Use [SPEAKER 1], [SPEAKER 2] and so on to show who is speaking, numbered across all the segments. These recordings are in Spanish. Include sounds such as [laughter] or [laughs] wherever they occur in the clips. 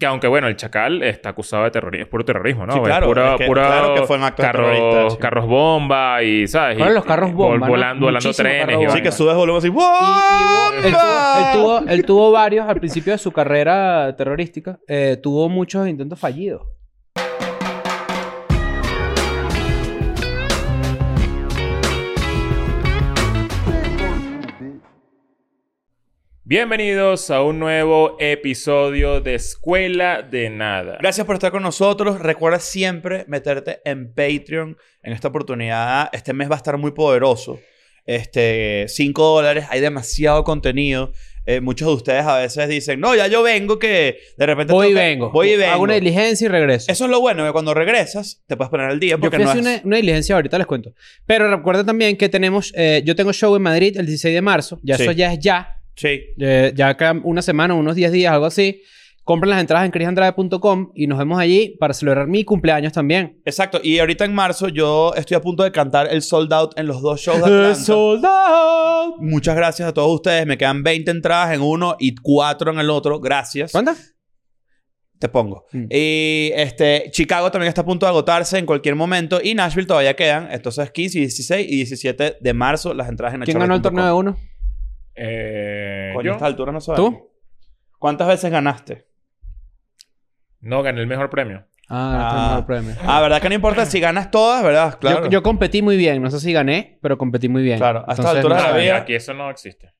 [SPEAKER 1] Que aunque bueno, el Chacal está acusado de terrorismo, es puro terrorismo, ¿no?
[SPEAKER 2] Sí, claro,
[SPEAKER 1] es pura,
[SPEAKER 2] es que-
[SPEAKER 1] pura
[SPEAKER 2] claro que fue un acto
[SPEAKER 1] carros,
[SPEAKER 2] terrorista, sí.
[SPEAKER 1] carros bomba y, ¿sabes?
[SPEAKER 3] Fueron
[SPEAKER 1] Y-
[SPEAKER 3] los carros
[SPEAKER 1] y vol-
[SPEAKER 3] bomba, ¿no?
[SPEAKER 1] Volando, volando
[SPEAKER 3] Muchísimos
[SPEAKER 1] trenes
[SPEAKER 3] carros
[SPEAKER 1] y
[SPEAKER 3] bomba.
[SPEAKER 2] Sí, que
[SPEAKER 1] vainas.
[SPEAKER 2] subes volumen así.
[SPEAKER 3] Él
[SPEAKER 2] Ah.
[SPEAKER 3] tuvo, él tuvo- él tuvo varios al principio de su carrera terrorística. eh, tuvo muchos intentos fallidos.
[SPEAKER 1] Bienvenidos a un nuevo episodio de Escuela de Nada.
[SPEAKER 2] Gracias por estar con nosotros. Recuerda siempre meterte en Patreon. En esta oportunidad, este mes va a estar muy poderoso. Este, 5 dólares, hay demasiado contenido. Eh, muchos de ustedes a veces dicen, no, ya yo vengo que de repente...
[SPEAKER 3] Voy y
[SPEAKER 2] tengo que-
[SPEAKER 3] vengo.
[SPEAKER 2] Voy y vengo.
[SPEAKER 3] Hago una diligencia y regreso.
[SPEAKER 2] Eso es lo bueno, que cuando regresas te puedes poner al día
[SPEAKER 3] Yo
[SPEAKER 2] porque
[SPEAKER 3] fui a
[SPEAKER 2] no
[SPEAKER 3] hacer
[SPEAKER 2] es...
[SPEAKER 3] una, una diligencia ahorita, les cuento. Pero recuerda también que tenemos... eh, yo tengo show en Madrid el 16 de marzo. Ya
[SPEAKER 2] Sí.
[SPEAKER 3] eso ya es ya.
[SPEAKER 2] Sí.
[SPEAKER 3] Eh, ya acá una semana, unos 10 días, algo así. Compren las entradas en chrisandrade.com y nos vemos allí para celebrar mi cumpleaños también.
[SPEAKER 2] Exacto. Y ahorita en marzo yo estoy a punto de cantar el sold out en los dos shows de
[SPEAKER 3] [laughs]
[SPEAKER 2] Atlanta.
[SPEAKER 3] soldado!
[SPEAKER 2] Muchas gracias a todos ustedes. Me quedan 20 entradas en uno y 4 en el otro. Gracias.
[SPEAKER 3] ¿Cuántas?
[SPEAKER 2] Te pongo.
[SPEAKER 3] Mm.
[SPEAKER 2] Y este, Chicago también está a punto de agotarse en cualquier momento. Y Nashville todavía quedan. Entonces, 15, 16 y 17 de marzo las entradas en
[SPEAKER 3] ¿Quién ganó el torneo de uno?
[SPEAKER 1] Eh,
[SPEAKER 2] Coño,
[SPEAKER 1] yo
[SPEAKER 2] a esta altura no sabemos.
[SPEAKER 3] ¿Tú?
[SPEAKER 2] ¿Cuántas veces ganaste?
[SPEAKER 1] no gané el mejor premio.
[SPEAKER 3] Ah,
[SPEAKER 2] Ah.
[SPEAKER 3] el premio.
[SPEAKER 2] Ah, ¿verdad que no importa si ganas todas, verdad? Claro.
[SPEAKER 3] Yo, yo competí muy bien. No sé si gané, pero competí muy bien.
[SPEAKER 2] Claro, a estas
[SPEAKER 3] Entonces,
[SPEAKER 2] alturas
[SPEAKER 3] no
[SPEAKER 2] de la
[SPEAKER 3] sé.
[SPEAKER 2] vida- Todavía-
[SPEAKER 1] Aquí eso no existe.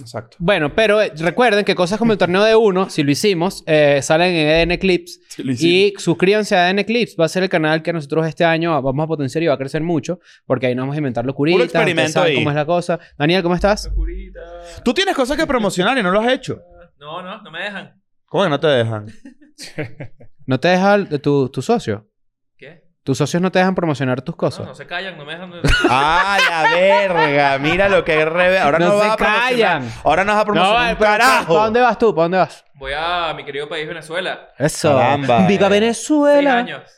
[SPEAKER 2] Exacto.
[SPEAKER 3] Bueno, pero eh, recuerden que cosas como el torneo de uno, si lo hicimos, eh, salen en EDN Clips. Y suscríbanse a EDN Clips. Va a ser el canal que nosotros este año vamos a potenciar y va a crecer mucho. Porque ahí nos vamos a inventar locuritas.
[SPEAKER 2] Puro experimento
[SPEAKER 3] ustedes saben
[SPEAKER 2] ahí.
[SPEAKER 3] cómo es la cosa. Daniel, ¿cómo estás?
[SPEAKER 2] Tú tienes cosas que promocionar y no lo has hecho.
[SPEAKER 4] No, no, no me dejan.
[SPEAKER 2] ¿Cómo que no te
[SPEAKER 3] [laughs]
[SPEAKER 2] dejan?
[SPEAKER 3] ¿No te deja el- tu, tu socio?
[SPEAKER 4] ¿Qué?
[SPEAKER 3] ¿Tus socios no te dejan promocionar tus cosas?
[SPEAKER 4] No, no se callan, no me dejan.
[SPEAKER 2] ¡Ah, la verga! Mira lo que es revés. Ahora
[SPEAKER 3] No
[SPEAKER 2] no,
[SPEAKER 3] se
[SPEAKER 2] va a promocionar.
[SPEAKER 3] callan.
[SPEAKER 2] Ahora nos va a promocionar
[SPEAKER 3] vale,
[SPEAKER 2] un
[SPEAKER 3] pero
[SPEAKER 2] carajo.
[SPEAKER 3] ¿Para dónde vas tú? ¿Para dónde vas?
[SPEAKER 4] Voy a mi querido país, Venezuela.
[SPEAKER 3] Eso.
[SPEAKER 2] Caramba,
[SPEAKER 3] Viva
[SPEAKER 2] eh.
[SPEAKER 4] Seis
[SPEAKER 3] Venezuela.
[SPEAKER 4] años.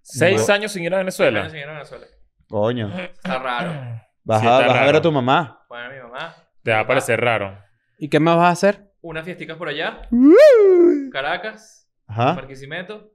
[SPEAKER 1] Seis
[SPEAKER 2] Bueno.
[SPEAKER 1] años sin ir a
[SPEAKER 4] Seis años
[SPEAKER 1] Venezuela.
[SPEAKER 4] sin ir a Venezuela.
[SPEAKER 2] Coño.
[SPEAKER 4] Está raro.
[SPEAKER 2] Vas,
[SPEAKER 1] Sí,
[SPEAKER 2] a,
[SPEAKER 1] está
[SPEAKER 2] vas a ver
[SPEAKER 1] raro.
[SPEAKER 2] a tu mamá.
[SPEAKER 4] Bueno, mi mamá.
[SPEAKER 1] Te va a parecer raro.
[SPEAKER 3] ¿Y qué más vas a hacer?
[SPEAKER 4] Unas fiesticas por allá. Caracas,
[SPEAKER 2] Ajá.
[SPEAKER 4] Barquisimeto,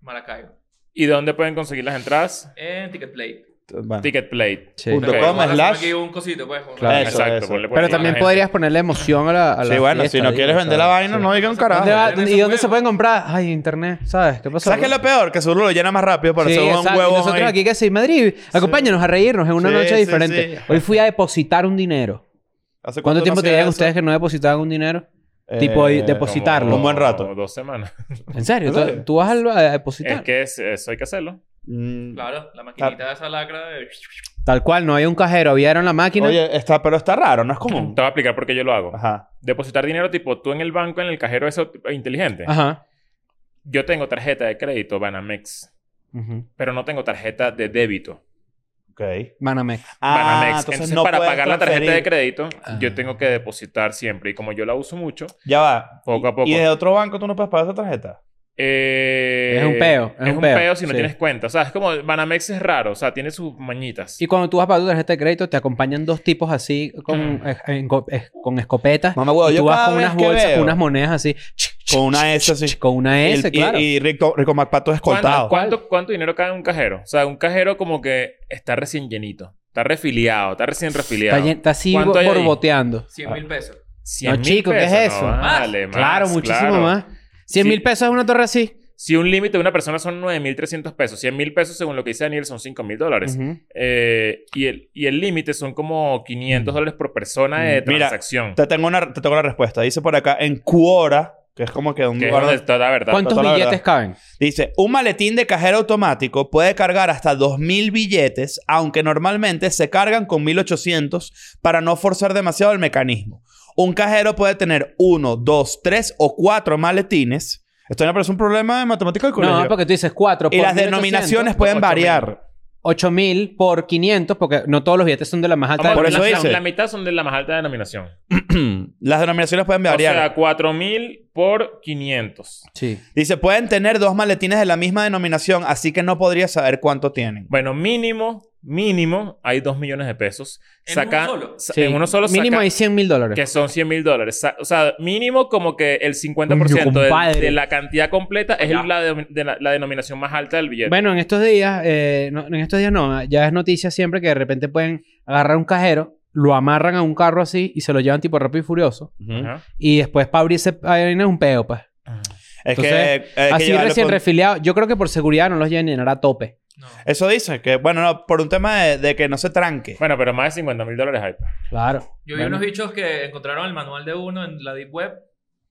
[SPEAKER 4] Maracaibo.
[SPEAKER 1] ¿Y dónde pueden conseguir las entradas?
[SPEAKER 4] En Ticketplate.
[SPEAKER 2] Bueno.
[SPEAKER 1] Ticket Plate.
[SPEAKER 3] Sí.
[SPEAKER 2] Punto
[SPEAKER 1] Ok.
[SPEAKER 2] com
[SPEAKER 4] Vamos a hacer
[SPEAKER 2] slash.
[SPEAKER 4] Aquí un cosito, pues. un-
[SPEAKER 2] Claro. Eso,
[SPEAKER 1] Exacto.
[SPEAKER 2] eso.
[SPEAKER 1] ponle por
[SPEAKER 3] Pero
[SPEAKER 1] ahí a la
[SPEAKER 3] también
[SPEAKER 1] gente.
[SPEAKER 3] podrías ponerle emoción a la, a la
[SPEAKER 2] Pues, Sí, bueno,
[SPEAKER 3] fiesta,
[SPEAKER 2] si no
[SPEAKER 3] digo,
[SPEAKER 2] quieres vender la
[SPEAKER 3] ¿sabes?
[SPEAKER 2] vaina,
[SPEAKER 3] Sí.
[SPEAKER 2] no digan un
[SPEAKER 3] ¿Dónde
[SPEAKER 2] carajo.
[SPEAKER 3] va-
[SPEAKER 4] Venden
[SPEAKER 3] ¿Y
[SPEAKER 4] esos
[SPEAKER 3] dónde se
[SPEAKER 4] huevos.
[SPEAKER 3] pueden comprar? Ay, internet, ¿sabes? ¿Qué pasó?
[SPEAKER 2] ¿Sabes qué es lo peor? Que seguro lo llena más rápido para
[SPEAKER 3] Sí,
[SPEAKER 2] hacer un
[SPEAKER 3] exacto. Y
[SPEAKER 2] huevo.
[SPEAKER 3] Nosotros aquí que sí, Madrid, acompáñanos a reírnos en una
[SPEAKER 2] Sí,
[SPEAKER 3] noche
[SPEAKER 2] sí,
[SPEAKER 3] diferente.
[SPEAKER 2] sí.
[SPEAKER 3] Hoy fui a depositar un dinero. ¿Cuánto tiempo tenían ustedes que no depositaban un dinero? tipo, ahí,
[SPEAKER 1] Como
[SPEAKER 3] depositarlo.
[SPEAKER 2] Eh, Un buen rato.
[SPEAKER 1] Dos semanas.
[SPEAKER 3] ¿En serio?
[SPEAKER 2] ¿En
[SPEAKER 3] ¿Tú-
[SPEAKER 2] serio?
[SPEAKER 3] ¿Tú vas al- a depositar?
[SPEAKER 1] Es que es- eso hay que hacerlo.
[SPEAKER 2] Mm,
[SPEAKER 4] Claro, la maquinita de esa lacra de...
[SPEAKER 3] Tal cual, no había un cajero. Vieron la máquina.
[SPEAKER 2] Oye, está, pero está raro, no es
[SPEAKER 1] Te
[SPEAKER 2] común.
[SPEAKER 1] voy a explicar por qué yo lo hago.
[SPEAKER 2] Ajá.
[SPEAKER 1] Depositar dinero tipo tú en el banco, en el cajero eso tipo, inteligente.
[SPEAKER 3] Ajá.
[SPEAKER 1] Yo tengo tarjeta de crédito Banamex,
[SPEAKER 3] Ujú.
[SPEAKER 1] pero no tengo tarjeta de débito.
[SPEAKER 2] Ok. Ah,
[SPEAKER 3] Banamex.
[SPEAKER 1] Banamex. Entonces, para
[SPEAKER 2] puedes
[SPEAKER 1] pagar la tarjeta de
[SPEAKER 2] transferir.
[SPEAKER 1] crédito,
[SPEAKER 3] Ah.
[SPEAKER 1] yo tengo que depositar siempre. Y como yo la uso mucho,
[SPEAKER 2] Ya va.
[SPEAKER 1] Poco a poco.
[SPEAKER 2] ¿Y desde otro banco tú no puedes pagar esa tarjeta?
[SPEAKER 1] eh,
[SPEAKER 3] Es un peo,
[SPEAKER 1] Es, un peo, si no
[SPEAKER 3] sí.
[SPEAKER 1] tienes cuenta. O sea, es como Banamex es raro. O sea, tiene sus mañitas.
[SPEAKER 3] Y cuando tú vas para tu tarjeta de crédito, te acompañan dos tipos así con, eh, en co- eh, con escopetas.
[SPEAKER 2] Mm. Mamá, huevo,
[SPEAKER 3] y tú
[SPEAKER 2] yo
[SPEAKER 3] vas
[SPEAKER 2] cada
[SPEAKER 3] con
[SPEAKER 2] vez
[SPEAKER 3] unas
[SPEAKER 2] que
[SPEAKER 3] bolsas,
[SPEAKER 2] veo-
[SPEAKER 3] con unas monedas así.
[SPEAKER 2] Con una S así.
[SPEAKER 3] [laughs] Con una S,
[SPEAKER 2] El- y-
[SPEAKER 3] claro.
[SPEAKER 2] Y, Rico, Rico McPato es
[SPEAKER 1] ¿Cuánto,
[SPEAKER 2] escoltado.
[SPEAKER 1] cuánto, cuánto dinero cae en un cajero? O sea, un cajero como que está recién llenito. Está refiliado, está recién
[SPEAKER 3] Está,
[SPEAKER 1] refiliado.
[SPEAKER 3] llen- está así
[SPEAKER 1] ¿Cuánto hay ahí?
[SPEAKER 3] borboteando.
[SPEAKER 4] 100 mil pesos.
[SPEAKER 1] 100
[SPEAKER 3] No,
[SPEAKER 1] mil
[SPEAKER 3] chico, ¿qué es
[SPEAKER 1] pesos,
[SPEAKER 3] eso?
[SPEAKER 1] no vale, más,
[SPEAKER 3] claro, muchísimo
[SPEAKER 1] claro.
[SPEAKER 3] más. 100
[SPEAKER 1] Sí.
[SPEAKER 3] mil pesos es una torre así.
[SPEAKER 1] Si un límite de una persona son 9.300 pesos, 100.000 pesos, según lo que dice Daniel, son 5.000
[SPEAKER 2] Pues,
[SPEAKER 1] dólares.
[SPEAKER 3] Ujú.
[SPEAKER 1] Eh, y el, y el límite son como
[SPEAKER 3] Mm.
[SPEAKER 1] 500 dólares por persona de
[SPEAKER 2] Mira,
[SPEAKER 1] transacción.
[SPEAKER 2] Te tengo, una, te tengo la respuesta. Dice por acá, en Quora, que es como que un
[SPEAKER 1] que es
[SPEAKER 2] lugar
[SPEAKER 1] donde
[SPEAKER 2] donde-
[SPEAKER 1] está la verdad.
[SPEAKER 3] ¿Cuántos
[SPEAKER 2] toda la
[SPEAKER 3] billetes
[SPEAKER 2] verdad.
[SPEAKER 3] caben?
[SPEAKER 2] Dice, un maletín de cajero automático puede cargar hasta 2.000 billetes, aunque normalmente se cargan con 1.800 para no forzar demasiado el mecanismo. Un cajero puede tener uno, dos, tres o cuatro maletines. Esto me parece un problema de matemática del colegio.
[SPEAKER 3] No, porque tú dices 4
[SPEAKER 2] y las denominaciones pues. pueden
[SPEAKER 1] ocho mil.
[SPEAKER 2] variar. [clears throat]
[SPEAKER 3] 8 mil por 500, porque no todos los billetes son de la más alta.
[SPEAKER 1] Vamos,
[SPEAKER 2] Por
[SPEAKER 1] la-
[SPEAKER 2] eso
[SPEAKER 1] la,
[SPEAKER 2] dice.
[SPEAKER 1] la mitad son de la más alta denominación.
[SPEAKER 2] Las denominaciones pueden
[SPEAKER 1] O
[SPEAKER 2] variar.
[SPEAKER 1] sea, 4.000 por 500.
[SPEAKER 3] Sí.
[SPEAKER 2] Dice, pueden tener dos maletines de la misma denominación, así que no podría saber cuánto tienen.
[SPEAKER 1] Bueno, mínimo mínimo hay 2 millones de pesos.
[SPEAKER 4] ¿En
[SPEAKER 1] Saca-
[SPEAKER 4] uno solo?
[SPEAKER 1] sa-
[SPEAKER 3] Sí.
[SPEAKER 1] En uno solo saca-
[SPEAKER 3] Mínimo hay 100 mil dólares.
[SPEAKER 1] que son 100 mil dólares. Sa- O sea, mínimo como que el 50%
[SPEAKER 3] Coño, compadre.
[SPEAKER 1] de, de la cantidad completa es
[SPEAKER 4] Ya.
[SPEAKER 1] la, de- de la, la denominación más alta del billete.
[SPEAKER 3] Bueno, en estos días, eh, no- en estos días no, ya es noticia siempre que de repente pueden agarrar un cajero, lo amarran a un carro así y se lo llevan tipo rápido y furioso.
[SPEAKER 1] Ajá.
[SPEAKER 3] Y después para abrirse vaina es un peo, pues.
[SPEAKER 2] Es que,
[SPEAKER 3] Entonces,
[SPEAKER 2] eh, hay que
[SPEAKER 3] así
[SPEAKER 2] llevarlo
[SPEAKER 3] recién
[SPEAKER 2] con-
[SPEAKER 3] refiliado. Yo creo que por seguridad no los lleven a llenar a tope.
[SPEAKER 4] No.
[SPEAKER 2] Eso dice que, bueno, no, por un tema de, de que no se tranque.
[SPEAKER 1] Bueno, pero más de 50 mil dólares hay.
[SPEAKER 3] Claro.
[SPEAKER 4] Yo vi
[SPEAKER 3] Bueno.
[SPEAKER 4] unos bichos que encontraron el manual de uno en la Deep Web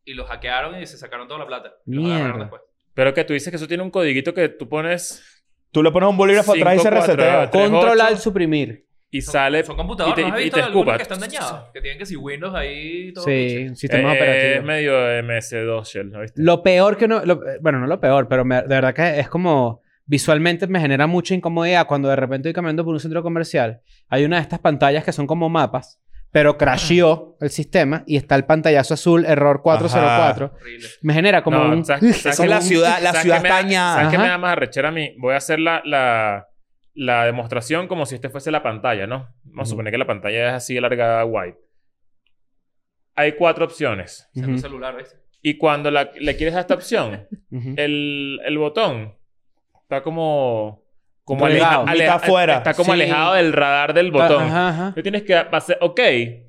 [SPEAKER 4] y los hackearon y se sacaron toda la pues". plata. Los
[SPEAKER 3] Mierda.
[SPEAKER 4] agarraron después.
[SPEAKER 1] Pero que tú dices que eso tiene un codiguito que tú pones
[SPEAKER 2] Tú le pones un bolígrafo atrás y se
[SPEAKER 1] 5, 4,
[SPEAKER 2] resetea.
[SPEAKER 1] Tres,
[SPEAKER 3] Control
[SPEAKER 1] ocho.
[SPEAKER 3] al suprimir.
[SPEAKER 1] y
[SPEAKER 4] Son-
[SPEAKER 1] sale...
[SPEAKER 4] Son computadoras,
[SPEAKER 1] y te-
[SPEAKER 4] ¿no has
[SPEAKER 1] y- y
[SPEAKER 4] visto
[SPEAKER 1] te
[SPEAKER 4] algunos
[SPEAKER 1] escupa.
[SPEAKER 4] que están dañados? Que tienen que si Windows ahí todo
[SPEAKER 3] Sí,
[SPEAKER 4] bicho.
[SPEAKER 3] un sistema
[SPEAKER 1] eh, Es
[SPEAKER 3] operativo.
[SPEAKER 1] medio MS2 Shell, ¿no viste?
[SPEAKER 3] Lo peor que no. lo- eh, bueno, no lo peor, pero me- de verdad que es como. Visualmente me genera mucha incomodidad cuando de repente voy caminando por un centro comercial. Hay una de estas pantallas que son como mapas, pero crasheó el sistema y está el pantallazo azul, error 404.
[SPEAKER 4] Horrible.
[SPEAKER 3] Me genera como
[SPEAKER 1] No,
[SPEAKER 3] un. [laughs]
[SPEAKER 1] ¿sabes- sabes
[SPEAKER 2] Esa es la
[SPEAKER 1] qué-
[SPEAKER 2] ciudad- la
[SPEAKER 1] sabes
[SPEAKER 2] ciudad
[SPEAKER 1] qué me da-
[SPEAKER 2] tañada.
[SPEAKER 1] ¿Sabes qué
[SPEAKER 3] Ajá.
[SPEAKER 1] me da más arrechera a mí? Voy a hacer la, la, la demostración como si este fuese la pantalla, ¿no? Vamos a
[SPEAKER 2] Ujú.
[SPEAKER 1] suponer que la pantalla es así alargada, white. Hay cuatro opciones.
[SPEAKER 4] Usa
[SPEAKER 3] Ujú,
[SPEAKER 4] tu celular, ¿viste?
[SPEAKER 1] Y cuando la- le quieres dar esta opción,
[SPEAKER 3] ujú.
[SPEAKER 1] el, el botón está como... Como
[SPEAKER 3] Relegado.
[SPEAKER 1] aleja-
[SPEAKER 2] Está Ah, fuera.
[SPEAKER 1] Está como
[SPEAKER 3] Sí.
[SPEAKER 1] alejado del radar del botón.
[SPEAKER 3] Ajá, ajá.
[SPEAKER 1] Tú tienes que hacer OK.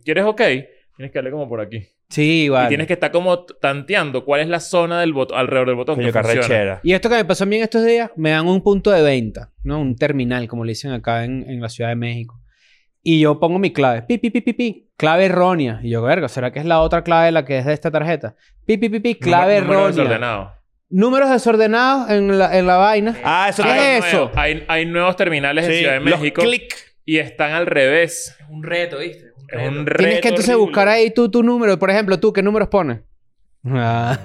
[SPEAKER 1] ¿Quieres OK? Tienes que darle como por aquí.
[SPEAKER 3] Sí,
[SPEAKER 1] Y
[SPEAKER 3] vale.
[SPEAKER 1] tienes que estar como t- tanteando cuál es la zona del botón, alrededor del botón.
[SPEAKER 2] Coño,
[SPEAKER 1] que funciona.
[SPEAKER 2] carrechera.
[SPEAKER 3] Y esto que me pasó a mí en estos días, me dan un punto de venta, ¿no? Un terminal, como le dicen acá en, en la Ciudad de México. Y yo pongo mi clave, pi, pi, pi, pi, pi, clave errónea. Y yo, verga, ¿será que es la otra clave la que es de esta tarjeta? Pi, pi, pi, pi, clave
[SPEAKER 1] Número
[SPEAKER 3] errónea.
[SPEAKER 1] desordenado. Eh,
[SPEAKER 3] Números desordenados en la, en la vaina.
[SPEAKER 2] Ah, eso
[SPEAKER 3] ¿Qué
[SPEAKER 2] está-
[SPEAKER 1] Hay
[SPEAKER 3] es eso?
[SPEAKER 1] nuevo- hay, hay nuevos terminales en
[SPEAKER 2] Sí,
[SPEAKER 1] Ciudad de
[SPEAKER 2] los
[SPEAKER 1] México
[SPEAKER 2] clic.
[SPEAKER 1] y están al revés.
[SPEAKER 4] Es un reto, ¿viste? Es un
[SPEAKER 1] Es
[SPEAKER 4] reto.
[SPEAKER 1] un
[SPEAKER 3] Tienes
[SPEAKER 1] reto
[SPEAKER 3] que entonces
[SPEAKER 1] horrible.
[SPEAKER 3] buscar ahí tú tu número. Por ejemplo, tú, ¿qué números
[SPEAKER 1] [laughs]
[SPEAKER 3] pones? Ah,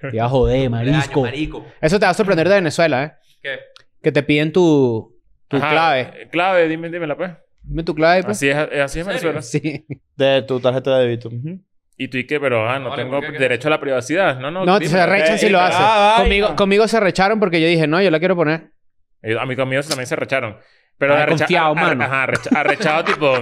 [SPEAKER 3] Te va a joder, marisco.
[SPEAKER 4] Marico.
[SPEAKER 3] Eso te va a sorprender de Venezuela, ¿eh?
[SPEAKER 4] ¿Qué?
[SPEAKER 3] Que te piden tu, tu
[SPEAKER 1] Ajá,
[SPEAKER 3] clave.
[SPEAKER 1] eh, Clave, dime, dímela, pues.
[SPEAKER 3] Dime tu clave, pues.
[SPEAKER 1] Así es, eh, así es
[SPEAKER 4] ¿En
[SPEAKER 1] Venezuela.
[SPEAKER 3] [laughs] Sí.
[SPEAKER 2] De tu tarjeta de débito. Ujú.
[SPEAKER 1] Y tú y qué, pero ah, no
[SPEAKER 4] Vale,
[SPEAKER 1] tengo
[SPEAKER 4] ¿por qué?
[SPEAKER 1] derecho a la privacidad. No, no.
[SPEAKER 3] No,
[SPEAKER 1] dime.
[SPEAKER 3] se arrechan
[SPEAKER 2] eh,
[SPEAKER 3] si lo
[SPEAKER 2] eh,
[SPEAKER 3] hacen.
[SPEAKER 2] ah, vaina.
[SPEAKER 3] conmigo, conmigo se arrecharon porque yo dije, no, yo la quiero poner.
[SPEAKER 1] Eh, A mí conmigo también se arrecharon. Pero
[SPEAKER 3] Ah,
[SPEAKER 1] arrecha-
[SPEAKER 3] confiado,
[SPEAKER 1] ar-
[SPEAKER 3] mano.
[SPEAKER 1] Ajá, arrecha-
[SPEAKER 3] [laughs]
[SPEAKER 1] arrechado tipo...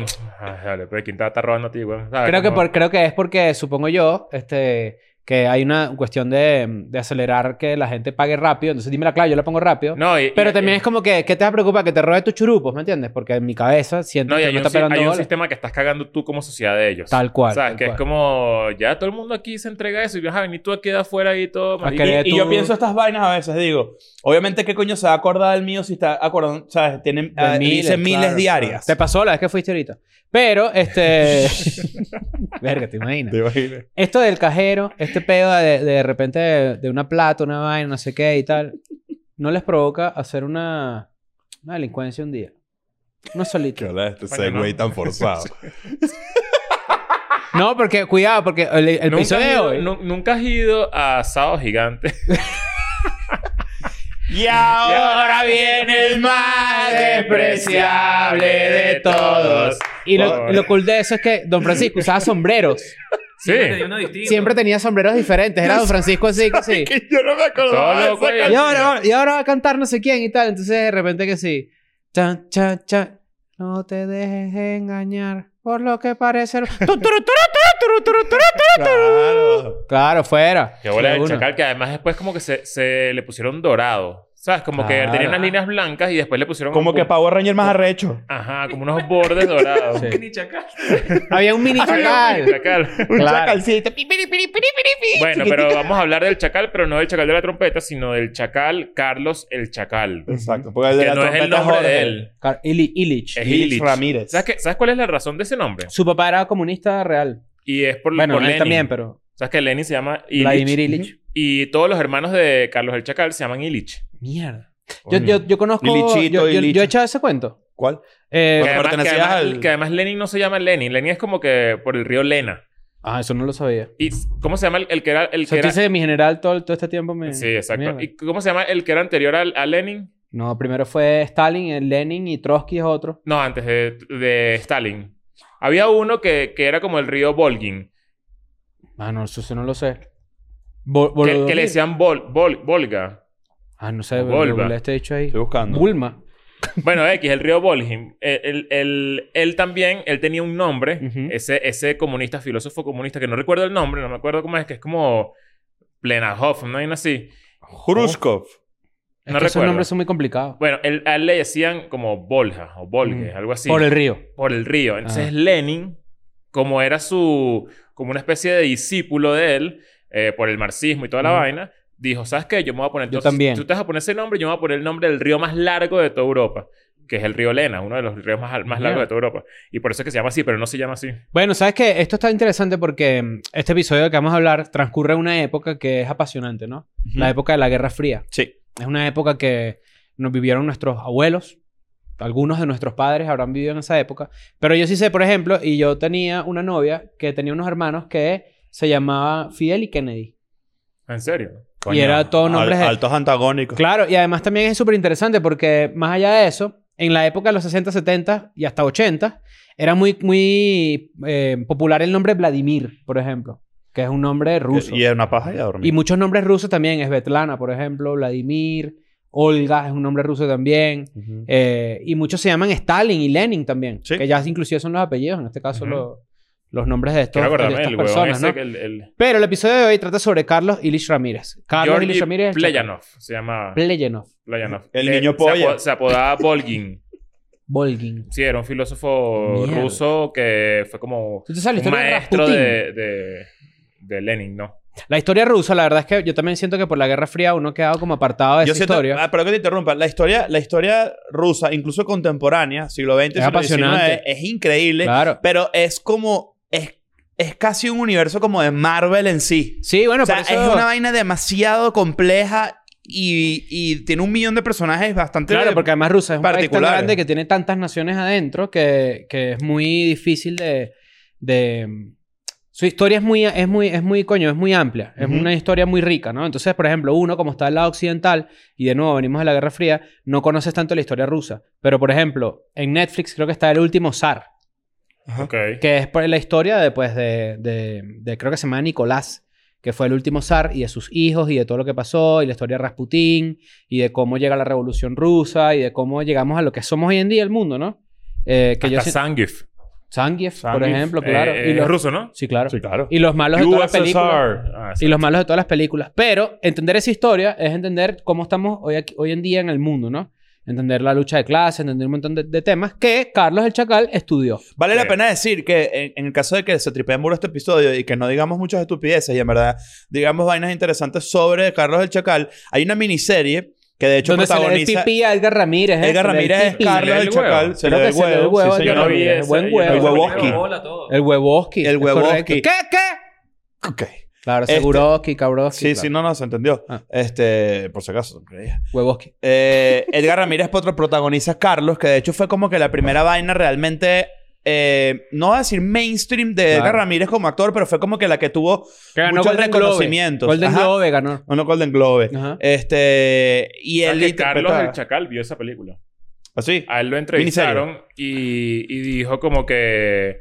[SPEAKER 1] Ay, dale, pues, ¿quién te va a estar robando a ti, güey? ¿Sabes?
[SPEAKER 3] Creo que,
[SPEAKER 1] Ah, Como-
[SPEAKER 3] por- creo que es porque, supongo yo, este, que hay una cuestión de, de acelerar que la gente pague rápido. Entonces, dime la clave, yo la pongo rápido.
[SPEAKER 1] No, y-
[SPEAKER 3] Pero
[SPEAKER 1] y-
[SPEAKER 3] también es como que, ¿qué te va a preocupar? Que te robe tus churupos, ¿me entiendes? Porque en mi cabeza siento
[SPEAKER 1] No, y
[SPEAKER 3] que
[SPEAKER 1] hay,
[SPEAKER 3] no
[SPEAKER 1] un,
[SPEAKER 3] está
[SPEAKER 1] si-
[SPEAKER 3] pegando
[SPEAKER 1] hay un
[SPEAKER 3] bola.
[SPEAKER 1] sistema que estás cagando tú como sociedad de ellos.
[SPEAKER 3] Tal cual.
[SPEAKER 1] ¿Sabes?
[SPEAKER 3] tal
[SPEAKER 1] que
[SPEAKER 3] cual.
[SPEAKER 1] es como, ya todo el mundo aquí se entrega eso y vas a venir tú aquí de afuera y todo. marico.
[SPEAKER 3] querer-
[SPEAKER 2] Y, y
[SPEAKER 3] tú-
[SPEAKER 2] yo pienso estas vainas a veces, digo, obviamente, ¿qué coño se va a acordar del mío si está acordando? ¿Sabes? Tienen,
[SPEAKER 3] De
[SPEAKER 2] ah, dice miles
[SPEAKER 3] claro.
[SPEAKER 2] diarias.
[SPEAKER 3] Te pasó la vez que fuiste ahorita. Pero, este...
[SPEAKER 1] [laughs]
[SPEAKER 3] Verga, te imaginas.
[SPEAKER 2] imaginas?
[SPEAKER 3] Esto del cajero, este pedo de de repente de, de una plata, una vaina, no sé qué y tal, ¿no les provoca hacer una, una delincuencia un día? No solito.
[SPEAKER 2] hola este
[SPEAKER 1] Coño, segue no.
[SPEAKER 2] tan forzado.
[SPEAKER 3] No, porque cuidado, porque el, el
[SPEAKER 1] nunca,
[SPEAKER 3] episodio
[SPEAKER 1] has
[SPEAKER 3] de
[SPEAKER 1] ido,
[SPEAKER 3] hoy.
[SPEAKER 1] nu- nunca has ido a Sábado Gigante. [laughs]
[SPEAKER 2] y ahora viene el más despreciable de todos.
[SPEAKER 3] Y lo,
[SPEAKER 1] Pobre.
[SPEAKER 3] lo cool de eso es que Don Francisco usaba sombreros.
[SPEAKER 1] sí.
[SPEAKER 4] Siempre tenía uno distinto.
[SPEAKER 3] Siempre tenía sombreros diferentes. Era Don Francisco así, que
[SPEAKER 1] [laughs]
[SPEAKER 3] sí.
[SPEAKER 2] yo no me
[SPEAKER 3] [laughs]
[SPEAKER 1] Todo
[SPEAKER 2] de
[SPEAKER 1] loco,
[SPEAKER 2] esa
[SPEAKER 1] güey.
[SPEAKER 3] Y ahora, y ahora va a cantar no sé quién y tal. Entonces de repente que sí. Chan, chan, chan. No te dejes engañar por lo que parece. [laughs] Tu, turu, turu, turu, turu, turu, turu.
[SPEAKER 2] Claro.
[SPEAKER 3] Claro, fuera.
[SPEAKER 1] Que bola
[SPEAKER 3] De
[SPEAKER 1] del
[SPEAKER 3] una.
[SPEAKER 1] chacal, que además después como que se, se le pusieron dorado. ¿Sabes? Como
[SPEAKER 3] Claro.
[SPEAKER 1] que tenía unas líneas blancas y después le pusieron...
[SPEAKER 2] Como que
[SPEAKER 1] un-
[SPEAKER 2] Power Ranger más arrecho.
[SPEAKER 1] Ajá, como unos bordes dorados. [laughs]
[SPEAKER 3] Sí.
[SPEAKER 4] Ni chacal.
[SPEAKER 3] [laughs] Había un mini chacal. [laughs]
[SPEAKER 1] Chacal.
[SPEAKER 2] Un
[SPEAKER 3] Claro.
[SPEAKER 2] chacalcito.
[SPEAKER 1] Bueno, pero vamos a hablar del chacal, pero no del chacal de la trompeta, sino del chacal Carlos el Chacal.
[SPEAKER 2] Exacto. Porque
[SPEAKER 1] Que
[SPEAKER 2] de la
[SPEAKER 1] no es el
[SPEAKER 2] trompeta
[SPEAKER 1] nombre
[SPEAKER 2] Jorge.
[SPEAKER 1] de él.
[SPEAKER 3] Car- Ili- Illich.
[SPEAKER 1] Es
[SPEAKER 2] Illich
[SPEAKER 1] Illich.
[SPEAKER 2] Ramírez.
[SPEAKER 1] ¿Sabes, qué- ¿Sabes cuál es la razón de ese nombre?
[SPEAKER 3] Su papá era comunista real.
[SPEAKER 1] Y es por,
[SPEAKER 3] Bueno,
[SPEAKER 1] por
[SPEAKER 3] él
[SPEAKER 1] Lenin.
[SPEAKER 3] también, pero...
[SPEAKER 1] ¿Sabes que Lenin se llama
[SPEAKER 3] Vladimir
[SPEAKER 1] Illich?
[SPEAKER 3] Illich.
[SPEAKER 1] Y todos los hermanos de Carlos el Chacal se llaman Illich.
[SPEAKER 3] Mierda. Yo, yo, yo conozco...
[SPEAKER 2] Illichito,
[SPEAKER 3] yo, yo- yo
[SPEAKER 2] Illich.
[SPEAKER 3] he echado ese cuento.
[SPEAKER 2] ¿Cuál?
[SPEAKER 3] Eh,
[SPEAKER 1] que, además, que,
[SPEAKER 2] pertenecías
[SPEAKER 1] además,
[SPEAKER 2] al-
[SPEAKER 1] que además Lenin no se llama Lenin. Lenin es como que por el río Lena.
[SPEAKER 3] ah, eso no lo sabía.
[SPEAKER 1] ¿Y cómo se llama el, el que era... El
[SPEAKER 3] O sea,
[SPEAKER 1] que
[SPEAKER 3] tú
[SPEAKER 1] era...
[SPEAKER 3] dices que mi general todo, todo este tiempo me...
[SPEAKER 1] Sí, exacto.
[SPEAKER 3] Mierda.
[SPEAKER 1] ¿Y cómo se llama el que era anterior al- a, Lenin?
[SPEAKER 3] No, primero fue Stalin, el Lenin y Trotsky es otro.
[SPEAKER 1] No, antes de, de Stalin. Había uno que, que era como el río Volgin.
[SPEAKER 3] Ah, no, eso sí no lo sé. Vol-
[SPEAKER 1] Que, que
[SPEAKER 3] Volodymyr.
[SPEAKER 1] le decían Vol, Vol- Volga.
[SPEAKER 3] Ah, no sé.
[SPEAKER 1] Volva.
[SPEAKER 3] Volva. Este dicho ahí.
[SPEAKER 2] Estoy buscando.
[SPEAKER 3] Bulma.
[SPEAKER 1] Bueno, X, el río Bolhim. Él, él- él- él también, él tenía un nombre,
[SPEAKER 3] Ujú.
[SPEAKER 1] ese, ese comunista, filósofo comunista, que no recuerdo el nombre, no me acuerdo cómo es, que es como Plenarhoff, no hay así.
[SPEAKER 2] Hrushkov.
[SPEAKER 1] No
[SPEAKER 3] Es que esos
[SPEAKER 1] recuerdo.
[SPEAKER 3] nombres son muy complicados.
[SPEAKER 1] Bueno, él, a él le decían como Volja o Volge,
[SPEAKER 3] Mm.
[SPEAKER 1] algo así.
[SPEAKER 3] Por el río.
[SPEAKER 1] por el río. Entonces
[SPEAKER 3] Ah.
[SPEAKER 1] Lenin, como era su, como una especie de discípulo de él, eh, por el marxismo y toda la
[SPEAKER 3] Ujú.
[SPEAKER 1] vaina, dijo, ¿sabes qué? Yo me voy a poner...
[SPEAKER 3] Yo
[SPEAKER 1] entonces,
[SPEAKER 3] también.
[SPEAKER 1] Tú te vas a poner ese nombre, yo me voy a poner el nombre del río más largo de toda Europa, que es el río Lena, uno de los ríos más, más largos
[SPEAKER 3] Mira.
[SPEAKER 1] de toda Europa. Y por eso es que se llama así, pero no se llama así.
[SPEAKER 3] Bueno, sabes que esto está interesante porque mm, este episodio que vamos a hablar transcurre en una época que es apasionante, ¿no? La época de la Guerra Fría.
[SPEAKER 2] Sí.
[SPEAKER 3] Es una época que nos vivieron nuestros abuelos. Algunos de nuestros padres habrán vivido en esa época. Pero yo sí sé, por ejemplo, y yo tenía una novia que tenía unos hermanos que se llamaban Fidel y Kennedy.
[SPEAKER 1] En serio.
[SPEAKER 3] Y era todo nombres de-
[SPEAKER 2] Altos antagónicos.
[SPEAKER 3] Claro, y además también es súper interesante porque más allá de eso, en la época de los 60, 70 y hasta 80, era muy, muy eh, popular el nombre Vladimir, por ejemplo, que es un nombre ruso.
[SPEAKER 2] Y era una paja y a dormir.
[SPEAKER 3] Y muchos nombres rusos también, es Svetlana, por ejemplo, Vladimir, Olga es un nombre ruso también.
[SPEAKER 2] Ujú.
[SPEAKER 3] eh, y muchos se llaman Stalin y Lenin también,
[SPEAKER 2] Sí.
[SPEAKER 3] que ya inclusive son los apellidos, en este caso
[SPEAKER 1] Ujú.
[SPEAKER 3] los, los nombres de, estos,
[SPEAKER 1] Quiero
[SPEAKER 3] de
[SPEAKER 1] acordarme
[SPEAKER 3] estas
[SPEAKER 1] del huevón
[SPEAKER 3] personas,
[SPEAKER 1] ese,
[SPEAKER 3] ¿no?
[SPEAKER 1] que el, el
[SPEAKER 3] Pero el episodio de hoy trata sobre Carlos Ilich Ramírez. Carlos
[SPEAKER 1] Georgi
[SPEAKER 3] Ilich Ramírez. este. es el chacal.
[SPEAKER 1] Pleyanov, se llamaba
[SPEAKER 3] Pleyanov.
[SPEAKER 1] Pleyanov.
[SPEAKER 2] El
[SPEAKER 1] Eh,
[SPEAKER 2] niño
[SPEAKER 1] se
[SPEAKER 2] polla.
[SPEAKER 1] apo- Se apodaba Volgin.
[SPEAKER 3] Volgin.
[SPEAKER 1] Sí, era un filósofo
[SPEAKER 3] Mierda.
[SPEAKER 1] ruso que fue como
[SPEAKER 3] ¿Tú te sabes la
[SPEAKER 1] un
[SPEAKER 3] historia de
[SPEAKER 1] maestro
[SPEAKER 3] Rasputín?
[SPEAKER 1] de, de, de Lenin, ¿no?
[SPEAKER 3] La historia rusa, la verdad es que yo también siento que por la Guerra Fría uno ha quedado como apartado de
[SPEAKER 2] Yo
[SPEAKER 3] esa
[SPEAKER 2] siento,
[SPEAKER 3] historia.
[SPEAKER 2] ah, pero que te interrumpa, la historia, la historia rusa, incluso contemporánea, siglo XX, siglo XIX,
[SPEAKER 3] apasionante.
[SPEAKER 2] es increíble,
[SPEAKER 3] Claro.
[SPEAKER 2] pero es como, es, es casi un universo como de Marvel en sí.
[SPEAKER 3] Sí, bueno,
[SPEAKER 2] o sea,
[SPEAKER 3] por eso-
[SPEAKER 2] es una vaina demasiado compleja y, y tiene un millón de personajes bastante...
[SPEAKER 3] Claro, porque además Rusia es un país tan
[SPEAKER 2] particular.
[SPEAKER 3] grande que tiene tantas naciones adentro que, que es muy difícil de, de- mm, Su historia es muy, es muy, es muy, coño, es muy amplia. Es
[SPEAKER 2] Ujú.
[SPEAKER 3] una historia muy rica, ¿no? Entonces, por ejemplo, uno, como está al lado occidental, y de nuevo venimos de la Guerra Fría, no conoces tanto la historia rusa. Pero, por ejemplo, en Netflix creo que está el último zar.
[SPEAKER 1] Ok.
[SPEAKER 3] Que es por la historia de, pues, de, de- de- creo que se llama Nicolás, que fue el último zar y de sus hijos y de todo lo que pasó y la historia de Rasputín y de cómo llega la revolución rusa y de cómo llegamos a lo que somos hoy en día el mundo, ¿no? Eh, que yo
[SPEAKER 1] Hasta
[SPEAKER 3] si-
[SPEAKER 1] Zangief.
[SPEAKER 3] Zangief, por
[SPEAKER 2] Zangief,
[SPEAKER 3] ejemplo, claro.
[SPEAKER 1] Eh,
[SPEAKER 3] y los
[SPEAKER 1] es ruso, ¿no?
[SPEAKER 3] Sí, claro.
[SPEAKER 2] Sí, claro.
[SPEAKER 3] Y los malos de todas las películas.
[SPEAKER 1] Ah,
[SPEAKER 3] Y los malos de todas las películas. Pero entender esa historia es entender cómo estamos hoy, aquí- hoy en día en el mundo, ¿no? Entender la lucha de clases, entender un montón de, de temas que Carlos el Chacal estudió.
[SPEAKER 2] Vale la
[SPEAKER 1] Sí.
[SPEAKER 2] pena decir que en, en el caso de que se tripeen burro este episodio y que no digamos muchas estupideces y en verdad digamos vainas interesantes sobre Carlos el Chacal, hay una miniserie que de hecho
[SPEAKER 3] Donde se le da el
[SPEAKER 2] protagoniza...
[SPEAKER 3] pipí a Edgar Ramírez. ¿eh?
[SPEAKER 2] Edgar
[SPEAKER 3] Se le da el
[SPEAKER 2] Ramírez es
[SPEAKER 3] pipí.
[SPEAKER 1] le
[SPEAKER 2] Carlos
[SPEAKER 1] da
[SPEAKER 2] el
[SPEAKER 1] el huevo.
[SPEAKER 2] Chacal. Se le
[SPEAKER 3] Creo
[SPEAKER 2] da
[SPEAKER 3] que
[SPEAKER 2] el
[SPEAKER 3] se le da el
[SPEAKER 2] huevo.
[SPEAKER 3] huevo,
[SPEAKER 2] Sí,
[SPEAKER 3] yo
[SPEAKER 1] Yo
[SPEAKER 2] señor.
[SPEAKER 1] no vi
[SPEAKER 3] Ramírez,
[SPEAKER 1] ese.
[SPEAKER 3] buen
[SPEAKER 1] yo no
[SPEAKER 3] huevo.
[SPEAKER 1] vi
[SPEAKER 2] El
[SPEAKER 1] ese
[SPEAKER 2] huevo
[SPEAKER 1] video.
[SPEAKER 2] aquí.
[SPEAKER 4] Bola, todo.
[SPEAKER 3] El huevoski.
[SPEAKER 2] El
[SPEAKER 3] es
[SPEAKER 2] huevoski.
[SPEAKER 3] correcto. ¿Qué? ¿Qué?
[SPEAKER 2] Ok.
[SPEAKER 3] Claro,
[SPEAKER 2] Este-
[SPEAKER 3] Seguroski, Cabroski.
[SPEAKER 2] Sí, sí, no, no, se entendió.
[SPEAKER 3] Ah.
[SPEAKER 2] Este, por si acaso, no creía.
[SPEAKER 3] Huevoski.
[SPEAKER 2] Eh, Edgar Ramírez potro- protagoniza a Carlos, que de hecho fue como que la primera vaina realmente, eh, no voy a decir mainstream de Edgar
[SPEAKER 3] Claro.
[SPEAKER 2] Ramírez como actor, pero fue como que la que tuvo
[SPEAKER 3] Que
[SPEAKER 2] muchos
[SPEAKER 3] Globe.
[SPEAKER 2] reconocimientos.
[SPEAKER 3] Golden
[SPEAKER 2] Ajá.
[SPEAKER 3] Globe ganó.
[SPEAKER 2] Bueno, Golden Globe.
[SPEAKER 3] Ajá.
[SPEAKER 2] Este. Y
[SPEAKER 1] ¿Sabes
[SPEAKER 2] él ¿Ah,
[SPEAKER 1] que Carlos
[SPEAKER 2] interpretaba-
[SPEAKER 1] el Chacal vio esa película.
[SPEAKER 2] Así.
[SPEAKER 1] A él lo entrevistaron y, y dijo como que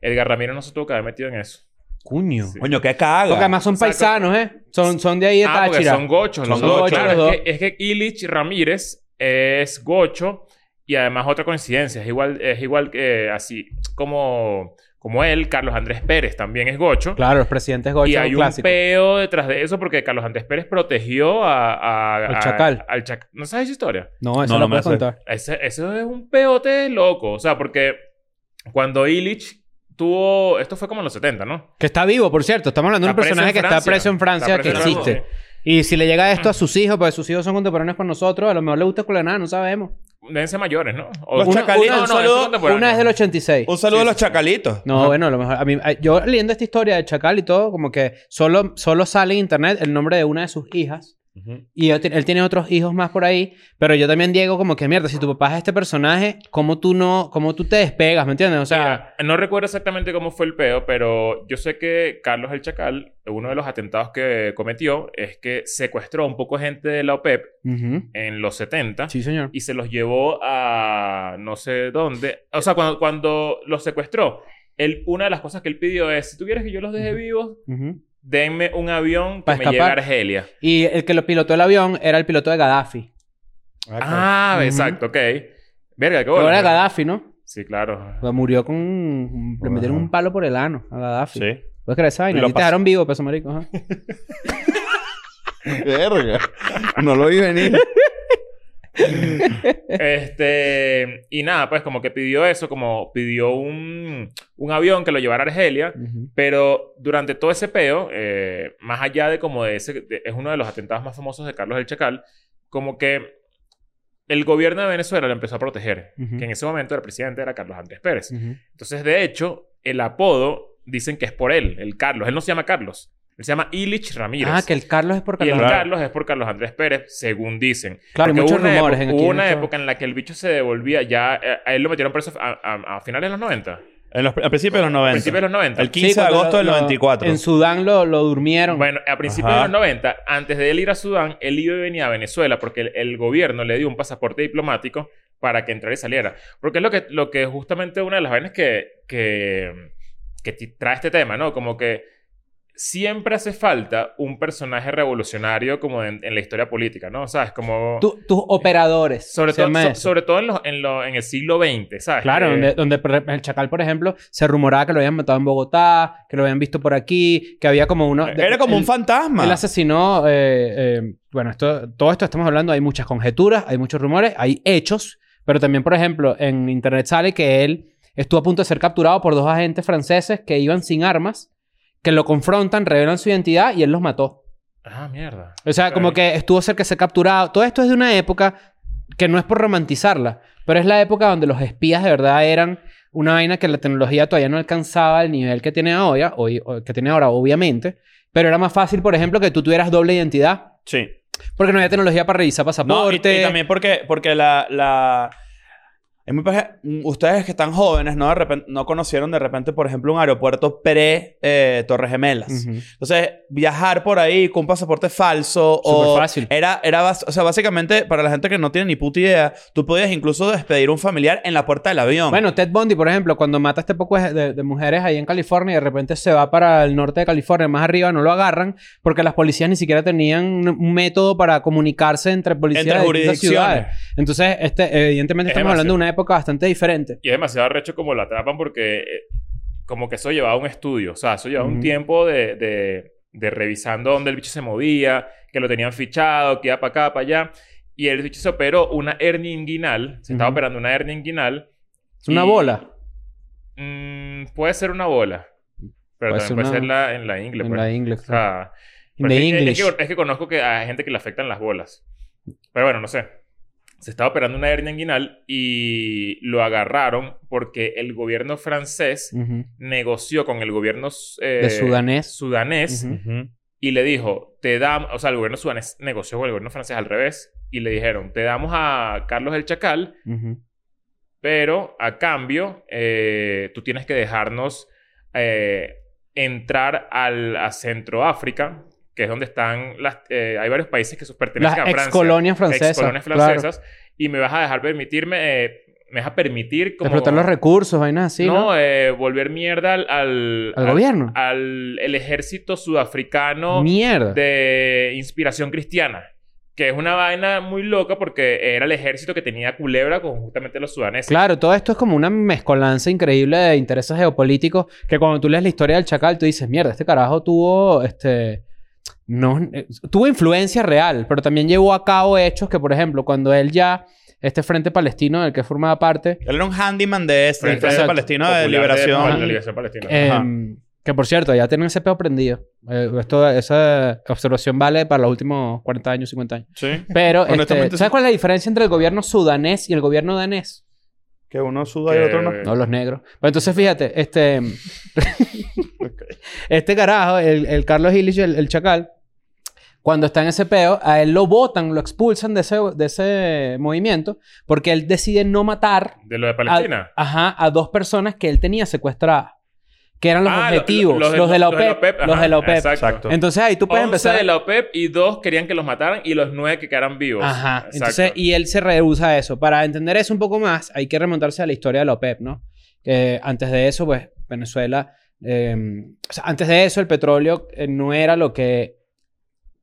[SPEAKER 1] Edgar Ramírez no se tuvo que haber metido en eso.
[SPEAKER 3] Cuño.
[SPEAKER 1] Sí.
[SPEAKER 2] Coño, qué
[SPEAKER 3] Porque
[SPEAKER 2] caga.
[SPEAKER 3] además son
[SPEAKER 1] Exacto.
[SPEAKER 3] paisanos, ¿eh? Son, son de ahí de
[SPEAKER 1] Ah, porque
[SPEAKER 3] Táchira.
[SPEAKER 1] son gochos.
[SPEAKER 2] Son
[SPEAKER 1] Son
[SPEAKER 2] gochos.
[SPEAKER 1] Claro,
[SPEAKER 3] Los
[SPEAKER 1] es que, es que Illich Ramírez es gocho y además otra coincidencia. Es igual, es igual que así como, como él, Carlos Andrés Pérez también es gocho.
[SPEAKER 3] Claro, los presidentes
[SPEAKER 1] Y
[SPEAKER 3] Goya
[SPEAKER 1] hay
[SPEAKER 3] son
[SPEAKER 1] un
[SPEAKER 3] clásicos.
[SPEAKER 1] peo detrás de eso porque Carlos Andrés Pérez protegió a... a-
[SPEAKER 3] Al
[SPEAKER 1] a-
[SPEAKER 3] chacal.
[SPEAKER 1] al chac- ¿No sabes esa historia?
[SPEAKER 3] No, eso
[SPEAKER 2] No,
[SPEAKER 3] no,
[SPEAKER 2] no me
[SPEAKER 3] puedo
[SPEAKER 2] hace.
[SPEAKER 3] contar.
[SPEAKER 1] Ese, eso es un peote loco. O sea, porque cuando Illich tuvo... Esto fue como en los 70, ¿no?
[SPEAKER 3] Que está vivo, por cierto. Estamos hablando de un
[SPEAKER 1] Está preso
[SPEAKER 3] personaje
[SPEAKER 1] en
[SPEAKER 3] que está
[SPEAKER 1] Francia.
[SPEAKER 3] preso en Francia,
[SPEAKER 1] Está
[SPEAKER 3] que
[SPEAKER 1] preso
[SPEAKER 4] en Francia.
[SPEAKER 3] existe. Y si le llega esto a sus hijos, porque sus hijos son contemporáneos con nosotros, a lo mejor le gusta culenar, no sabemos.
[SPEAKER 1] Deben ser mayores, ¿no?
[SPEAKER 2] Los
[SPEAKER 1] Uno-
[SPEAKER 2] chacalitos,
[SPEAKER 1] uno-
[SPEAKER 2] un
[SPEAKER 1] no, no,
[SPEAKER 2] saludo,
[SPEAKER 1] es contemporáneo.
[SPEAKER 3] Una es del 86.
[SPEAKER 2] Un saludo a los chacalitos.
[SPEAKER 3] No, bueno, a lo mejor. A mí, a- yo leyendo esta historia de Chacal y todo, como que solo, solo sale en internet el nombre de una de sus hijas.
[SPEAKER 1] Ujú.
[SPEAKER 3] Y él, ti- él tiene otros hijos más por ahí. Pero yo también, Diego, como que mierda, si tu papá es este personaje, ¿cómo tú no, cómo tú te despegas? ¿Me entiendes? O sea,
[SPEAKER 1] Mira, no recuerdo exactamente cómo fue el peo, pero yo sé que Carlos el Chacal, uno de los atentados que cometió, es que secuestró a un poco gente de la OPEP
[SPEAKER 3] ujú.
[SPEAKER 1] en los 70
[SPEAKER 3] sí, señor.
[SPEAKER 1] y se los llevó a no sé dónde. O sea, cuando, cuando los secuestró, él, una de las cosas que él pidió es, si tú quieres que yo los deje
[SPEAKER 3] Ujú.
[SPEAKER 1] vivos,
[SPEAKER 3] Ujú.
[SPEAKER 1] denme un avión que
[SPEAKER 3] Pa'
[SPEAKER 1] me lleve a
[SPEAKER 3] escapar.
[SPEAKER 1] Argelia.
[SPEAKER 3] Y el que lo pilotó el avión era el piloto de Gaddafi.
[SPEAKER 1] Ah,
[SPEAKER 3] Ujú.
[SPEAKER 1] exacto, ok. Verga, qué
[SPEAKER 3] Pero era
[SPEAKER 1] bola.
[SPEAKER 3] Gaddafi, ¿no?
[SPEAKER 1] Sí, claro.
[SPEAKER 3] Pues Murió con... un- Le
[SPEAKER 2] Ajá.
[SPEAKER 3] metieron un palo por el ano a Gaddafi.
[SPEAKER 2] Sí.
[SPEAKER 3] ¿Puedes creer esa vaina?
[SPEAKER 2] Lo
[SPEAKER 3] Y te
[SPEAKER 2] pasó.
[SPEAKER 3] dejaron vivo, peso marico. Ajá.
[SPEAKER 2] Verga. No lo vi venir.
[SPEAKER 1] Este, y nada, pues como que pidió eso, como pidió un, un avión que lo llevara a Argelia,
[SPEAKER 3] Ujú.
[SPEAKER 1] pero durante todo ese peo, eh, más allá de como de ese, de- es uno de los atentados más famosos de Carlos el Chacal, como que el gobierno de Venezuela lo empezó a proteger,
[SPEAKER 3] Ujú.
[SPEAKER 1] que en ese momento el presidente era Carlos Andrés Pérez.
[SPEAKER 3] Ujú.
[SPEAKER 1] Entonces, de hecho, el apodo dicen que es por él, el Carlos. Él no se llama Carlos, él se llama Illich Ramírez.
[SPEAKER 3] Ah, que el Carlos es por
[SPEAKER 1] Y el
[SPEAKER 3] Carlos.
[SPEAKER 2] Claro.
[SPEAKER 1] Carlos es por Carlos Andrés Pérez, según dicen.
[SPEAKER 3] Claro, hay
[SPEAKER 1] Porque
[SPEAKER 3] muchos
[SPEAKER 1] hubo una
[SPEAKER 3] rumores en
[SPEAKER 1] época,
[SPEAKER 3] aquí.
[SPEAKER 1] Hubo una
[SPEAKER 3] mucho-
[SPEAKER 1] época en la que el bicho se devolvía ya... eh, A él lo metieron preso a, a- a finales de los 90.
[SPEAKER 2] En los, a principios de los 90.
[SPEAKER 1] principios de los 90.
[SPEAKER 2] El 15 de
[SPEAKER 3] cuando
[SPEAKER 2] agosto del
[SPEAKER 3] lo-
[SPEAKER 2] 94.
[SPEAKER 3] En Sudán lo, lo durmieron.
[SPEAKER 1] Bueno, a principios
[SPEAKER 2] Ajá.
[SPEAKER 1] de los 90, antes de él ir a Sudán, él iba y venía a Venezuela porque el, el gobierno le dio un pasaporte diplomático para que entrara y saliera. Porque es lo que, lo que justamente una de las vainas que, que, que ti- trae este tema, ¿no? Como que siempre hace falta un personaje revolucionario como en, en la historia política, ¿no? O sea, es como...
[SPEAKER 3] Tu- tus operadores.
[SPEAKER 1] sobre,
[SPEAKER 3] se
[SPEAKER 1] todo,
[SPEAKER 3] llama
[SPEAKER 1] so-
[SPEAKER 3] eso. Eh,
[SPEAKER 1] sobre todo en, los- en, lo- en el siglo XX, ¿sabes?
[SPEAKER 3] Claro,
[SPEAKER 1] Que-
[SPEAKER 3] donde, donde por ejemplo, el Chacal, por ejemplo, se rumoraba que lo habían matado en Bogotá, que lo habían visto por aquí, que había como uno... de-
[SPEAKER 2] Era como un
[SPEAKER 3] él-
[SPEAKER 2] fantasma.
[SPEAKER 3] Él asesinó... eh, eh, bueno, esto, todo esto estamos hablando, hay muchas conjeturas, hay muchos rumores, hay hechos, pero también, por ejemplo, en internet sale que él estuvo a punto de ser capturado por dos agentes franceses que iban sin armas, que lo confrontan, revelan su identidad y él los mató.
[SPEAKER 1] Ah, mierda.
[SPEAKER 3] O sea, como
[SPEAKER 1] Ok.
[SPEAKER 3] que estuvo cerca de ser capturado. Todo esto es de una época que no es por romantizarla, pero es la época donde los espías de verdad eran una vaina que la tecnología todavía no alcanzaba el nivel que tiene ahora, hoy, o- que tiene ahora obviamente, pero era más fácil, por ejemplo, que tú tuvieras doble identidad,
[SPEAKER 2] Sí.
[SPEAKER 3] porque no había tecnología para revisar
[SPEAKER 2] No, y,
[SPEAKER 3] pasaporte.
[SPEAKER 2] y también porque, porque la... la... Es muy paja- mm, Ustedes que están jóvenes ¿no? De repente, no conocieron de repente, por ejemplo, un aeropuerto pre-Torres Gemelas.
[SPEAKER 3] Ujú.
[SPEAKER 2] Entonces, viajar por ahí con un pasaporte falso o...
[SPEAKER 3] Superfácil.
[SPEAKER 2] Era, era, bas- o sea, básicamente, para la gente que no tiene ni puta idea, tú podías incluso despedir un familiar en la puerta del avión.
[SPEAKER 3] Bueno, Ted Bundy, por ejemplo, cuando mata a este poco de, de mujeres ahí en California y de repente se va para el norte de California, más arriba, no lo agarran porque las policías ni siquiera tenían un- un método para comunicarse entre policías
[SPEAKER 2] Entre
[SPEAKER 3] de distintas
[SPEAKER 2] jurisdicciones.
[SPEAKER 3] ciudades. Entonces, este, evidentemente
[SPEAKER 1] Es
[SPEAKER 3] estamos hablando
[SPEAKER 1] demasiado.
[SPEAKER 3] de una época bastante diferente.
[SPEAKER 1] Y es demasiado arrecho como la atrapan porque eh, como que eso llevaba un estudio. O sea, eso llevaba un
[SPEAKER 3] Ujú.
[SPEAKER 1] tiempo de, de, de revisando dónde el bicho se movía, que lo tenían fichado, que iba para acá, para allá. Y el bicho se operó una hernia inguinal. Se estaba
[SPEAKER 3] Ujú.
[SPEAKER 1] operando una hernia inguinal.
[SPEAKER 3] Es una
[SPEAKER 1] Y-
[SPEAKER 3] bola.
[SPEAKER 1] Mm, puede ser una bola. Pero también
[SPEAKER 3] Puede ser
[SPEAKER 1] puede
[SPEAKER 3] una-
[SPEAKER 1] ser la, en la ingle.
[SPEAKER 3] En
[SPEAKER 1] pues.
[SPEAKER 3] la inglés.
[SPEAKER 1] O sea,
[SPEAKER 3] In
[SPEAKER 1] porque
[SPEAKER 3] the
[SPEAKER 1] es-
[SPEAKER 3] English.
[SPEAKER 1] Es, que, es que conozco que hay gente que le afectan las bolas. Pero bueno, no sé. Se estaba operando una hernia inguinal y lo agarraron porque el gobierno francés
[SPEAKER 3] Ujú.
[SPEAKER 1] negoció con el gobierno eh,
[SPEAKER 3] Mm. De sudanés.
[SPEAKER 1] sudanés
[SPEAKER 3] Ujú.
[SPEAKER 2] Ujú.
[SPEAKER 1] y le dijo, te damos, o sea, el gobierno sudanés negoció con el gobierno francés al revés y le dijeron, te damos a Carlos el Chacal,
[SPEAKER 3] Ujú.
[SPEAKER 1] pero a cambio eh, tú tienes que dejarnos eh, entrar al, a Centro África, que es donde están las, eh, hay varios países que sus-
[SPEAKER 3] Las
[SPEAKER 1] pertenecen a Francia.
[SPEAKER 3] ex colonias francesas.
[SPEAKER 1] Ex-colonias
[SPEAKER 3] claro.
[SPEAKER 1] francesas. Y me vas a dejar permitirme, eh, me vas a permitir como...
[SPEAKER 3] Explotar los recursos, vainas así.
[SPEAKER 1] no,
[SPEAKER 3] No,
[SPEAKER 1] eh, volver mierda al, al,
[SPEAKER 3] Al
[SPEAKER 1] al-
[SPEAKER 3] gobierno.
[SPEAKER 1] al el ejército sudafricano
[SPEAKER 3] Mierda.
[SPEAKER 1] de inspiración cristiana. Que es una vaina muy loca porque era el ejército que tenía culebra con justamente los sudaneses.
[SPEAKER 3] Claro, todo esto es como una mezcolanza increíble de intereses geopolíticos que cuando tú lees la historia del Chacal, tú dices, mierda, este carajo tuvo, este, no, eh, tuvo influencia real, pero también llevó a cabo hechos que, por ejemplo, cuando él ya, este frente palestino del que formaba parte,
[SPEAKER 2] Él era un handyman de este, del
[SPEAKER 1] Frente
[SPEAKER 2] Frente
[SPEAKER 1] Exacto.
[SPEAKER 2] Palestino de
[SPEAKER 1] Popular
[SPEAKER 2] Liberación.
[SPEAKER 1] de- de la Liberación Palestina.
[SPEAKER 2] Ajá.
[SPEAKER 3] em, que por cierto, ya tienen ese peo prendido. Eh, esto, esa observación vale para los últimos 40 años,
[SPEAKER 2] [laughs]
[SPEAKER 3] 50 años.
[SPEAKER 2] Sí.
[SPEAKER 3] Pero, este,
[SPEAKER 2] Honestamente, sí.
[SPEAKER 3] ¿sabes cuál es la diferencia entre el gobierno sudanés y el gobierno danés?
[SPEAKER 2] Que uno suda y otro no.
[SPEAKER 1] Que-
[SPEAKER 3] No, los negros. Pero entonces, fíjate,
[SPEAKER 1] [laughs]
[SPEAKER 3] este... este carajo, el, el Carlos Illich, el, el chacal, cuando está en ese peo, a él lo botan, lo expulsan de ese, de ese movimiento porque él decide no matar
[SPEAKER 1] De lo de
[SPEAKER 3] a,
[SPEAKER 1] Palestina.
[SPEAKER 3] ajá, a dos personas que él tenía secuestradas. Que eran los
[SPEAKER 1] Ah, lo-
[SPEAKER 3] objetivos,
[SPEAKER 1] lo-
[SPEAKER 3] los, de la
[SPEAKER 1] los
[SPEAKER 3] OPEP. Los de la OPEP.
[SPEAKER 1] E ajá, Exacto.
[SPEAKER 2] Exacto.
[SPEAKER 3] Entonces ahí tú puedes
[SPEAKER 1] 11
[SPEAKER 3] empezar...
[SPEAKER 1] de la OPEP y dos querían que los mataran y los nueve que quedaran vivos.
[SPEAKER 3] Ajá.
[SPEAKER 1] Exacto.
[SPEAKER 3] Entonces, y él se rehúsa a eso. Para entender eso un poco más, hay que remontarse a la historia de la OPEP, ¿no? Eh, antes de eso, pues, Venezuela... eh, o sea, antes de eso, el petróleo eh, no era lo que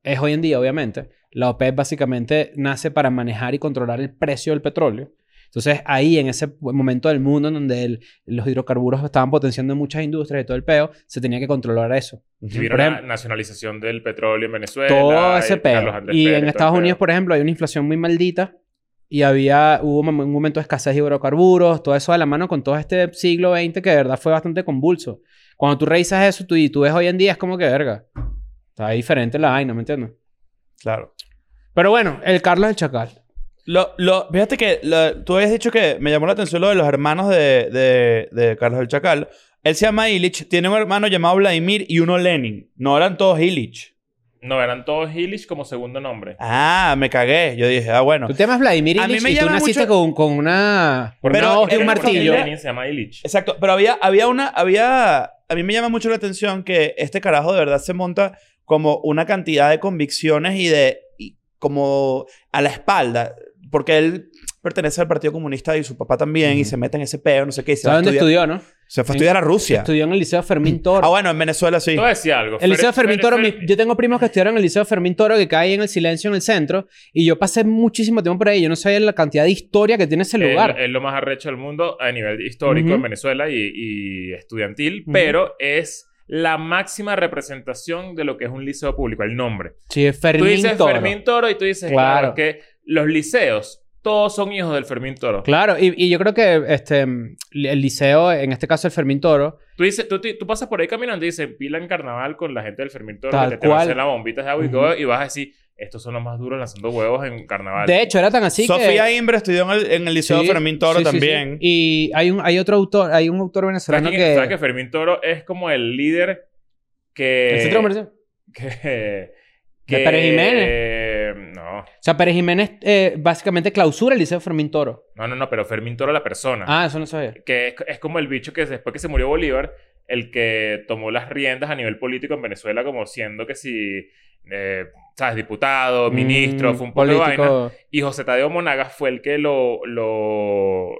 [SPEAKER 3] es hoy en día, obviamente. La OPEP básicamente nace para manejar y controlar el precio del petróleo. Entonces, ahí en ese momento del mundo en donde el- los hidrocarburos estaban potenciando muchas industrias y todo el peo, se tenía que controlar eso.
[SPEAKER 1] Y vieron
[SPEAKER 3] Por
[SPEAKER 1] la
[SPEAKER 3] ejemplo-
[SPEAKER 1] nacionalización del petróleo en Venezuela.
[SPEAKER 2] Pues
[SPEAKER 3] todo
[SPEAKER 1] y
[SPEAKER 3] ese
[SPEAKER 1] Carlos
[SPEAKER 3] peo.
[SPEAKER 1] Andrés
[SPEAKER 3] Y
[SPEAKER 1] Pérez, todo
[SPEAKER 3] en
[SPEAKER 1] el
[SPEAKER 3] Estados
[SPEAKER 1] peo.
[SPEAKER 3] Unidos, por ejemplo, hay una inflación muy maldita. Y había, hubo un mom- un momento de escasez de hidrocarburos, todo eso de la mano con todo este siglo XX que de verdad fue bastante convulso. Cuando tú revisas eso tú, y tú ves hoy en día, es como que verga. Está diferente la vaina, ¿me entiendes?
[SPEAKER 2] Claro.
[SPEAKER 3] Pero bueno, el Carlos el Chacal.
[SPEAKER 2] Lo, lo, fíjate que lo- tú habías dicho que me llamó la atención lo de los hermanos de, de- de Carlos el Chacal. Él se llama Illich, tiene un hermano llamado Vladimir y uno Lenin. No eran todos Illich.
[SPEAKER 1] No, eran todos Illich como segundo nombre.
[SPEAKER 2] Ah, me cagué. Yo dije, ah, bueno.
[SPEAKER 3] Tu tema es Vladimir
[SPEAKER 2] A mí
[SPEAKER 3] Ilich
[SPEAKER 2] me
[SPEAKER 3] y tú
[SPEAKER 2] llama
[SPEAKER 3] naciste
[SPEAKER 2] mucho-
[SPEAKER 3] con, con una...
[SPEAKER 1] Por
[SPEAKER 2] Pero
[SPEAKER 1] una
[SPEAKER 2] era
[SPEAKER 1] hoja
[SPEAKER 2] un
[SPEAKER 1] de papel,
[SPEAKER 2] martillo.
[SPEAKER 1] Lenin se llama Illich.
[SPEAKER 2] Exacto, pero había, había una, había, a mí me llama mucho la atención que este carajo de verdad se monta como una cantidad de convicciones y de, y como a la espalda, porque él pertenece al Partido Comunista y su papá también y se mete en ese peo, no sé qué, y se va a
[SPEAKER 3] ¿Sabes dónde
[SPEAKER 2] estudiar-
[SPEAKER 3] estudió, no?
[SPEAKER 2] Se fue a estudiar a Rusia.
[SPEAKER 3] Estudió en el Liceo Fermín Toro.
[SPEAKER 2] Ah, bueno, en Venezuela sí.
[SPEAKER 1] Todo decía algo.
[SPEAKER 3] El Liceo
[SPEAKER 1] Pues Fer-
[SPEAKER 3] Fermín
[SPEAKER 1] Fer-
[SPEAKER 3] Toro,
[SPEAKER 1] Fer-
[SPEAKER 3] mi- yo tengo primos que estudiaron en el Liceo Fermín Toro que cae en el silencio en el centro y yo pasé muchísimo tiempo por ahí. Yo no sabía la cantidad de historia que tiene ese
[SPEAKER 1] es-
[SPEAKER 3] este lugar.
[SPEAKER 1] Es, lo más arrecho del mundo a nivel histórico
[SPEAKER 3] Ujú.
[SPEAKER 1] en Venezuela y, y estudiantil,
[SPEAKER 3] Ujú.
[SPEAKER 1] pero es la máxima representación de lo que es un liceo público, el nombre.
[SPEAKER 3] sí, es Fermín
[SPEAKER 1] tú dices
[SPEAKER 3] Toro.
[SPEAKER 1] Fermín Toro y tú dices, claro,
[SPEAKER 3] Claro.
[SPEAKER 1] que los liceos, todos son hijos del Fermín Toro.
[SPEAKER 3] Claro, y, y yo creo que este, mm, li- el liceo, en este caso el Fermín Toro,
[SPEAKER 1] Tú, dices, tú, tú pasas por ahí caminando y dices, pila en carnaval con la gente del Fermín Toro,
[SPEAKER 3] Tal
[SPEAKER 1] que te, te va a
[SPEAKER 3] cual.
[SPEAKER 1] hacer las bombitas de agua y
[SPEAKER 3] Ujú.
[SPEAKER 1] todo, y vas a decir, estos son los más duros lanzando huevos en carnaval.
[SPEAKER 3] de hecho, era tan así
[SPEAKER 2] Sofía
[SPEAKER 3] que...
[SPEAKER 2] Imbre estudió en el, en el Liceo
[SPEAKER 3] Sí,
[SPEAKER 2] Fermín Toro
[SPEAKER 3] sí, sí,
[SPEAKER 2] también.
[SPEAKER 3] sí. Y hay, un, hay otro autor, hay un autor
[SPEAKER 1] ¿Sabes,
[SPEAKER 3] venezolano
[SPEAKER 1] quién- sabes que...
[SPEAKER 3] que...
[SPEAKER 1] Fermín Toro es como el líder que...
[SPEAKER 3] ¿El centro comercial?
[SPEAKER 1] [laughs] que,
[SPEAKER 3] De Pérez Jiménez.
[SPEAKER 1] eh, no,
[SPEAKER 3] O sea, Pérez Jiménez eh, básicamente clausura el Liceo Fermín Toro.
[SPEAKER 1] no, no, no, pero Fermín Toro la persona.
[SPEAKER 3] Ah, eso no sabía.
[SPEAKER 1] Que es, es como el bicho que después que se murió Bolívar, el que tomó las riendas a nivel político en Venezuela, como siendo que si, eh, ¿sabes? Diputado, ministro,
[SPEAKER 3] Mm,
[SPEAKER 1] fue un poco de vaina. Y José Tadeo Monagas fue el que lo... lo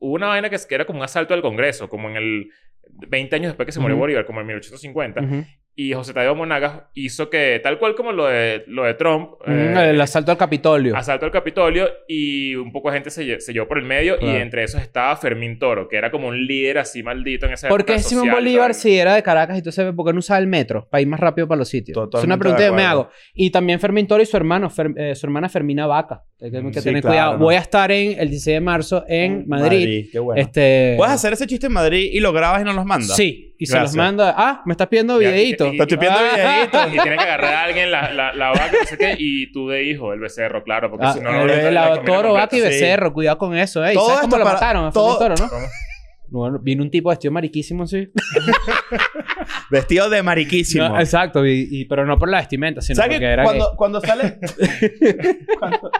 [SPEAKER 1] hubo una vaina que es- que era como un asalto al Congreso, como en el... 20 años después que se murió
[SPEAKER 3] Ujú.
[SPEAKER 1] Bolívar, como en 1850.
[SPEAKER 3] Ujú.
[SPEAKER 1] Y José Tadeo Monagas hizo que, tal cual como lo de, lo de Trump,
[SPEAKER 3] Mm,
[SPEAKER 1] eh,
[SPEAKER 3] el asalto al Capitolio.
[SPEAKER 1] Asalto al Capitolio y un poco de gente se, lle- se llevó por el medio
[SPEAKER 3] Claro.
[SPEAKER 1] y entre esos estaba Fermín Toro, que era como un líder así maldito en esa
[SPEAKER 3] Porque
[SPEAKER 1] época
[SPEAKER 3] Simón
[SPEAKER 1] social y
[SPEAKER 3] Bolívar
[SPEAKER 1] tal.
[SPEAKER 3] si era de Caracas y entonces ¿por qué no usaba el metro para ir más rápido para los sitios? es
[SPEAKER 2] Totalmente
[SPEAKER 3] una pregunta
[SPEAKER 2] de
[SPEAKER 3] que me
[SPEAKER 2] acuerdo.
[SPEAKER 3] hago. Y también Fermín Toro y su hermano, Fer- eh, su hermana Fermina Vaca. Hay que, hay que
[SPEAKER 2] Sí,
[SPEAKER 3] tener
[SPEAKER 2] claro,
[SPEAKER 3] cuidado.
[SPEAKER 2] ¿no?
[SPEAKER 3] Voy a estar en el 16 de marzo en Madrid.
[SPEAKER 2] qué bueno.
[SPEAKER 3] Este,
[SPEAKER 2] ¿Puedes hacer ese chiste en Madrid y lo grabas y nos los mandas?
[SPEAKER 3] Sí, y se
[SPEAKER 2] Gracias.
[SPEAKER 3] los mando. a- Ah, me estás pidiendo
[SPEAKER 1] Ya, y-
[SPEAKER 3] videíto.
[SPEAKER 1] y-
[SPEAKER 2] Te estoy pidiendo
[SPEAKER 3] Ah.
[SPEAKER 2] videitos.
[SPEAKER 1] [laughs] Y tiene que agarrar a alguien la, la, la vaca, no sé qué, y tú de hijo, el becerro, claro, porque
[SPEAKER 3] Ah,
[SPEAKER 1] si no, no
[SPEAKER 3] el-
[SPEAKER 1] lo-
[SPEAKER 3] el
[SPEAKER 1] la
[SPEAKER 3] toro,
[SPEAKER 1] comida
[SPEAKER 3] vaca y
[SPEAKER 1] completa.
[SPEAKER 3] becerro. Cuidado con eso, ¿eh? ¿Y
[SPEAKER 2] Todo
[SPEAKER 3] ¿Sabes
[SPEAKER 2] esto
[SPEAKER 3] cómo lo
[SPEAKER 2] para-
[SPEAKER 3] mataron? a
[SPEAKER 2] todo-
[SPEAKER 3] Fermín Toro, ¿no? Bueno, vino un tipo vestido mariquísimo, sí.
[SPEAKER 2] Vestido de mariquísimo.
[SPEAKER 3] Ah. No, [laughs] exacto, y, y- pero no por la vestimenta, sino
[SPEAKER 2] ¿Sabes
[SPEAKER 3] porque eh,
[SPEAKER 2] que
[SPEAKER 3] era
[SPEAKER 2] cuando, cuando
[SPEAKER 3] [laughs]
[SPEAKER 2] sale... cuando-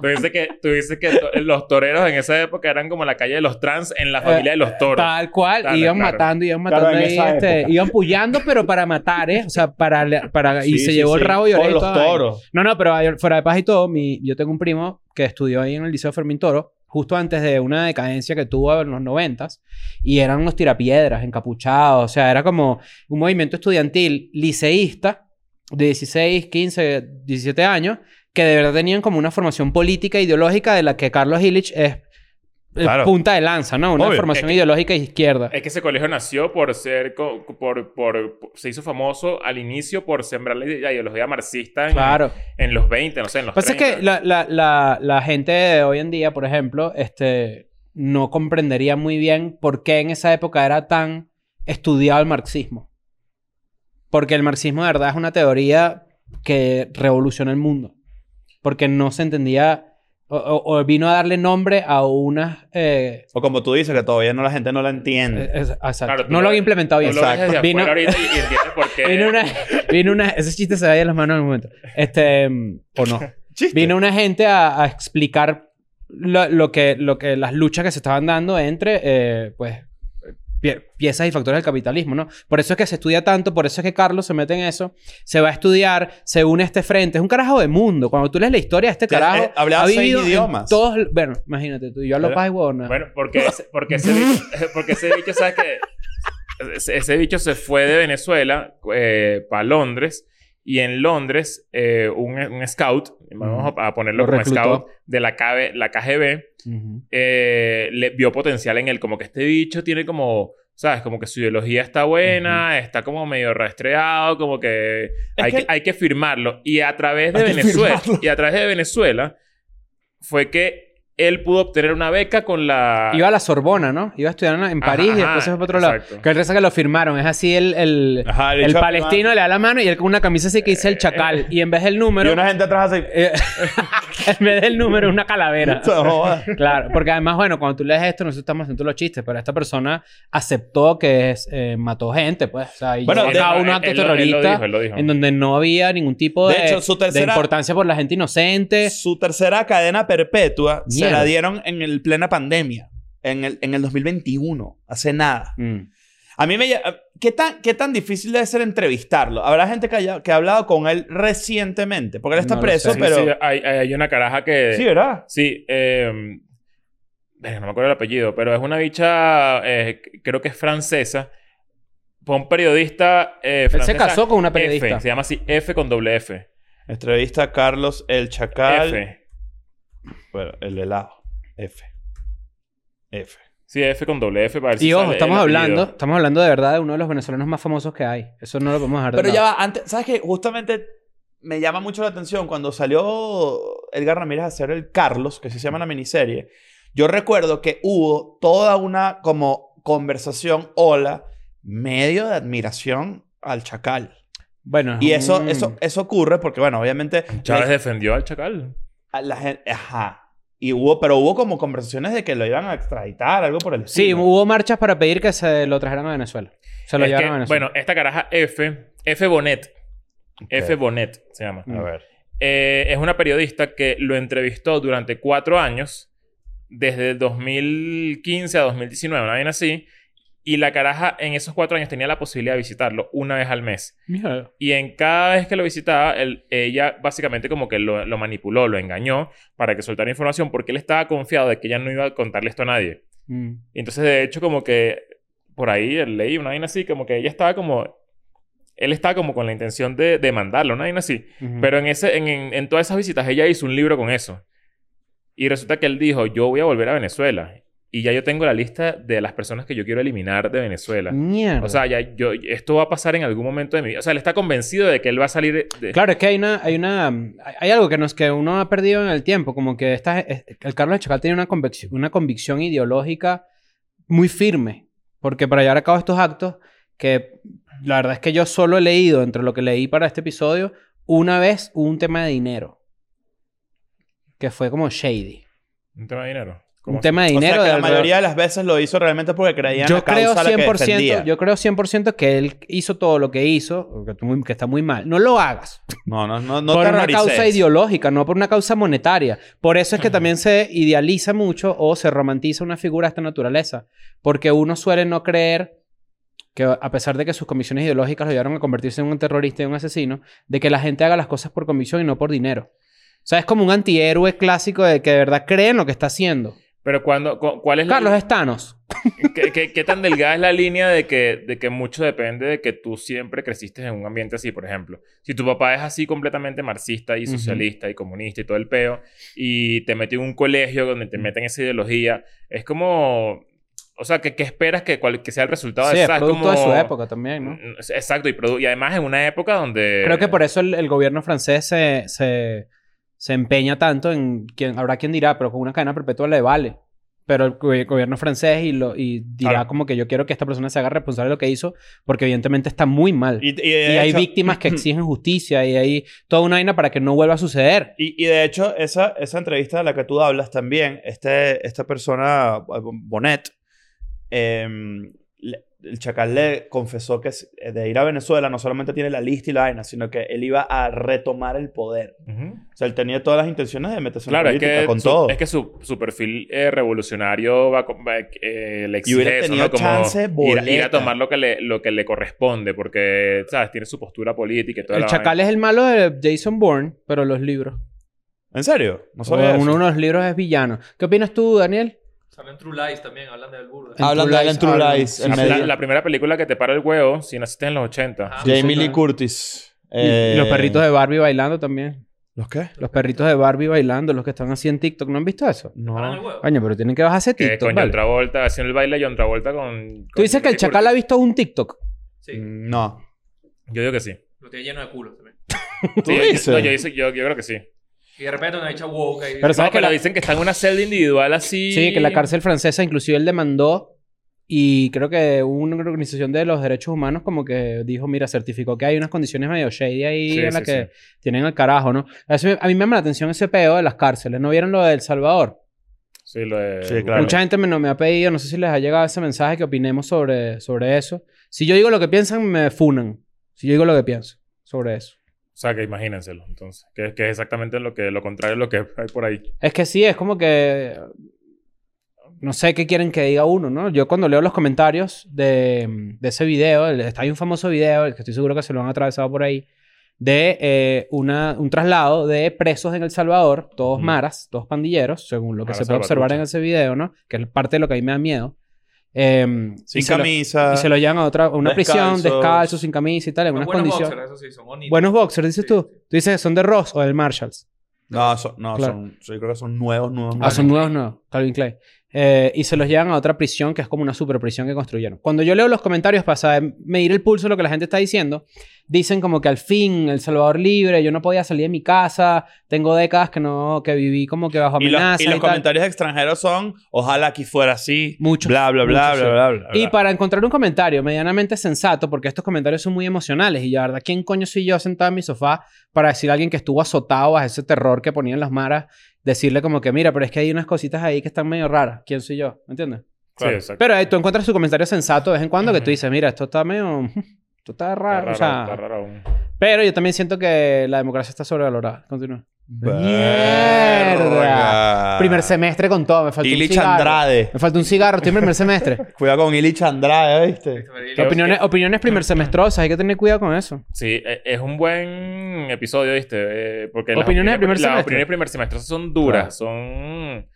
[SPEAKER 1] Tú dices que, tú dices que to- los toreros en esa época eran como la calle de los trans en
[SPEAKER 3] Eh,
[SPEAKER 1] la familia de los toros.
[SPEAKER 3] Tal cual,
[SPEAKER 1] Claro,
[SPEAKER 3] iban
[SPEAKER 1] claro.
[SPEAKER 3] matando, iban
[SPEAKER 2] Claro,
[SPEAKER 3] matando
[SPEAKER 2] en
[SPEAKER 3] ahí,
[SPEAKER 2] esa
[SPEAKER 3] este,
[SPEAKER 2] época.
[SPEAKER 3] iban pullando, pero para matar, ¿eh? O sea, para, para y
[SPEAKER 2] Sí,
[SPEAKER 3] se
[SPEAKER 2] sí,
[SPEAKER 3] llevó
[SPEAKER 2] sí.
[SPEAKER 3] el rabo y
[SPEAKER 2] Con
[SPEAKER 3] oreja y
[SPEAKER 2] los
[SPEAKER 3] toda vaina.
[SPEAKER 2] toros.
[SPEAKER 3] No, no, pero ahí fuera de paz y todo, mi, yo tengo un primo que estudió ahí en el Liceo Fermín Toro, justo antes de una decadencia que tuvo en los noventas, y eran unos tirapiedras, encapuchados, o sea, era como un movimiento estudiantil liceísta de 16, 15, 17 años, que de verdad tenían como una formación política e ideológica de la que Carlos Illich es eh,
[SPEAKER 2] Claro.
[SPEAKER 3] punta de lanza, ¿no? Una
[SPEAKER 2] Obvio.
[SPEAKER 3] formación
[SPEAKER 1] Es que-
[SPEAKER 3] ideológica de izquierda.
[SPEAKER 1] Es que ese colegio nació por ser, co- por, por, se hizo famoso al inicio por sembrar la ide- ideología marxista en,
[SPEAKER 3] Claro.
[SPEAKER 1] en los 20, no sé, en los
[SPEAKER 3] Pasa
[SPEAKER 1] 30.
[SPEAKER 3] Pues que la, la, la, la gente de hoy en día, por ejemplo, este, no comprendería muy bien por qué en esa época era tan estudiado el marxismo. Porque el marxismo de verdad es una teoría que revoluciona el mundo. Porque no se entendía o, o- o vino a darle nombre a unas... eh,
[SPEAKER 2] O como tú dices, que todavía no la gente no la
[SPEAKER 3] eh,
[SPEAKER 2] entiende.
[SPEAKER 3] es- exacto.
[SPEAKER 1] Mm. Claro, tú
[SPEAKER 3] no
[SPEAKER 1] lo-
[SPEAKER 3] lo había implementado bien.
[SPEAKER 1] Tú lo ves desde
[SPEAKER 3] Vino-
[SPEAKER 1] afuera ahorita y, y
[SPEAKER 3] [laughs]
[SPEAKER 1] entiendes por qué.
[SPEAKER 3] Vino una, vino una, ese chiste se va a ir de las manos en un momento. Este, mm, o no.
[SPEAKER 2] Chiste.
[SPEAKER 3] Vino una gente a, a explicar lo, lo que, lo que, las luchas que se estaban dando entre, eh, pues, pie- piezas y factores del capitalismo, ¿no? Por eso es que se estudia tanto, por eso es que Carlos se mete en eso, se va a estudiar, se une a este frente, es un carajo de mundo. Cuando tú lees la historia de este
[SPEAKER 2] Sí,
[SPEAKER 3] carajo,
[SPEAKER 2] eh, hablaba
[SPEAKER 3] ha
[SPEAKER 2] seis
[SPEAKER 3] vivido en
[SPEAKER 2] idiomas.
[SPEAKER 3] Todos, bueno, imagínate tú, yo hablo
[SPEAKER 2] Era-
[SPEAKER 3] paz y huevona.
[SPEAKER 1] Bueno, porque ese, porque ese, bicho, [laughs] porque ese bicho, ¿sabes qué? Ese, ese bicho se fue de Venezuela eh, para Londres Y en Londres, eh, un, un scout, vamos a, a ponerlo
[SPEAKER 3] Lo
[SPEAKER 1] como
[SPEAKER 3] reclutó.
[SPEAKER 1] scout, de la, KB la KGB, eh, le vio potencial en él. Como que este bicho tiene como, ¿sabes? Como que su ideología está buena, está como medio rastreado, como que hay que,
[SPEAKER 2] que-
[SPEAKER 1] hay que firmarlo. Y a través de
[SPEAKER 2] Hay que
[SPEAKER 1] Venezuela,
[SPEAKER 2] firmarlo.
[SPEAKER 1] y a través de Venezuela, fue que él pudo obtener una beca con la...
[SPEAKER 3] Iba a la Sorbona, ¿no? Iba a estudiar en- en
[SPEAKER 1] Ajá,
[SPEAKER 3] París y
[SPEAKER 1] ajá,
[SPEAKER 3] después se fue para otro lado.
[SPEAKER 1] exacto.
[SPEAKER 3] Que el resto que lo firmaron. Es así el, el,
[SPEAKER 2] Ajá,
[SPEAKER 3] el
[SPEAKER 2] bicho-
[SPEAKER 3] palestino le da la mano y él con una camisa así que dice el chacal. Y en vez del número...
[SPEAKER 2] Eh, Y una gente atrás así.
[SPEAKER 3] [laughs] eh, en vez del número,
[SPEAKER 1] [laughs]
[SPEAKER 3] una calavera.
[SPEAKER 2] "Se joda".
[SPEAKER 3] Claro, porque además, bueno, cuando tú lees esto, nosotros estamos haciendo los chistes, pero esta persona aceptó que es, eh, mató gente, pues. O sea, y
[SPEAKER 2] Bueno,
[SPEAKER 3] llevó a
[SPEAKER 2] de-
[SPEAKER 3] cabo un
[SPEAKER 1] él-
[SPEAKER 3] acto
[SPEAKER 1] él lo- él lo
[SPEAKER 3] terrorista
[SPEAKER 1] dijo, él lo dijo.
[SPEAKER 3] en donde no había ningún tipo de,
[SPEAKER 2] De hecho, su
[SPEAKER 3] de
[SPEAKER 2] tercera-
[SPEAKER 3] importancia por la gente inocente.
[SPEAKER 2] Su tercera cadena perpetua se
[SPEAKER 3] Eh, Mierda.
[SPEAKER 2] la dieron en el plena pandemia. En el, en el 2021. Hace nada.
[SPEAKER 3] Mm.
[SPEAKER 2] A mí me... ll- ¿Qué tan, ¿Qué tan difícil debe ser entrevistarlo? Habrá gente que, haya, que ha hablado con él recientemente. Porque él está
[SPEAKER 3] No lo
[SPEAKER 2] preso,
[SPEAKER 3] sé.
[SPEAKER 1] Sí,
[SPEAKER 2] pero...
[SPEAKER 1] sí, hay, hay una caraja que...
[SPEAKER 2] Sí, ¿verdad?
[SPEAKER 1] Sí, eh, verga, no me acuerdo el apellido, pero es una bicha, eh, c- creo que es francesa. Fue un periodista eh,
[SPEAKER 3] Él se
[SPEAKER 1] francesa
[SPEAKER 3] casó con una
[SPEAKER 1] F,
[SPEAKER 3] periodista.
[SPEAKER 1] se llama así F con doble F.
[SPEAKER 2] Entrevista a Carlos El Chacal.
[SPEAKER 1] F.
[SPEAKER 2] Bueno, el helado. F. F.
[SPEAKER 1] Sí, F con doble F para ver si
[SPEAKER 3] Y ojo,
[SPEAKER 1] sale el
[SPEAKER 3] estamos
[SPEAKER 1] apellido.
[SPEAKER 3] hablando, estamos hablando de verdad de uno de los venezolanos más famosos que hay. Eso no lo podemos dejar de
[SPEAKER 2] Pero ya
[SPEAKER 3] lado.
[SPEAKER 2] va, antes, ¿sabes qué? Justamente me llama mucho la atención cuando salió Edgar Ramírez a hacer el Carlos, que así se llama la miniserie. Yo recuerdo que hubo toda una como conversación, hola, medio de admiración al chacal.
[SPEAKER 3] Bueno, es
[SPEAKER 2] Y eso,
[SPEAKER 3] un-
[SPEAKER 2] eso, eso ocurre porque, bueno, obviamente
[SPEAKER 1] Chávez
[SPEAKER 2] la-
[SPEAKER 1] defendió al chacal.
[SPEAKER 2] a la gente, ajá. Y hubo, pero hubo como conversaciones de que lo iban a extraditar, algo por el
[SPEAKER 3] Sí,
[SPEAKER 2] estilo.
[SPEAKER 3] hubo marchas para pedir que se lo trajeran a Venezuela. Se lo
[SPEAKER 1] Es
[SPEAKER 3] llevaron
[SPEAKER 1] que,
[SPEAKER 3] a Venezuela.
[SPEAKER 1] bueno, esta caraja F, F Bonet. F Bonet se llama.
[SPEAKER 3] Mm.
[SPEAKER 2] A ver.
[SPEAKER 1] Eh, es una periodista que lo entrevistó durante cuatro años, desde el 2015 a 2019, una vaina así. Y la caraja en esos cuatro años tenía la posibilidad de visitarlo una vez al mes.
[SPEAKER 3] Mierda.
[SPEAKER 1] Y en cada vez que lo visitaba, él- ella básicamente como que lo, lo manipuló, lo engañó para que soltara información porque él estaba confiado de que ella no iba a contarle esto a nadie.
[SPEAKER 3] Mm.
[SPEAKER 1] Y entonces, de hecho, como que por ahí leí una vaina así, como que ella estaba como... Él estaba como con la intención de demandarlo, una vaina así.
[SPEAKER 3] Ujú.
[SPEAKER 1] Pero en, ese, en, en- en todas esas visitas ella hizo un libro con eso. Y resulta que él dijo, yo voy a volver a Venezuela. Y ya yo tengo la lista de las personas que yo quiero eliminar de Venezuela.
[SPEAKER 3] Mierda.
[SPEAKER 1] O sea, ya yo, esto va a pasar en algún momento de mi vida. O sea, él está convencido de que él va a salir de...
[SPEAKER 3] Claro, es que hay una, hay una, hay- hay algo que nos, que uno ha perdido en el tiempo, como que esta, es- el Carlos Chacal tiene una convicción, una convicción ideológica muy firme, porque para llevar a cabo estos actos, que la verdad es que yo solo he leído entre lo que leí para este episodio una vez hubo un tema de dinero, que fue como shady,
[SPEAKER 1] Un tema de dinero. ¿Cómo
[SPEAKER 3] un tema de
[SPEAKER 2] O sea,
[SPEAKER 3] dinero.
[SPEAKER 2] que
[SPEAKER 3] de
[SPEAKER 2] la
[SPEAKER 3] alrededor-
[SPEAKER 2] mayoría de las veces lo hizo realmente porque creían
[SPEAKER 3] yo
[SPEAKER 2] la causa
[SPEAKER 3] creo
[SPEAKER 2] a la que defendía.
[SPEAKER 3] yo creo 100% que él hizo todo lo que hizo, que, tú muy- que está muy mal. No lo hagas.
[SPEAKER 2] No, no, no, no
[SPEAKER 3] por una
[SPEAKER 2] terrorices.
[SPEAKER 3] causa ideológica, no por una causa monetaria. Por eso es que también se idealiza mucho o se romantiza una figura de esta naturaleza. Porque uno suele no creer que, a pesar de que sus convicciones ideológicas lo llevaron a convertirse en un terrorista y un asesino, de que la gente haga las cosas por convicción y no por dinero. O sea, es como un antihéroe clásico de que de verdad cree en lo que está haciendo.
[SPEAKER 1] Pero cuando, cu- ¿cuál es la-
[SPEAKER 3] Carlos Estanos.
[SPEAKER 1] ¿Qué, qué, qué tan delgada es la línea de que, de que mucho depende de que tú siempre creciste en un ambiente así, por ejemplo? Si tu papá es así completamente marxista y
[SPEAKER 3] Ujú.
[SPEAKER 1] socialista y comunista y todo el peo, y te metió en un colegio donde te meten esa ideología, es como... O sea, ¿qué, qué esperas que, cual- que sea el resultado
[SPEAKER 3] Sí,
[SPEAKER 1] de
[SPEAKER 3] es
[SPEAKER 1] esa? Es
[SPEAKER 3] producto de
[SPEAKER 1] como-
[SPEAKER 3] su época también, ¿no?
[SPEAKER 1] Mm, Exacto, y, produ- y además en una época donde...
[SPEAKER 3] Creo
[SPEAKER 2] Eh,
[SPEAKER 3] que por eso el, el gobierno francés se, se, se empeña tanto en... Quien, habrá quien dirá, pero con una cadena perpetua le vale. Pero el go- gobierno francés y, lo, y dirá
[SPEAKER 1] Claro.
[SPEAKER 3] como que yo quiero que esta persona se haga responsable de lo que hizo porque evidentemente está muy mal. Y,
[SPEAKER 2] Y, y de
[SPEAKER 3] hay
[SPEAKER 2] hecho- [clears throat]
[SPEAKER 3] víctimas que exigen justicia y hay toda una vaina para que no vuelva a suceder.
[SPEAKER 2] Y, y de hecho, esa, esa entrevista de la que tú hablas también, este, esta persona, eh, Bonet, em, le- el chacal le confesó que s- de ir a Venezuela no solamente tiene la lista y la vaina, sino que él iba a retomar el poder.
[SPEAKER 1] Ujú.
[SPEAKER 2] O sea, él tenía todas las intenciones de meterse en la
[SPEAKER 1] Claro, es
[SPEAKER 2] política
[SPEAKER 1] que,
[SPEAKER 2] con
[SPEAKER 1] su,
[SPEAKER 2] todo.
[SPEAKER 1] es que su, su perfil eh, revolucionario va, con- va, eh, le
[SPEAKER 2] Y hubiera
[SPEAKER 1] exige eso,
[SPEAKER 2] tenido
[SPEAKER 1] ¿no? Como
[SPEAKER 2] chance,
[SPEAKER 1] ir, a- ir
[SPEAKER 2] boleta.
[SPEAKER 1] a tomar lo que, le, lo que le corresponde, porque, ¿sabes? Tiene su postura política y todo
[SPEAKER 3] El chacal es el malo de Jason Bourne, pero los libros.
[SPEAKER 2] ¿En serio? No sabía
[SPEAKER 3] Uno,
[SPEAKER 2] eso.
[SPEAKER 3] uno de los libros es villano. ¿Qué opinas tú, Daniel?
[SPEAKER 4] Salen True Lies también, hablan del burro.
[SPEAKER 3] Ah, Hablan de él en Ah, True Lies,
[SPEAKER 1] La, la- la primera película que te para el huevo, si naciste en los 80.
[SPEAKER 4] Ajá.
[SPEAKER 2] Jamie
[SPEAKER 3] Sí,
[SPEAKER 2] Lee
[SPEAKER 3] sí.
[SPEAKER 2] Curtis. Eh,
[SPEAKER 3] Y los perritos de Barbie bailando también.
[SPEAKER 2] ¿Los qué?
[SPEAKER 3] Los perritos de Barbie bailando, los que están así en TikTok. ¿No han visto eso?
[SPEAKER 4] Paran el huevo.
[SPEAKER 3] Coño, pero tienen que bajarse
[SPEAKER 1] Que
[SPEAKER 3] TikTok,
[SPEAKER 1] con
[SPEAKER 3] ¿vale?
[SPEAKER 1] John Travolta, haciendo el baile John Travolta con...
[SPEAKER 3] Tú dices que el chacal ha visto un TikTok.
[SPEAKER 4] Sí.
[SPEAKER 3] mm.
[SPEAKER 2] No.
[SPEAKER 1] Yo digo que sí.
[SPEAKER 4] Lo tiene lleno de culos también.
[SPEAKER 2] ¿Tú
[SPEAKER 1] Sí, yo-
[SPEAKER 2] dices?
[SPEAKER 1] no, yo, dice- yo- yo creo que sí.
[SPEAKER 4] Y de repente una hecha woke ahí.
[SPEAKER 3] Pero
[SPEAKER 1] No,
[SPEAKER 3] sabes que
[SPEAKER 1] pero
[SPEAKER 3] la-
[SPEAKER 1] dicen que está en una celda individual así...
[SPEAKER 3] Sí, que la cárcel francesa inclusive él demandó y creo que una organización de los derechos humanos como que dijo, mira, certificó que hay unas condiciones medio shady ahí
[SPEAKER 1] Sí,
[SPEAKER 3] en las
[SPEAKER 1] sí,
[SPEAKER 3] que tienen al carajo, ¿no? Eso- a mí me llama la atención ese peo de las cárceles. ¿No vieron lo de El Salvador?
[SPEAKER 1] Sí, lo de...
[SPEAKER 2] Sí, claro.
[SPEAKER 3] Mucha gente me, no me ha pedido, no sé si les ha llegado ese mensaje que opinemos sobre, sobre eso. Si yo digo lo que piensan, me funan. Si yo digo lo que pienso sobre eso.
[SPEAKER 1] O sea, que imagínenselo, entonces. Que, que es exactamente lo, que, lo contrario de lo que hay por ahí.
[SPEAKER 3] Es que sí, es como que. No sé qué quieren que diga uno, ¿no? Yo cuando leo los comentarios de, de ese video, el- hay un famoso video, el que estoy seguro que se lo han atravesado por ahí, de eh, una, un traslado de presos en El Salvador, todos
[SPEAKER 1] Ujú.
[SPEAKER 3] maras, todos pandilleros, según lo que
[SPEAKER 1] Maras
[SPEAKER 3] se puede observar en
[SPEAKER 1] salvatrucha.
[SPEAKER 3] ese video, ¿no? Que es parte de lo que a mí me da miedo. Eh, y
[SPEAKER 2] Sin
[SPEAKER 3] se lo-
[SPEAKER 2] camisa.
[SPEAKER 3] y se lo llevan a otra a una prisión,
[SPEAKER 2] descalzos.
[SPEAKER 3] descalzo, sin camisa y tal, en
[SPEAKER 4] Son
[SPEAKER 3] unas
[SPEAKER 4] buenos
[SPEAKER 3] condiciones.
[SPEAKER 4] boxers, eso sí, son bonitos.
[SPEAKER 3] Buenos boxers, dices
[SPEAKER 4] Sí,
[SPEAKER 3] tú.
[SPEAKER 4] sí.
[SPEAKER 3] Tú dices que son de Ross o del Marshalls.
[SPEAKER 2] No, son, no
[SPEAKER 3] Claro.
[SPEAKER 2] son, yo creo que son nuevos, nuevos,
[SPEAKER 3] Ah,
[SPEAKER 2] nuevos.
[SPEAKER 3] son nuevos, no. Calvin Klein. Eh, y se los llevan a otra prisión que es como una super prisión que construyeron. Cuando yo leo los comentarios para saber- medir el pulso de lo que la gente está diciendo, dicen como que al fin El Salvador libre, yo no podía salir de mi casa, tengo décadas que no, que viví como que bajo
[SPEAKER 2] y los,
[SPEAKER 3] amenaza
[SPEAKER 2] y
[SPEAKER 3] y,
[SPEAKER 2] los
[SPEAKER 3] tal.
[SPEAKER 2] comentarios extranjeros son, ojalá aquí fuera así.
[SPEAKER 3] Muchos,
[SPEAKER 2] Bla, bla, bla,
[SPEAKER 3] muchos,
[SPEAKER 2] bla,
[SPEAKER 3] sí.
[SPEAKER 2] bla, bla, bla.
[SPEAKER 3] Y para encontrar un comentario medianamente sensato, porque estos comentarios son muy emocionales y la verdad, ¿quién coño soy yo sentado en mi sofá para decir a alguien que estuvo azotado a ese terror que ponían las maras, decirle como que mira, pero es que hay unas cositas ahí que están medio raras, ¿quién soy yo? ¿Me entiendes?
[SPEAKER 1] Sí, exacto.
[SPEAKER 3] Pero eh, tú encuentras su comentario sensato de vez en cuando que tú
[SPEAKER 1] Ujú.
[SPEAKER 3] dices, mira, esto está medio... Esto está
[SPEAKER 1] Está
[SPEAKER 3] raro.
[SPEAKER 1] raro,
[SPEAKER 3] o sea,
[SPEAKER 1] está raro aún.
[SPEAKER 3] Pero yo también siento que la democracia está sobrevalorada. Continúa.
[SPEAKER 2] Verga.
[SPEAKER 3] Primer semestre con todo. Me falta un
[SPEAKER 2] Illich
[SPEAKER 3] cigarro.
[SPEAKER 2] Andrade.
[SPEAKER 3] Me falta un cigarro. Estoy en
[SPEAKER 2] [laughs]
[SPEAKER 3] primer semestre.
[SPEAKER 2] Cuidado con Illich Andrade, ¿viste?
[SPEAKER 4] Christopher Lee.
[SPEAKER 1] Creo
[SPEAKER 3] opiniones, opiniones primer semestrosas. Hay que tener cuidado con eso.
[SPEAKER 1] Sí, e- es un buen episodio, ¿viste? Eh, porque las
[SPEAKER 3] Opiniones de primer
[SPEAKER 1] las
[SPEAKER 3] semestre.
[SPEAKER 1] opiniones de primer semestre son
[SPEAKER 2] Claro.
[SPEAKER 1] duras, son...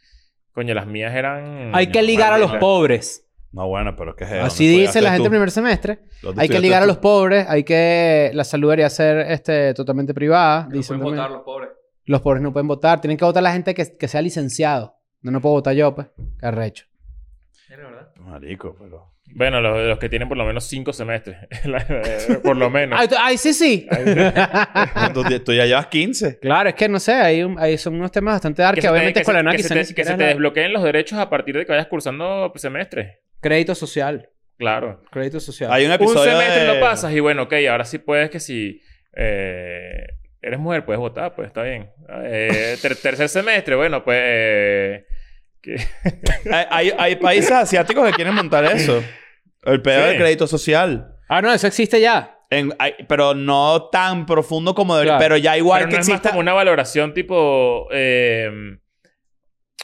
[SPEAKER 1] Coño, las mías eran...
[SPEAKER 3] Hay que ligar a los pobres.
[SPEAKER 2] No, bueno, pero ¿qué es eso?
[SPEAKER 3] Así dice la gente en primer semestre. Hay que ligar a los pobres. Hay que... La salud debería ser este, totalmente privada.
[SPEAKER 4] Que no
[SPEAKER 3] Dicen también.
[SPEAKER 4] pueden votar los pobres.
[SPEAKER 3] Los pobres no pueden votar. Tienen que votar la gente que, que sea licenciado. No, no puedo votar yo, pues. Qué arrecho.
[SPEAKER 4] Mira, ¿verdad?
[SPEAKER 2] Marico, pero...
[SPEAKER 1] Bueno, los, los que tienen por lo menos cinco semestres. [laughs] La- eh, por lo menos.
[SPEAKER 3] Ay, tú- ay, sí,
[SPEAKER 1] [laughs]
[SPEAKER 3] sí.
[SPEAKER 2] tú, tú ya llevas 15.
[SPEAKER 3] [laughs] claro, es que no sé, hay, un- hay- son unos temas bastante dark que,
[SPEAKER 1] se te-
[SPEAKER 3] obviamente
[SPEAKER 1] que se-
[SPEAKER 3] con la nada
[SPEAKER 1] que se
[SPEAKER 3] quizá
[SPEAKER 1] te-
[SPEAKER 3] ni
[SPEAKER 1] que
[SPEAKER 3] siquiera
[SPEAKER 1] se
[SPEAKER 3] es
[SPEAKER 1] te
[SPEAKER 3] la-
[SPEAKER 1] desbloqueen los derechos a partir de que vayas cursando semestres.
[SPEAKER 3] crédito social.
[SPEAKER 1] Claro.
[SPEAKER 3] Crédito social.
[SPEAKER 2] Hay un
[SPEAKER 1] Un
[SPEAKER 2] episodio
[SPEAKER 1] semestre
[SPEAKER 2] de-
[SPEAKER 1] lo pasas y bueno, ok, ahora sí puedes que si eh, eres mujer puedes votar, pues está bien. Eh, ter- tercer semestre, bueno, pues... eh,
[SPEAKER 2] [laughs] Hay, hay- hay países asiáticos que quieren montar eso. El pedo
[SPEAKER 1] Sí.
[SPEAKER 2] del crédito social.
[SPEAKER 3] Ah, no, eso existe ya.
[SPEAKER 2] En- hay- pero no tan profundo como debería.
[SPEAKER 3] Claro.
[SPEAKER 2] Pero ya igual
[SPEAKER 1] Pero
[SPEAKER 2] que
[SPEAKER 1] no es
[SPEAKER 2] exista.
[SPEAKER 1] más como una valoración tipo... eh,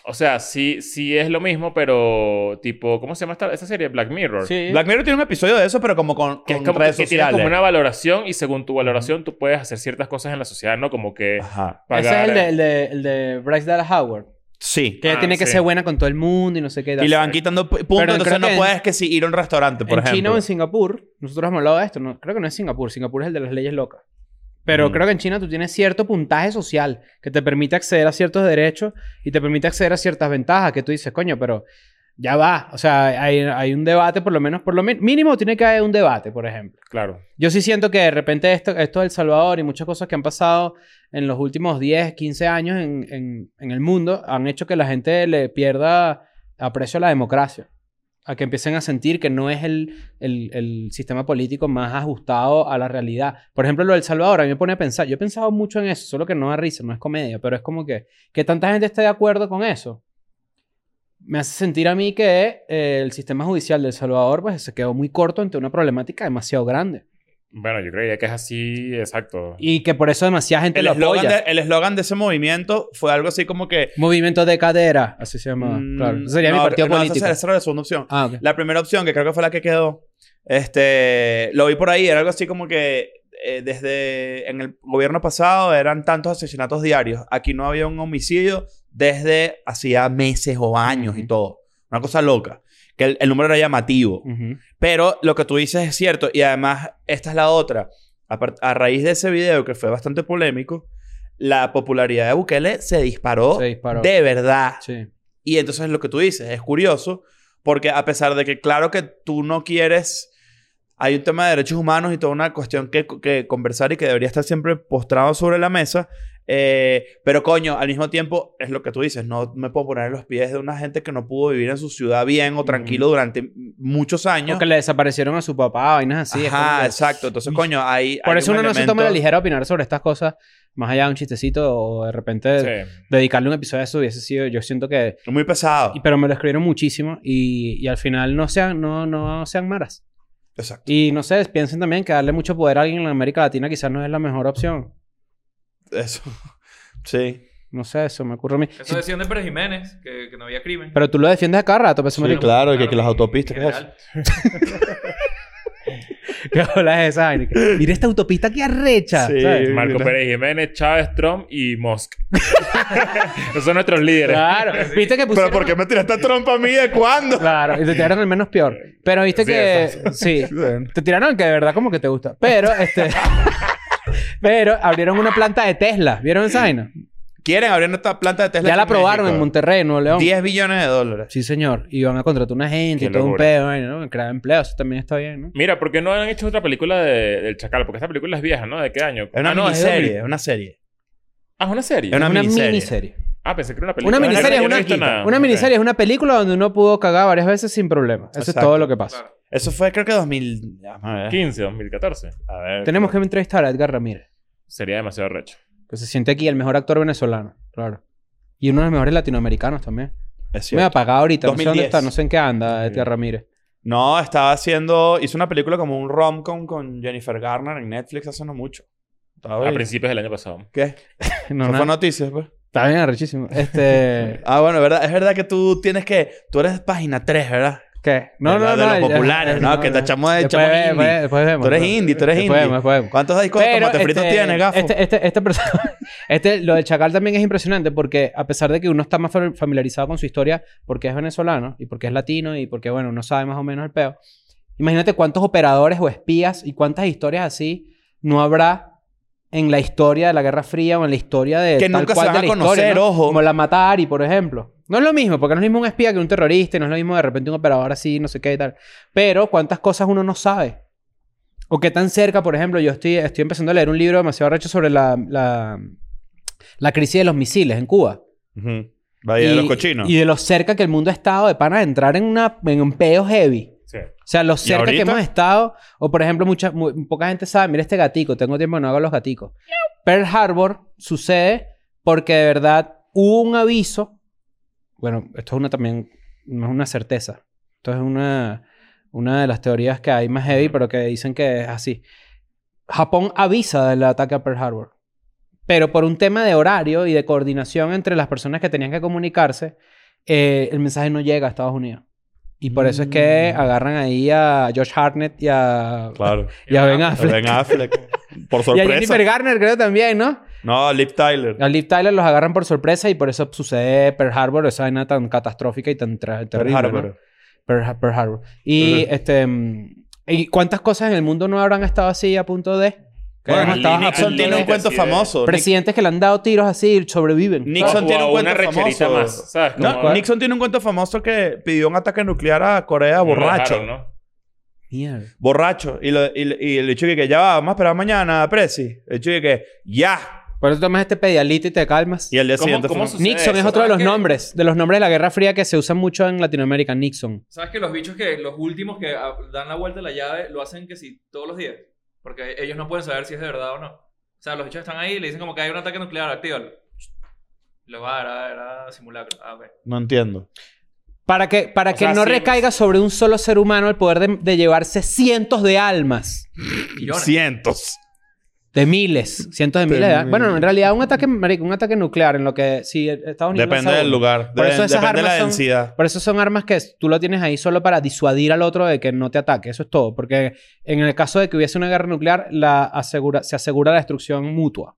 [SPEAKER 1] o sea, sí, sí es lo mismo, pero tipo... ¿Cómo se llama esta, esa serie? Black Mirror.
[SPEAKER 3] Sí.
[SPEAKER 2] Black Mirror tiene un episodio de eso, pero como con,
[SPEAKER 1] Que es
[SPEAKER 2] con
[SPEAKER 1] como que,
[SPEAKER 2] redes
[SPEAKER 1] que tienes
[SPEAKER 2] sociales.
[SPEAKER 1] como una valoración y según tu valoración tú puedes hacer ciertas cosas en la sociedad, ¿no? Como que
[SPEAKER 2] Ajá.
[SPEAKER 1] pagar...
[SPEAKER 3] Ese es el de, el de, el de Bryce Dallas Howard.
[SPEAKER 2] Sí.
[SPEAKER 3] Que ella
[SPEAKER 1] Ah,
[SPEAKER 3] tiene que
[SPEAKER 1] sí.
[SPEAKER 3] ser buena con todo el mundo y no sé qué.
[SPEAKER 2] Y le van quitando pu- puntos,
[SPEAKER 3] Pero
[SPEAKER 2] entonces
[SPEAKER 3] creo
[SPEAKER 2] no
[SPEAKER 3] que en-
[SPEAKER 2] puedes que sí ir a un restaurante, por
[SPEAKER 3] en
[SPEAKER 2] ejemplo.
[SPEAKER 3] China o en Singapur, nosotros hemos hablado de esto, no, creo que no es Singapur, Singapur es el de las leyes locas. Pero
[SPEAKER 2] Mm.
[SPEAKER 3] creo que en China tú tienes cierto puntaje social que te permite acceder a ciertos derechos y te permite acceder a ciertas ventajas que tú dices, coño, pero ya va. O sea, hay, hay un debate, por lo menos, por lo mi- mínimo tiene que haber un debate, por ejemplo.
[SPEAKER 1] Claro.
[SPEAKER 3] Yo sí siento que de repente esto, esto de El Salvador y muchas cosas que han pasado en los últimos 10, 15 años en, en- en el mundo han hecho que la gente le pierda aprecio a la democracia. A que empiecen a sentir que no es el, el- el sistema político más ajustado a la realidad. Por ejemplo, lo del Salvador, a mí me pone a pensar. Yo he pensado mucho en eso, solo que no da risa, no es comedia, pero es como que, que tanta gente esté de acuerdo con eso. Me hace sentir a mí que eh, el sistema judicial del Salvador pues, se quedó muy corto ante una problemática demasiado grande.
[SPEAKER 1] Bueno, yo creía que es así, exacto.
[SPEAKER 3] Y que por eso demasiada gente
[SPEAKER 2] El
[SPEAKER 3] lo
[SPEAKER 2] eslogan
[SPEAKER 3] apoya.
[SPEAKER 2] de- el eslogan de ese movimiento fue algo así como que...
[SPEAKER 3] Movimiento de cadera. Así se llama.
[SPEAKER 2] mm,
[SPEAKER 3] Ah, claro. Ese Sería
[SPEAKER 2] no,
[SPEAKER 3] mi partido
[SPEAKER 2] no, esa-
[SPEAKER 3] político.
[SPEAKER 2] Esa, era la segunda opción.
[SPEAKER 3] Ah, ok.
[SPEAKER 2] La primera opción, que creo que fue la que quedó, este, lo vi por ahí, era algo así como que eh, desde en el gobierno pasado eran tantos asesinatos diarios. Aquí no había un homicidio desde hacía meses o años y
[SPEAKER 3] Ujú.
[SPEAKER 2] todo. Una cosa loca. Que el, el número era llamativo.
[SPEAKER 3] Ujú.
[SPEAKER 2] Pero lo que tú dices es cierto. Y además, esta es la otra. a, par- a raíz de ese video que fue bastante polémico, la popularidad de Bukele se disparó,
[SPEAKER 3] Se disparó.
[SPEAKER 2] de Ah. verdad.
[SPEAKER 3] Sí.
[SPEAKER 2] Y entonces lo que tú dices es curioso, porque a pesar de que claro que tú no quieres, hay un tema de derechos humanos y toda una cuestión que, que conversar y que debería estar siempre postrado sobre la mesa, eh, pero coño, al mismo tiempo es lo que tú dices, no me puedo poner en los pies de una gente que no pudo vivir en su ciudad bien o tranquilo durante m- muchos años.
[SPEAKER 3] O que le desaparecieron a su papá, vainas así. es como
[SPEAKER 2] Ajá,
[SPEAKER 3] que- mm.
[SPEAKER 2] exacto. Entonces, coño, hay...
[SPEAKER 3] Por
[SPEAKER 2] hay
[SPEAKER 3] eso
[SPEAKER 2] un
[SPEAKER 3] uno no se toma la
[SPEAKER 2] elemento-
[SPEAKER 3] ligera opinar sobre estas cosas, más allá de un chistecito o de repente
[SPEAKER 1] Sí.
[SPEAKER 3] dedicarle un episodio a eso hubiese sido, yo siento que...
[SPEAKER 2] Muy pesado.
[SPEAKER 3] y- Pero me lo escribieron muchísimo y, y al final no sean, no, no sean maras.
[SPEAKER 2] Exacto.
[SPEAKER 3] Y no sé, piensen también que darle mucho poder a alguien en América Latina quizás no es la mejor opción.
[SPEAKER 2] Eso. [laughs] Sí.
[SPEAKER 3] No sé, eso me ocurre a mí.
[SPEAKER 4] Eso decían de Pérez Jiménez, que, que no había crimen.
[SPEAKER 3] Pero tú lo defiendes a cada rato, pues, marico. [laughs]
[SPEAKER 2] claro, que- que las autopistas, pues. ¿qué es eso?
[SPEAKER 3] ¿Qué bola es esa vaina? Que, Mira esta autopista que arrecha.
[SPEAKER 2] Sí.
[SPEAKER 3] ¿sabes?
[SPEAKER 1] Marco
[SPEAKER 2] Mira.
[SPEAKER 1] Pérez Jiménez, Chávez, Trump y Musk. [laughs] Esos son nuestros líderes.
[SPEAKER 3] Claro.
[SPEAKER 1] [laughs]
[SPEAKER 3] Viste que
[SPEAKER 2] Pero
[SPEAKER 3] pusieron...
[SPEAKER 2] ¿por qué me tiraste esta trompa a mí de [laughs] cuándo?
[SPEAKER 3] Claro, y te tiraron el menos peor. Pero viste
[SPEAKER 1] Sí,
[SPEAKER 3] que...
[SPEAKER 1] exacto.
[SPEAKER 3] Sí. Te tiraron el que de verdad como que te gusta. Pero, este... [laughs] pero abrieron una planta de Tesla. ¿Vieron esa vaina?
[SPEAKER 2] Quieren abrir nuestra planta de Tesla.
[SPEAKER 3] Ya
[SPEAKER 2] aquí
[SPEAKER 3] la probaron
[SPEAKER 2] México.
[SPEAKER 3] en Monterrey, en Nuevo León.
[SPEAKER 2] 10 billones de dólares.
[SPEAKER 3] Sí, señor. Y van a contratar una gente y
[SPEAKER 1] Qué
[SPEAKER 3] todo un
[SPEAKER 1] locura.
[SPEAKER 3] pedo, vaina, ¿no? Crear empleos. Eso también está bien, ¿no?
[SPEAKER 1] Mira, ¿por qué no han hecho otra película de- del Chacal? Porque esta película es vieja, ¿no? ¿De qué año?
[SPEAKER 2] Es una
[SPEAKER 1] ah, no, es de
[SPEAKER 2] miniserie,
[SPEAKER 1] 2000.
[SPEAKER 2] es una serie.
[SPEAKER 1] Ah, es una serie.
[SPEAKER 2] Es una miniserie.
[SPEAKER 1] Ah, pensé que era una película.
[SPEAKER 3] Una
[SPEAKER 1] Yo
[SPEAKER 3] miniserie, es
[SPEAKER 1] no he
[SPEAKER 3] una,
[SPEAKER 1] visto nada.
[SPEAKER 3] una
[SPEAKER 1] Ok.
[SPEAKER 3] miniserie es una película donde uno pudo cagar varias veces sin problema. Eso es
[SPEAKER 2] Exacto.
[SPEAKER 3] todo lo que pasa.
[SPEAKER 4] Claro.
[SPEAKER 2] Eso fue creo que 2000... A ver.
[SPEAKER 1] 15, 2014.
[SPEAKER 2] A ver.
[SPEAKER 3] Tenemos que entrevistar a Edgar Ramírez,
[SPEAKER 1] Sería demasiado recho.
[SPEAKER 3] que se siente aquí el mejor actor venezolano, claro. Y uno de los mejores latinoamericanos también.
[SPEAKER 2] Es
[SPEAKER 3] Me ha
[SPEAKER 2] cierto.
[SPEAKER 3] apagado ahorita, no sé
[SPEAKER 2] 2010.
[SPEAKER 3] dónde está, no sé en qué anda
[SPEAKER 1] Ujú.
[SPEAKER 2] [laughs]
[SPEAKER 3] Edgar Ramírez.
[SPEAKER 2] No, estaba haciendo... Hizo una película como un rom-com con Jennifer Garner en Netflix hace no mucho. Estaba
[SPEAKER 1] A
[SPEAKER 2] ahí.
[SPEAKER 1] principios del año pasado.
[SPEAKER 2] ¿Qué?
[SPEAKER 3] No,
[SPEAKER 2] Eso
[SPEAKER 3] nada.
[SPEAKER 2] fue noticias, pues.
[SPEAKER 3] Está bien, arrechísimo.
[SPEAKER 2] [laughs]
[SPEAKER 3] Este.
[SPEAKER 2] Ah, bueno, ¿verdad? es verdad que tú tienes que... Tú eres página 3, ¿verdad?
[SPEAKER 3] ¿Qué?
[SPEAKER 2] De
[SPEAKER 3] No,
[SPEAKER 2] la-
[SPEAKER 3] no,
[SPEAKER 2] de
[SPEAKER 3] no.
[SPEAKER 2] los populares, ¿no? Que te echamos de-
[SPEAKER 3] Después
[SPEAKER 2] echamos
[SPEAKER 3] ve-
[SPEAKER 2] indie.
[SPEAKER 3] ve- Después vemos.
[SPEAKER 2] Tú eres
[SPEAKER 3] ¿no?
[SPEAKER 2] indie, tú eres
[SPEAKER 3] Después
[SPEAKER 2] indie.
[SPEAKER 3] vemos, después vemos.
[SPEAKER 2] ¿Cuántos discos de tomate frito
[SPEAKER 3] este,
[SPEAKER 2] tienes, gafo?
[SPEAKER 3] Este, este, este personaje- [laughs] este- lo de Chacal también es impresionante porque a pesar de que uno está más fa- familiarizado con su historia porque es venezolano y porque es latino y porque, bueno, uno sabe más o menos el peo. Imagínate cuántos operadores o espías y cuántas historias así no habrá en la historia de la Guerra Fría o en la historia de
[SPEAKER 2] Que
[SPEAKER 3] tal
[SPEAKER 2] nunca se
[SPEAKER 3] cual
[SPEAKER 2] van
[SPEAKER 3] de
[SPEAKER 2] a
[SPEAKER 3] la
[SPEAKER 2] conocer,
[SPEAKER 3] historia, ¿no?
[SPEAKER 2] ojo.
[SPEAKER 3] Como la mata Ari, por ejemplo. No es lo mismo, porque no es lo mismo un espía que un terrorista, y no es lo mismo de repente un operador así, no sé qué y tal. Pero cuántas cosas uno no sabe. O qué tan cerca, por ejemplo, yo estoy, estoy empezando a leer un libro demasiado recho sobre la, la, la crisis de los misiles en Cuba.
[SPEAKER 2] Ujú. Bahía de los cochinos.
[SPEAKER 3] Y de lo cerca que el mundo ha estado de pana de entrar en, una, en un peo heavy.
[SPEAKER 1] Sí.
[SPEAKER 3] O sea, lo cerca que
[SPEAKER 2] ahorita?
[SPEAKER 3] hemos estado, o por ejemplo, mucha, mu- poca gente sabe, mira este gatico, tengo tiempo que no hago los gaticos. Pearl Harbor sucede porque de verdad hubo un aviso, bueno, esto es una también, no es una certeza, esto es una, una de las teorías que hay más heavy, pero que dicen que es así. Japón avisa del ataque a Pearl Harbor, pero por un tema de horario y de coordinación entre las personas que tenían que comunicarse, eh, el mensaje no llega a Estados Unidos. Y por eso es que
[SPEAKER 2] Mm.
[SPEAKER 3] agarran ahí a Josh Hartnett y a,
[SPEAKER 2] Claro.
[SPEAKER 3] y a Ben
[SPEAKER 2] Pero
[SPEAKER 3] [laughs] Affleck.
[SPEAKER 2] Ben Affleck. Por
[SPEAKER 3] Y a
[SPEAKER 2] sorpresa.
[SPEAKER 3] Jennifer Ah, Garner creo también, ¿no?
[SPEAKER 2] No, Liv Tyler.
[SPEAKER 3] A Liv Tyler los agarran por sorpresa y por eso sucede Pearl Harbor, esa vaina tan catastrófica y tan tra- terrible.
[SPEAKER 2] Pearl
[SPEAKER 3] ¿no?
[SPEAKER 2] Harbor.
[SPEAKER 3] Pearl, Ha- Pearl Harbor. Y
[SPEAKER 2] Ujú.
[SPEAKER 3] este... mm, ¿Y cuántas cosas en el mundo no habrán estado así a punto de...? Que
[SPEAKER 2] Bueno,
[SPEAKER 3] habrán
[SPEAKER 1] Al
[SPEAKER 3] estado a
[SPEAKER 1] Nixon
[SPEAKER 3] punto
[SPEAKER 2] Nixon
[SPEAKER 1] tiene
[SPEAKER 2] tiene
[SPEAKER 1] un
[SPEAKER 2] un
[SPEAKER 3] de-
[SPEAKER 2] cuento
[SPEAKER 1] cuento
[SPEAKER 2] famoso.
[SPEAKER 1] famoso.
[SPEAKER 3] Presidentes que le han dado tiros así y sobreviven.
[SPEAKER 2] Nixon
[SPEAKER 1] O
[SPEAKER 2] tiene
[SPEAKER 1] a
[SPEAKER 2] un cuento
[SPEAKER 1] Ah, una recherita
[SPEAKER 2] famoso.
[SPEAKER 1] más. ¿Sabes?
[SPEAKER 3] No,
[SPEAKER 1] Como-
[SPEAKER 3] ¿cuál?
[SPEAKER 2] Nixon tiene un cuento famoso que pidió un ataque nuclear a Corea
[SPEAKER 1] como lo
[SPEAKER 2] borracho.
[SPEAKER 1] dejaron, ¿no?
[SPEAKER 3] Oh, Mierda.
[SPEAKER 2] Borracho. Y, lo- y, y el chico que ya va, vamos a esperar mañana, Presi. El chico que ya.
[SPEAKER 3] Por eso tomas este pedialito y te calmas.
[SPEAKER 2] Y el día
[SPEAKER 1] ¿Cómo-
[SPEAKER 2] siguiente
[SPEAKER 1] cómo
[SPEAKER 2] fue-
[SPEAKER 1] sucede
[SPEAKER 3] Nixon es
[SPEAKER 1] eso?
[SPEAKER 3] otro de los
[SPEAKER 4] ¿Sabes qué?
[SPEAKER 3] nombres. De los nombres de la Guerra Fría que se usan mucho en Latinoamérica. Nixon.
[SPEAKER 4] ¿Sabes que los bichos que los últimos que ah, dan la vuelta a la llave lo hacen que sí todos los días? Porque ellos no pueden saber si es de verdad o no. O sea, los bichos están ahí y le dicen como que hay un ataque nuclear, actívalo. Lo va a dar, a ver, a simulacro. Ah, ok.
[SPEAKER 2] No entiendo.
[SPEAKER 3] Para que, para
[SPEAKER 1] O
[SPEAKER 3] que
[SPEAKER 1] sea,
[SPEAKER 3] no
[SPEAKER 1] sí,
[SPEAKER 3] recaiga sobre un solo ser humano el poder de, de llevarse cientos de almas.
[SPEAKER 4] Millones.
[SPEAKER 2] Cientos.
[SPEAKER 3] De miles. Cientos de
[SPEAKER 2] De
[SPEAKER 3] miles de almas.
[SPEAKER 2] mil-
[SPEAKER 3] Bueno, en realidad un ataque, marico, un ataque nuclear en lo que... Si e-, Estados Unidos
[SPEAKER 2] Depende
[SPEAKER 3] lanza
[SPEAKER 2] del
[SPEAKER 3] uno.
[SPEAKER 2] lugar.
[SPEAKER 3] Por
[SPEAKER 2] De-
[SPEAKER 3] eso esas
[SPEAKER 2] depende de la
[SPEAKER 3] armas son-
[SPEAKER 2] densidad.
[SPEAKER 3] Por eso son armas que tú lo tienes ahí solo para disuadir al otro de que no te ataque. Eso es todo. Porque en el caso de que hubiese una guerra nuclear, la asegura, se asegura la destrucción mutua.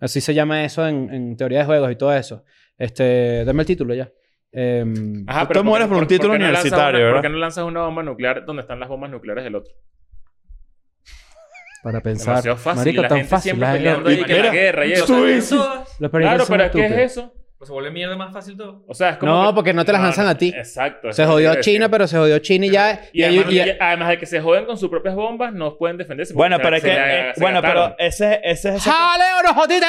[SPEAKER 3] Así se llama eso en, en teoría de juegos y todo eso. Este, dame el título ya. Em,
[SPEAKER 1] Ajá,
[SPEAKER 2] Tú te mueres por un título
[SPEAKER 1] no lanzas
[SPEAKER 2] universitario,
[SPEAKER 1] una-
[SPEAKER 2] ¿verdad?
[SPEAKER 1] ¿Por qué no lanzas una bomba nuclear donde están las bombas nucleares del otro?
[SPEAKER 3] para pensar.
[SPEAKER 1] Demasiado fácil.
[SPEAKER 3] Marico,
[SPEAKER 1] y la
[SPEAKER 3] tan
[SPEAKER 1] gente
[SPEAKER 3] fácil.
[SPEAKER 1] siempre
[SPEAKER 3] la
[SPEAKER 1] peleando
[SPEAKER 3] gente.
[SPEAKER 1] ahí que la
[SPEAKER 2] Mira,
[SPEAKER 1] guerra y
[SPEAKER 4] Lo
[SPEAKER 1] eso.
[SPEAKER 2] tú-
[SPEAKER 4] sacan
[SPEAKER 2] sí.
[SPEAKER 4] todas,
[SPEAKER 3] Los
[SPEAKER 1] Claro,
[SPEAKER 3] periodistas son
[SPEAKER 1] pero ¿qué es
[SPEAKER 3] estúpidos.
[SPEAKER 1] eso?
[SPEAKER 4] Pues se vuelve mierda más fácil todo.
[SPEAKER 1] O sea, es como
[SPEAKER 3] No,
[SPEAKER 1] que-
[SPEAKER 3] porque no te las lanzan a ti.
[SPEAKER 1] Exacto.
[SPEAKER 3] Se
[SPEAKER 1] pues, es lo que
[SPEAKER 3] jodió
[SPEAKER 1] quiero
[SPEAKER 3] China,
[SPEAKER 1] decir.
[SPEAKER 3] pero se jodió China y ya.
[SPEAKER 1] Y
[SPEAKER 3] y
[SPEAKER 1] además,
[SPEAKER 3] ellos- y-
[SPEAKER 1] y- además de que se joden con sus propias bombas, no pueden defenderse. porque
[SPEAKER 2] Bueno,
[SPEAKER 1] se-
[SPEAKER 2] pero es
[SPEAKER 1] se
[SPEAKER 2] que.
[SPEAKER 1] la-
[SPEAKER 2] eh,
[SPEAKER 1] se
[SPEAKER 2] bueno, pero
[SPEAKER 1] gataron.
[SPEAKER 2] ese, ese es.
[SPEAKER 3] ¡Jale, oro
[SPEAKER 1] [laughs]
[SPEAKER 3] jodite!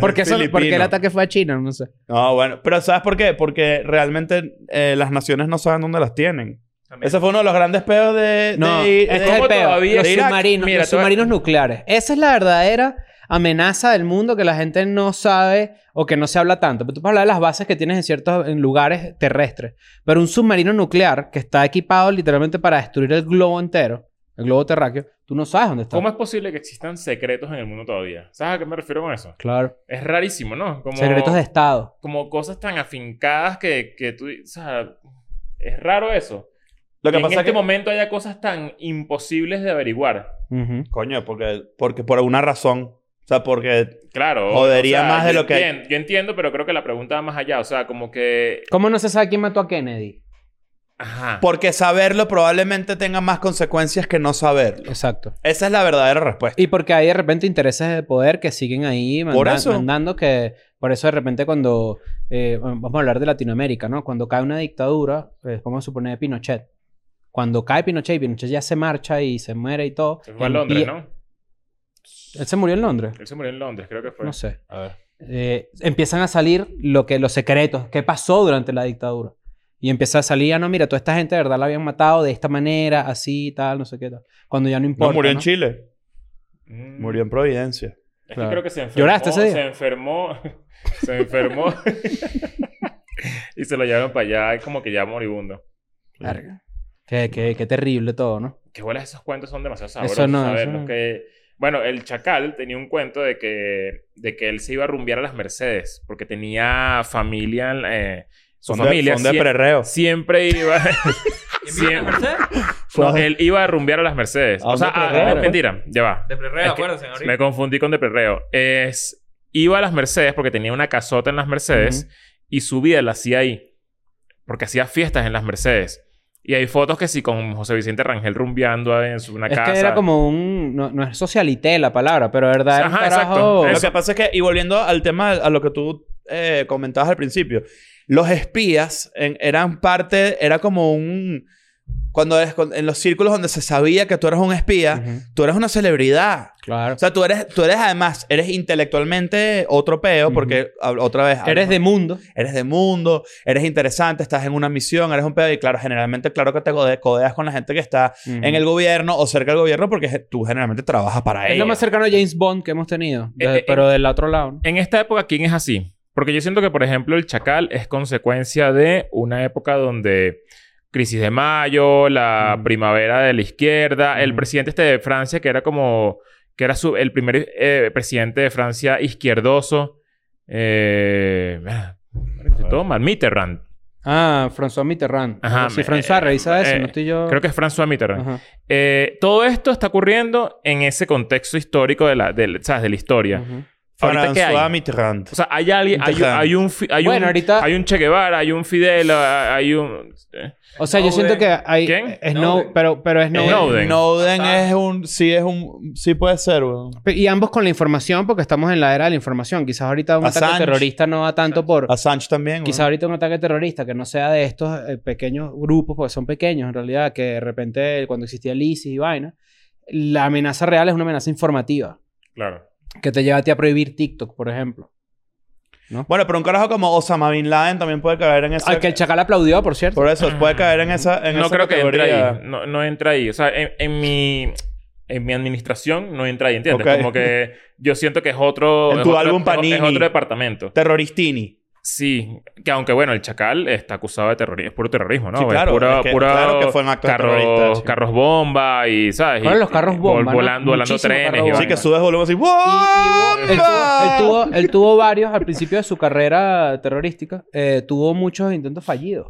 [SPEAKER 3] porque, eso,
[SPEAKER 2] Filipino.
[SPEAKER 3] porque el ataque fue a China, no sé.
[SPEAKER 2] No, bueno. Pero ¿sabes por qué? Porque realmente eh, las naciones no saben dónde las tienen.
[SPEAKER 4] También.
[SPEAKER 2] Ese fue uno de los grandes peos de.
[SPEAKER 3] No,
[SPEAKER 2] de-
[SPEAKER 3] este
[SPEAKER 2] de-
[SPEAKER 3] es el
[SPEAKER 1] ¿Cómo
[SPEAKER 3] peor.
[SPEAKER 1] todavía
[SPEAKER 3] Los
[SPEAKER 1] Irak?
[SPEAKER 3] submarinos,
[SPEAKER 1] Mira,
[SPEAKER 3] los
[SPEAKER 1] te voy a-
[SPEAKER 3] submarinos nucleares. Esa es la verdadera amenaza del mundo que la gente no sabe o que no se habla tanto. Pero tú puedes hablar de las bases que tienes en ciertos en lugares terrestres. Pero un submarino nuclear que está equipado literalmente para destruir el globo entero, el globo terráqueo, tú no sabes dónde está.
[SPEAKER 1] ¿Cómo es posible que existan secretos en el mundo todavía? ¿Sabes a qué me refiero con eso?
[SPEAKER 3] Claro.
[SPEAKER 1] Es rarísimo, ¿no? Como,
[SPEAKER 3] Secretos de Estado.
[SPEAKER 1] como cosas tan afincadas que, que tú... O sea, es raro eso.
[SPEAKER 2] Lo
[SPEAKER 1] que
[SPEAKER 2] que
[SPEAKER 1] en
[SPEAKER 2] pasa
[SPEAKER 1] este
[SPEAKER 2] es que.
[SPEAKER 1] momento haya cosas tan imposibles de averiguar.
[SPEAKER 3] Ujú.
[SPEAKER 2] Coño, porque, porque por alguna razón. O sea, porque.
[SPEAKER 1] Claro.
[SPEAKER 2] Jodería más de
[SPEAKER 1] yo
[SPEAKER 2] lo que-
[SPEAKER 1] entien- yo entiendo, pero creo que la pregunta va más allá. O sea, como que...
[SPEAKER 3] ¿Cómo no se sabe quién mató a Kennedy?
[SPEAKER 1] Ajá.
[SPEAKER 2] Porque saberlo probablemente tenga más consecuencias que no saberlo.
[SPEAKER 3] Exacto.
[SPEAKER 2] Esa es la verdadera respuesta.
[SPEAKER 3] Y porque hay de repente intereses de poder que siguen ahí manda-
[SPEAKER 2] Por eso.
[SPEAKER 3] mandando que... Por eso de repente cuando... eh, vamos a hablar de Latinoamérica, ¿no? Cuando cae una dictadura, eh, vamos a suponer Pinochet. Cuando cae Pinochet y Pinochet ya se marcha y se muere y todo.
[SPEAKER 1] Se fue a Londres,
[SPEAKER 3] empie-
[SPEAKER 1] ¿no?
[SPEAKER 3] Él se murió en Londres.
[SPEAKER 1] Él se murió en Londres, creo que fue.
[SPEAKER 3] No sé.
[SPEAKER 1] A ver.
[SPEAKER 3] Eh, empiezan a salir lo que, los secretos. ¿Qué pasó durante la dictadura? Y empieza a salir, ah, no, mira, toda esta gente de verdad la habían matado de esta manera, así, tal, no sé qué tal. Cuando ya no importa.
[SPEAKER 2] No murió en
[SPEAKER 3] ¿no?
[SPEAKER 2] Chile.
[SPEAKER 1] Mm.
[SPEAKER 2] Murió en Providencia.
[SPEAKER 1] Es
[SPEAKER 3] Claro.
[SPEAKER 1] que creo que se enfermó.
[SPEAKER 3] ¿Lloraste ese día?
[SPEAKER 1] Se enfermó. [laughs] Se enfermó. [laughs] y se lo llevaron para allá y como que ya moribundo.
[SPEAKER 3] Verga. Qué, qué, qué terrible todo, ¿no?
[SPEAKER 1] Que bolas esos cuentos son demasiado sabrosos.
[SPEAKER 3] Eso no,
[SPEAKER 1] a ver,
[SPEAKER 3] eso
[SPEAKER 1] los
[SPEAKER 3] no.
[SPEAKER 1] que- Bueno, el Chacal tenía un cuento de que, de que él se iba a rumbear a las Mercedes porque tenía familia... eh, su
[SPEAKER 2] Son de-
[SPEAKER 1] familia
[SPEAKER 2] son de
[SPEAKER 1] sie-
[SPEAKER 2] prerreo.
[SPEAKER 1] siempre iba... [laughs]
[SPEAKER 4] ¿Y en
[SPEAKER 1] siempre-
[SPEAKER 4] Mercedes?
[SPEAKER 1] No, él iba a rumbear a las Mercedes.
[SPEAKER 2] Ah,
[SPEAKER 1] O sea,
[SPEAKER 2] no, pero
[SPEAKER 1] ah,
[SPEAKER 2] claro.
[SPEAKER 1] no, mentira. Ya va.
[SPEAKER 4] De pre
[SPEAKER 1] Es que
[SPEAKER 4] acuérdense, ahorita.
[SPEAKER 1] Me confundí con de perreo. Es, iba a las Mercedes porque tenía una casota en las Mercedes y su vida la hacía ahí. Porque hacía fiestas en las Mercedes. Y hay fotos que sí con José Vicente Rangel rumbeando en su, una
[SPEAKER 3] es
[SPEAKER 1] casa.
[SPEAKER 3] que era como un... No, no es socialité la palabra, pero de verdad era un
[SPEAKER 1] Ajá, exacto.
[SPEAKER 3] carajo-
[SPEAKER 2] Lo
[SPEAKER 1] Eso.
[SPEAKER 2] que pasa es que, y volviendo al tema, a lo que tú eh, comentabas al principio, los espías en- eran parte, era como un... Cuando eres, con- en los círculos donde se sabía que tú eras un espía,
[SPEAKER 3] Ujú,
[SPEAKER 2] tú eres una celebridad.
[SPEAKER 3] Claro.
[SPEAKER 2] O sea, tú eres, tú eres además, eres intelectualmente otro peo, porque hab- otra vez...
[SPEAKER 3] Eres
[SPEAKER 2] hablamos-
[SPEAKER 3] de mundo.
[SPEAKER 2] eres de mundo, eres interesante, estás en una misión, eres un peo. Y claro, generalmente, claro que te code- codeas con la gente que está en el gobierno o cerca del gobierno, porque je- tú generalmente trabajas para
[SPEAKER 3] Es
[SPEAKER 2] ellos.
[SPEAKER 3] lo más cercano a James Bond que hemos tenido. de-
[SPEAKER 1] Eh, eh,
[SPEAKER 3] pero del otro lado, ¿no?
[SPEAKER 1] En esta época, ¿quién es así? Porque yo siento que, por ejemplo, el Chacal es consecuencia de una época donde crisis de mayo, la
[SPEAKER 3] Mm.
[SPEAKER 1] primavera de la izquierda, el
[SPEAKER 3] Mm.
[SPEAKER 1] presidente este de Francia que era como que era su- el primer eh, presidente de Francia izquierdoso, eh, estoy todo mal, Mitterrand,
[SPEAKER 3] Ah, François Mitterrand.
[SPEAKER 1] Ajá,
[SPEAKER 3] si
[SPEAKER 1] me-
[SPEAKER 3] François
[SPEAKER 1] eh,
[SPEAKER 3] revisa eso,
[SPEAKER 1] eh,
[SPEAKER 3] no estoy yo...
[SPEAKER 1] creo que es François Mitterrand.
[SPEAKER 3] Ajá.
[SPEAKER 1] Eh, todo esto está ocurriendo en ese contexto histórico de la, del- ¿sabes? de la historia.
[SPEAKER 3] Ujú.
[SPEAKER 1] ¿Ahorita qué hay?
[SPEAKER 2] François Mitterrand.
[SPEAKER 1] O sea, hay alguien, hay,
[SPEAKER 2] Mitterrand.
[SPEAKER 1] hay un, fi- hay,
[SPEAKER 3] Bueno,
[SPEAKER 1] un
[SPEAKER 3] ahorita-
[SPEAKER 1] hay un Che Guevara, hay un Fidel, ah, hay un... eh.
[SPEAKER 3] O sea, yo
[SPEAKER 4] Snowden.
[SPEAKER 3] siento que hay...
[SPEAKER 1] ¿Quién?
[SPEAKER 3] Snow,
[SPEAKER 4] Snowden.
[SPEAKER 3] pero, pero es
[SPEAKER 1] Snowden. Snowden.
[SPEAKER 2] Snowden
[SPEAKER 4] Ah.
[SPEAKER 2] es un... Sí, es un... Sí puede ser, weón.
[SPEAKER 3] Pe- Y ambos con la información, porque estamos en la era de la información. Quizás ahorita un ataque
[SPEAKER 2] Assange.
[SPEAKER 3] terrorista no da tanto por...
[SPEAKER 2] Assange también, weón.
[SPEAKER 3] Quizás ahorita un ataque terrorista que no sea de estos eh, pequeños grupos, porque son pequeños en realidad, que de repente cuando existía el ISIS y vaina, la amenaza real es una amenaza informativa,
[SPEAKER 1] Claro.
[SPEAKER 3] que te lleva a ti a prohibir TikTok, por ejemplo.
[SPEAKER 2] Bueno, pero un carajo como Osama Bin Laden también puede caer en esa...
[SPEAKER 3] Al que el chacal aplaudió, por cierto.
[SPEAKER 2] Por eso, puede caer en esa en
[SPEAKER 1] no
[SPEAKER 2] esa
[SPEAKER 1] creo que entre
[SPEAKER 2] categoría.
[SPEAKER 1] ahí. No, no entra ahí. O sea, en, en mi... En mi administración no entra ahí, ¿entiendes?
[SPEAKER 2] Ok.
[SPEAKER 1] Como que yo siento que es otro...
[SPEAKER 2] En
[SPEAKER 1] es
[SPEAKER 2] tu
[SPEAKER 1] otro-
[SPEAKER 2] álbum
[SPEAKER 1] es o- Es
[SPEAKER 2] Panini.
[SPEAKER 1] otro departamento.
[SPEAKER 2] Terroristini.
[SPEAKER 1] Sí. Que aunque, bueno, el Chacal está acusado de terrorismo. Es puro terrorismo, ¿no?
[SPEAKER 2] Sí, claro.
[SPEAKER 1] Es pura,
[SPEAKER 2] Es que-
[SPEAKER 1] pura
[SPEAKER 2] claro que fue un acto terrorista,
[SPEAKER 1] carros,
[SPEAKER 2] sí.
[SPEAKER 1] carros bomba y, ¿sabes? Y-
[SPEAKER 3] Fueron los carros
[SPEAKER 1] y
[SPEAKER 3] bomba,
[SPEAKER 1] vol-
[SPEAKER 3] ¿no?
[SPEAKER 1] Volando, volando
[SPEAKER 3] Muchísimo
[SPEAKER 1] trenes
[SPEAKER 3] carro
[SPEAKER 1] y
[SPEAKER 3] bomba.
[SPEAKER 2] Así que
[SPEAKER 1] vainas.
[SPEAKER 2] subes volumen así...
[SPEAKER 3] Él
[SPEAKER 2] ¡Ah!
[SPEAKER 3] tuvo, él tuvo- él tuvo varios al principio de su carrera terrorística. eh, tuvo muchos intentos fallidos.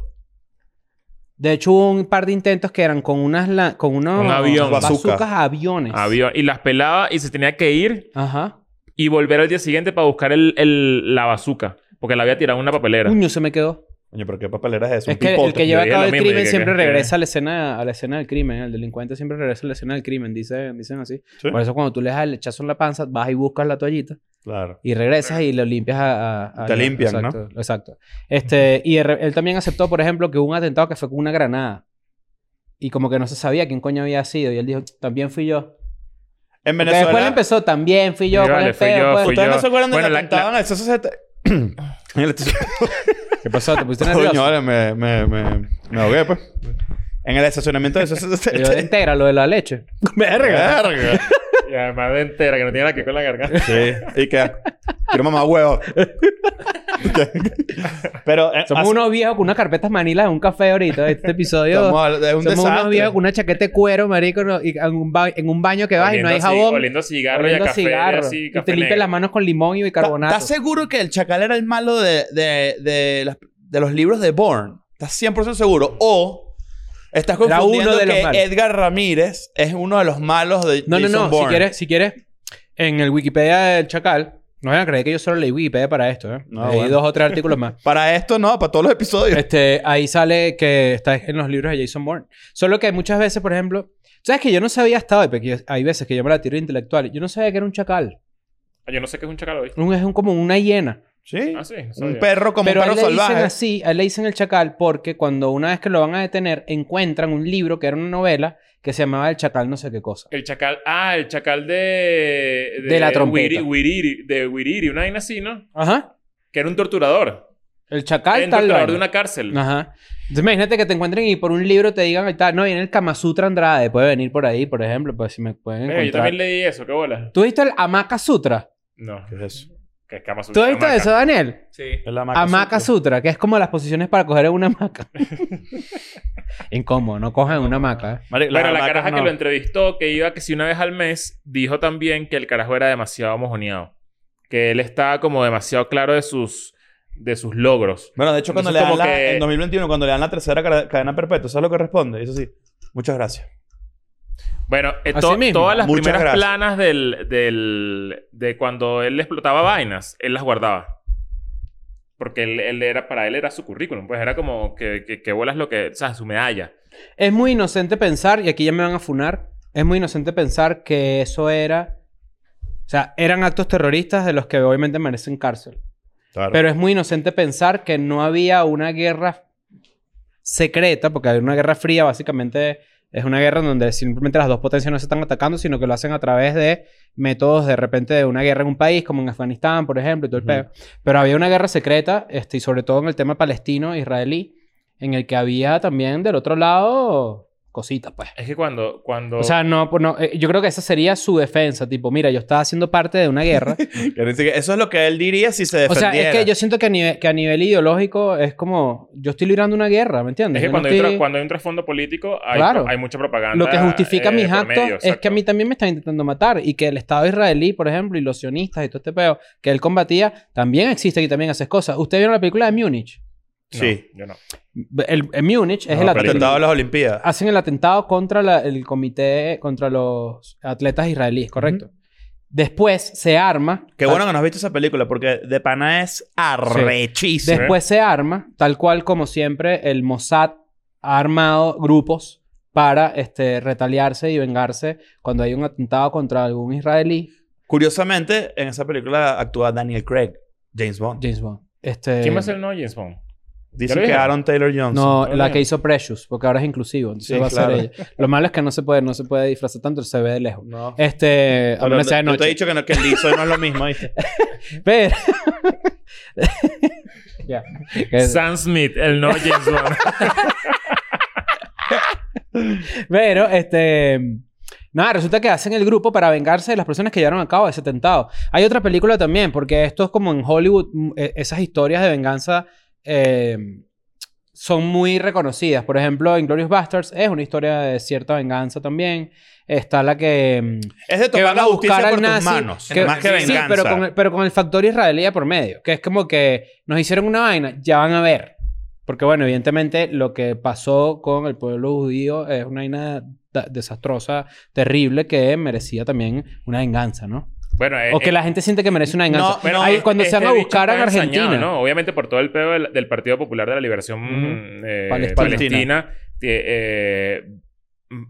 [SPEAKER 3] De hecho, hubo un par de intentos que eran con unas... la- con unos...
[SPEAKER 1] Un avión.
[SPEAKER 2] Bazooka.
[SPEAKER 3] bazookas a aviones.
[SPEAKER 1] Avión. Y las pelaba y se tenía que ir
[SPEAKER 3] Ajá.
[SPEAKER 1] y volver al día siguiente para buscar el, el- la bazuca. Porque la había tirado en una papelera.
[SPEAKER 3] Puño se me quedó.
[SPEAKER 2] Coño, pero qué papelera es eso.
[SPEAKER 3] Es
[SPEAKER 2] Un
[SPEAKER 3] que el
[SPEAKER 2] pipote.
[SPEAKER 3] que lleva a
[SPEAKER 1] diría
[SPEAKER 3] cabo
[SPEAKER 1] lo
[SPEAKER 3] el
[SPEAKER 1] mismo,
[SPEAKER 3] crimen
[SPEAKER 1] diría que-
[SPEAKER 3] siempre
[SPEAKER 1] que-
[SPEAKER 3] regresa a la escena, a la escena del crimen. El delincuente siempre regresa a la escena del crimen, dicen, dicen así.
[SPEAKER 2] Sí.
[SPEAKER 3] Por eso cuando tú le das el lechazo en la panza, vas y buscas la toallita
[SPEAKER 2] Claro.
[SPEAKER 3] y regresas y lo limpias a... a- a-
[SPEAKER 2] Te
[SPEAKER 3] a-
[SPEAKER 2] limpian, ¿no?
[SPEAKER 3] exacto, Exacto. Este, y él, él también aceptó, por ejemplo, que hubo un atentado que fue con una granada. Y como que no se sabía quién coño había sido. Y él dijo, también fui yo.
[SPEAKER 2] En
[SPEAKER 3] Porque
[SPEAKER 2] Venezuela.
[SPEAKER 3] después él empezó, también fui yo.
[SPEAKER 1] Y
[SPEAKER 3] ¿cuál
[SPEAKER 1] vale,
[SPEAKER 3] es el
[SPEAKER 1] fui
[SPEAKER 3] peo,
[SPEAKER 1] yo,
[SPEAKER 3] pues?"
[SPEAKER 1] fui
[SPEAKER 2] ¿Ustedes no
[SPEAKER 1] yo-
[SPEAKER 2] se acuerdan
[SPEAKER 1] bueno,
[SPEAKER 2] del
[SPEAKER 1] la-
[SPEAKER 2] atentado en el 60?
[SPEAKER 3] [coughs]
[SPEAKER 2] En el
[SPEAKER 3] ¿Qué pasó? ¿Te pusiste
[SPEAKER 2] [laughs] Coño,
[SPEAKER 3] nervioso?
[SPEAKER 2] vale, me, me, me, me ahogué, pues. En el estacionamiento de
[SPEAKER 3] Te dio
[SPEAKER 2] 60.
[SPEAKER 3] entera lo de la leche.
[SPEAKER 2] [laughs] Verga.
[SPEAKER 1] [laughs] Y además de entera, que no tiene nada que ver con la garganta.
[SPEAKER 2] Sí. Y que... Quiero mamá
[SPEAKER 3] [laughs]
[SPEAKER 2] huevo. [laughs] Pero... eh,
[SPEAKER 3] Somos
[SPEAKER 2] hace-
[SPEAKER 3] unos viejos con unas carpetas manilas en un café ahorita. Este episodio.
[SPEAKER 2] Estamos hablando de un
[SPEAKER 3] somos unos
[SPEAKER 2] desastre.
[SPEAKER 3] viejos con una chaqueta de cuero, marico, no- y en, un ba- en un baño que vas y no hay
[SPEAKER 1] Oliendo ci-
[SPEAKER 3] jabón.
[SPEAKER 1] Oliendo cigarro
[SPEAKER 3] oliendo
[SPEAKER 1] y a café.
[SPEAKER 3] cigarro.
[SPEAKER 1] Y, así,
[SPEAKER 3] Y
[SPEAKER 1] café
[SPEAKER 3] te limpias
[SPEAKER 1] negro.
[SPEAKER 3] las manos con limón y
[SPEAKER 2] ¿Estás-
[SPEAKER 3] bicarbonato.
[SPEAKER 2] ¿Estás seguro que el chacal era el malo de, de, de, las- de los libros de Bourne? ¿Estás 100% seguro? ¿O estás
[SPEAKER 3] Era uno
[SPEAKER 2] confundiendo
[SPEAKER 3] de los
[SPEAKER 2] que
[SPEAKER 3] malos.
[SPEAKER 2] Edgar Ramírez es uno de los malos de
[SPEAKER 3] No, no,
[SPEAKER 2] Jason
[SPEAKER 3] no. Si
[SPEAKER 2] Bourne?
[SPEAKER 3] quieres, si quieres, en el Wikipedia del Chacal, no van a creer que yo solo leí Wikipedia para esto, ¿eh?
[SPEAKER 2] No,
[SPEAKER 3] leí
[SPEAKER 2] bueno.
[SPEAKER 3] dos o tres
[SPEAKER 1] [laughs]
[SPEAKER 3] artículos más.
[SPEAKER 2] Para esto no, para todos los episodios.
[SPEAKER 3] Este, ahí sale que está en los libros de Jason Bourne. Solo que muchas veces, por ejemplo, sabes que yo no sabía hasta hoy, porque yo- hay veces que yo me la tiro intelectual. Yo no sabía que era un chacal.
[SPEAKER 1] Ah, Yo no sé qué es un chacal hoy.
[SPEAKER 3] Un- es un- como una hiena.
[SPEAKER 2] Sí.
[SPEAKER 1] Ah, sí. no
[SPEAKER 2] un
[SPEAKER 1] sabía.
[SPEAKER 2] perro como
[SPEAKER 3] Pero
[SPEAKER 2] un
[SPEAKER 3] a él
[SPEAKER 2] perro
[SPEAKER 3] le dicen
[SPEAKER 2] salvaje.
[SPEAKER 3] así, a él le dicen el chacal porque cuando una vez que lo van a detener, encuentran un libro que era una novela que se llamaba El chacal no sé qué cosa.
[SPEAKER 1] El chacal. Ah, el chacal de.
[SPEAKER 3] De la trompeta.
[SPEAKER 1] Wiri- Wiriri- de Wiriri, una vaina así, ¿no?
[SPEAKER 3] Ajá.
[SPEAKER 1] Que era un torturador.
[SPEAKER 3] El
[SPEAKER 1] Era
[SPEAKER 3] chacal
[SPEAKER 1] un
[SPEAKER 3] tal
[SPEAKER 1] torturador
[SPEAKER 3] vaina.
[SPEAKER 1] de una cárcel.
[SPEAKER 3] Ajá. Entonces imagínate que te encuentren y por un libro te digan, ahí está, no, viene el Kama Sutra Andrade, puede venir por ahí, por ejemplo, pues si me pueden
[SPEAKER 1] Venga,
[SPEAKER 3] encontrar.
[SPEAKER 1] yo también leí eso, qué bola.
[SPEAKER 3] ¿Tú viste el Amaka Sutra?
[SPEAKER 1] No.
[SPEAKER 2] ¿Qué es eso?
[SPEAKER 1] Que es Kama
[SPEAKER 3] ¿Tú
[SPEAKER 1] Sutra,
[SPEAKER 3] has visto
[SPEAKER 1] hamaca.
[SPEAKER 3] eso, Daniel?
[SPEAKER 4] Sí.
[SPEAKER 2] El hamaca
[SPEAKER 3] Hamaca sutra, que es como las posiciones para coger en
[SPEAKER 1] [laughs]
[SPEAKER 3] una hamaca. Incómodo, no cojan en una hamaca. ¿eh?
[SPEAKER 2] Marico, las
[SPEAKER 1] Bueno, la
[SPEAKER 2] hamacas
[SPEAKER 1] caraja que
[SPEAKER 2] no.
[SPEAKER 1] lo entrevistó, que iba que si una vez al mes, dijo también que el carajo era demasiado mojoneado. Que él estaba como demasiado claro de sus, de sus logros.
[SPEAKER 2] Bueno, de hecho, cuando le
[SPEAKER 1] Entonces,
[SPEAKER 2] dan
[SPEAKER 1] como
[SPEAKER 2] la-
[SPEAKER 1] que-
[SPEAKER 2] en 2021, cuando le dan la tercera cara- cadena perpetua, ¿sabes lo que responde? Eso sí. Muchas gracias.
[SPEAKER 1] Bueno, eh,
[SPEAKER 3] Así
[SPEAKER 1] to-
[SPEAKER 3] mismo.
[SPEAKER 1] todas las
[SPEAKER 2] Muchas
[SPEAKER 1] primeras
[SPEAKER 2] gracias.
[SPEAKER 1] planas del, del, de cuando él explotaba vainas, él las guardaba. Porque él, él era, para él era su currículum. Pues era como que, que, que bolas lo que... O sea, su medalla.
[SPEAKER 3] Es muy inocente pensar, y aquí ya me van a funar, es muy inocente pensar que eso era... O sea, eran actos terroristas de los que obviamente merecen cárcel.
[SPEAKER 2] Claro.
[SPEAKER 3] Pero es muy inocente pensar que no había una guerra secreta, porque hay una guerra fría, básicamente es una guerra en donde simplemente las dos potencias no se están atacando, sino que lo hacen a través de métodos de repente de una guerra en un país, como en Afganistán, por ejemplo, y todo el
[SPEAKER 2] Ujú.
[SPEAKER 3] pedo. Pero había una guerra secreta, este, y sobre todo en el tema palestino-israelí, en el que había también del otro lado cositas, pues.
[SPEAKER 1] Es que cuando... cuando
[SPEAKER 3] O sea, no, pues, no, eh, yo creo que esa sería su defensa, tipo, mira, yo estaba haciendo parte de
[SPEAKER 2] [laughs]
[SPEAKER 3] una guerra
[SPEAKER 2] Quiere decir que Eso es lo que él diría si se
[SPEAKER 3] O
[SPEAKER 2] defendiera.
[SPEAKER 3] sea, es que yo siento que a nivel, que a nivel ideológico es como... Yo estoy librando una guerra, ¿me
[SPEAKER 1] es
[SPEAKER 3] entiendes?
[SPEAKER 1] que
[SPEAKER 3] Yo no
[SPEAKER 1] cuando, hay
[SPEAKER 3] estoy-
[SPEAKER 1] tra- cuando hay un trasfondo político, hay,
[SPEAKER 3] Claro.
[SPEAKER 1] hay mucha propaganda.
[SPEAKER 3] Lo que justifica
[SPEAKER 1] eh,
[SPEAKER 3] mis
[SPEAKER 1] por
[SPEAKER 3] actos
[SPEAKER 1] medio,
[SPEAKER 3] es que a
[SPEAKER 1] exacto.
[SPEAKER 3] mí también me están intentando matar. Y que el Estado israelí, por ejemplo, y los sionistas y todo este peo que él combatía, también existe y también hace cosas. ¿Ustedes vieron la película de Múnich?
[SPEAKER 1] No,
[SPEAKER 2] Sí.
[SPEAKER 1] yo no.
[SPEAKER 3] El, en Múnich es
[SPEAKER 1] No,
[SPEAKER 3] el
[SPEAKER 1] pero
[SPEAKER 3] atentado.
[SPEAKER 2] Atentado a las Olimpiadas.
[SPEAKER 3] Hacen el atentado contra la- el comité, contra los atletas israelíes, ¿correcto? Después se arma...
[SPEAKER 2] Qué bueno que no has visto esa película porque de pana es arrechísimo.
[SPEAKER 3] Después se arma, tal cual como siempre, el Mossad ha armado grupos para este, retaliarse y vengarse cuando hay un atentado contra algún israelí.
[SPEAKER 2] Curiosamente, en esa película actúa Daniel Craig, James Bond.
[SPEAKER 3] James Bond. Este,
[SPEAKER 1] ¿Quién va a ser el nuevo James Bond?
[SPEAKER 2] Dicen
[SPEAKER 1] ¿Ya lo
[SPEAKER 2] que
[SPEAKER 1] vieron?
[SPEAKER 2] Aaron Taylor Johnson.
[SPEAKER 3] No,
[SPEAKER 1] Está
[SPEAKER 3] la
[SPEAKER 1] bien.
[SPEAKER 3] que hizo Precious, porque ahora es inclusivo. Entonces
[SPEAKER 2] Sí,
[SPEAKER 3] va a
[SPEAKER 2] claro.
[SPEAKER 3] ser ella. Lo malo es que no se puede, no se puede disfrazar tanto, se ve de lejos.
[SPEAKER 2] No.
[SPEAKER 3] Este, a
[SPEAKER 2] Pero
[SPEAKER 3] menos sea de
[SPEAKER 2] yo te he
[SPEAKER 3] noche.
[SPEAKER 2] dicho que, no, que el liso no es lo mismo, ¿viste?
[SPEAKER 3] Pero... [laughs] Ya. Que-
[SPEAKER 1] Sam Smith, el nuevo James
[SPEAKER 3] [laughs]
[SPEAKER 1] Bond.
[SPEAKER 3] Pero, este. Nada, resulta que hacen el grupo para vengarse de las personas que llevaron a cabo ese atentado. Hay otra película también, porque esto es como en Hollywood, mm, e- esas historias de venganza eh, son muy reconocidas. Por ejemplo, Inglorious Basterds es una historia de cierta venganza también. Está la que. mm,
[SPEAKER 2] Es de
[SPEAKER 3] [laughs] que
[SPEAKER 2] tomar
[SPEAKER 3] van
[SPEAKER 2] la
[SPEAKER 3] a buscar
[SPEAKER 2] justicia
[SPEAKER 3] al
[SPEAKER 2] por
[SPEAKER 3] nazi.
[SPEAKER 2] tus manos.
[SPEAKER 3] que-
[SPEAKER 2] más que
[SPEAKER 4] sí,
[SPEAKER 3] Sí,
[SPEAKER 2] venganza.
[SPEAKER 3] pero con, el, pero con el factor israelí de por medio, que es como que nos hicieron una vaina, ya van a ver. Porque bueno, evidentemente lo que pasó con el pueblo judío es una vaina da- desastrosa, terrible, que merecía también una venganza, ¿no?
[SPEAKER 1] Bueno, eh,
[SPEAKER 3] O que
[SPEAKER 1] eh,
[SPEAKER 3] la gente siente que merece una venganza.
[SPEAKER 2] No, no,
[SPEAKER 3] Ahí, cuando se
[SPEAKER 1] este
[SPEAKER 3] van a
[SPEAKER 1] bicho
[SPEAKER 3] buscar a
[SPEAKER 1] está ensañado,
[SPEAKER 3] Argentina.
[SPEAKER 1] ¿no? Obviamente por todo el pedo del, del Partido Popular de la Liberación
[SPEAKER 3] Ujú.
[SPEAKER 1] eh,
[SPEAKER 3] Palestina.
[SPEAKER 1] Palestina. eh, eh,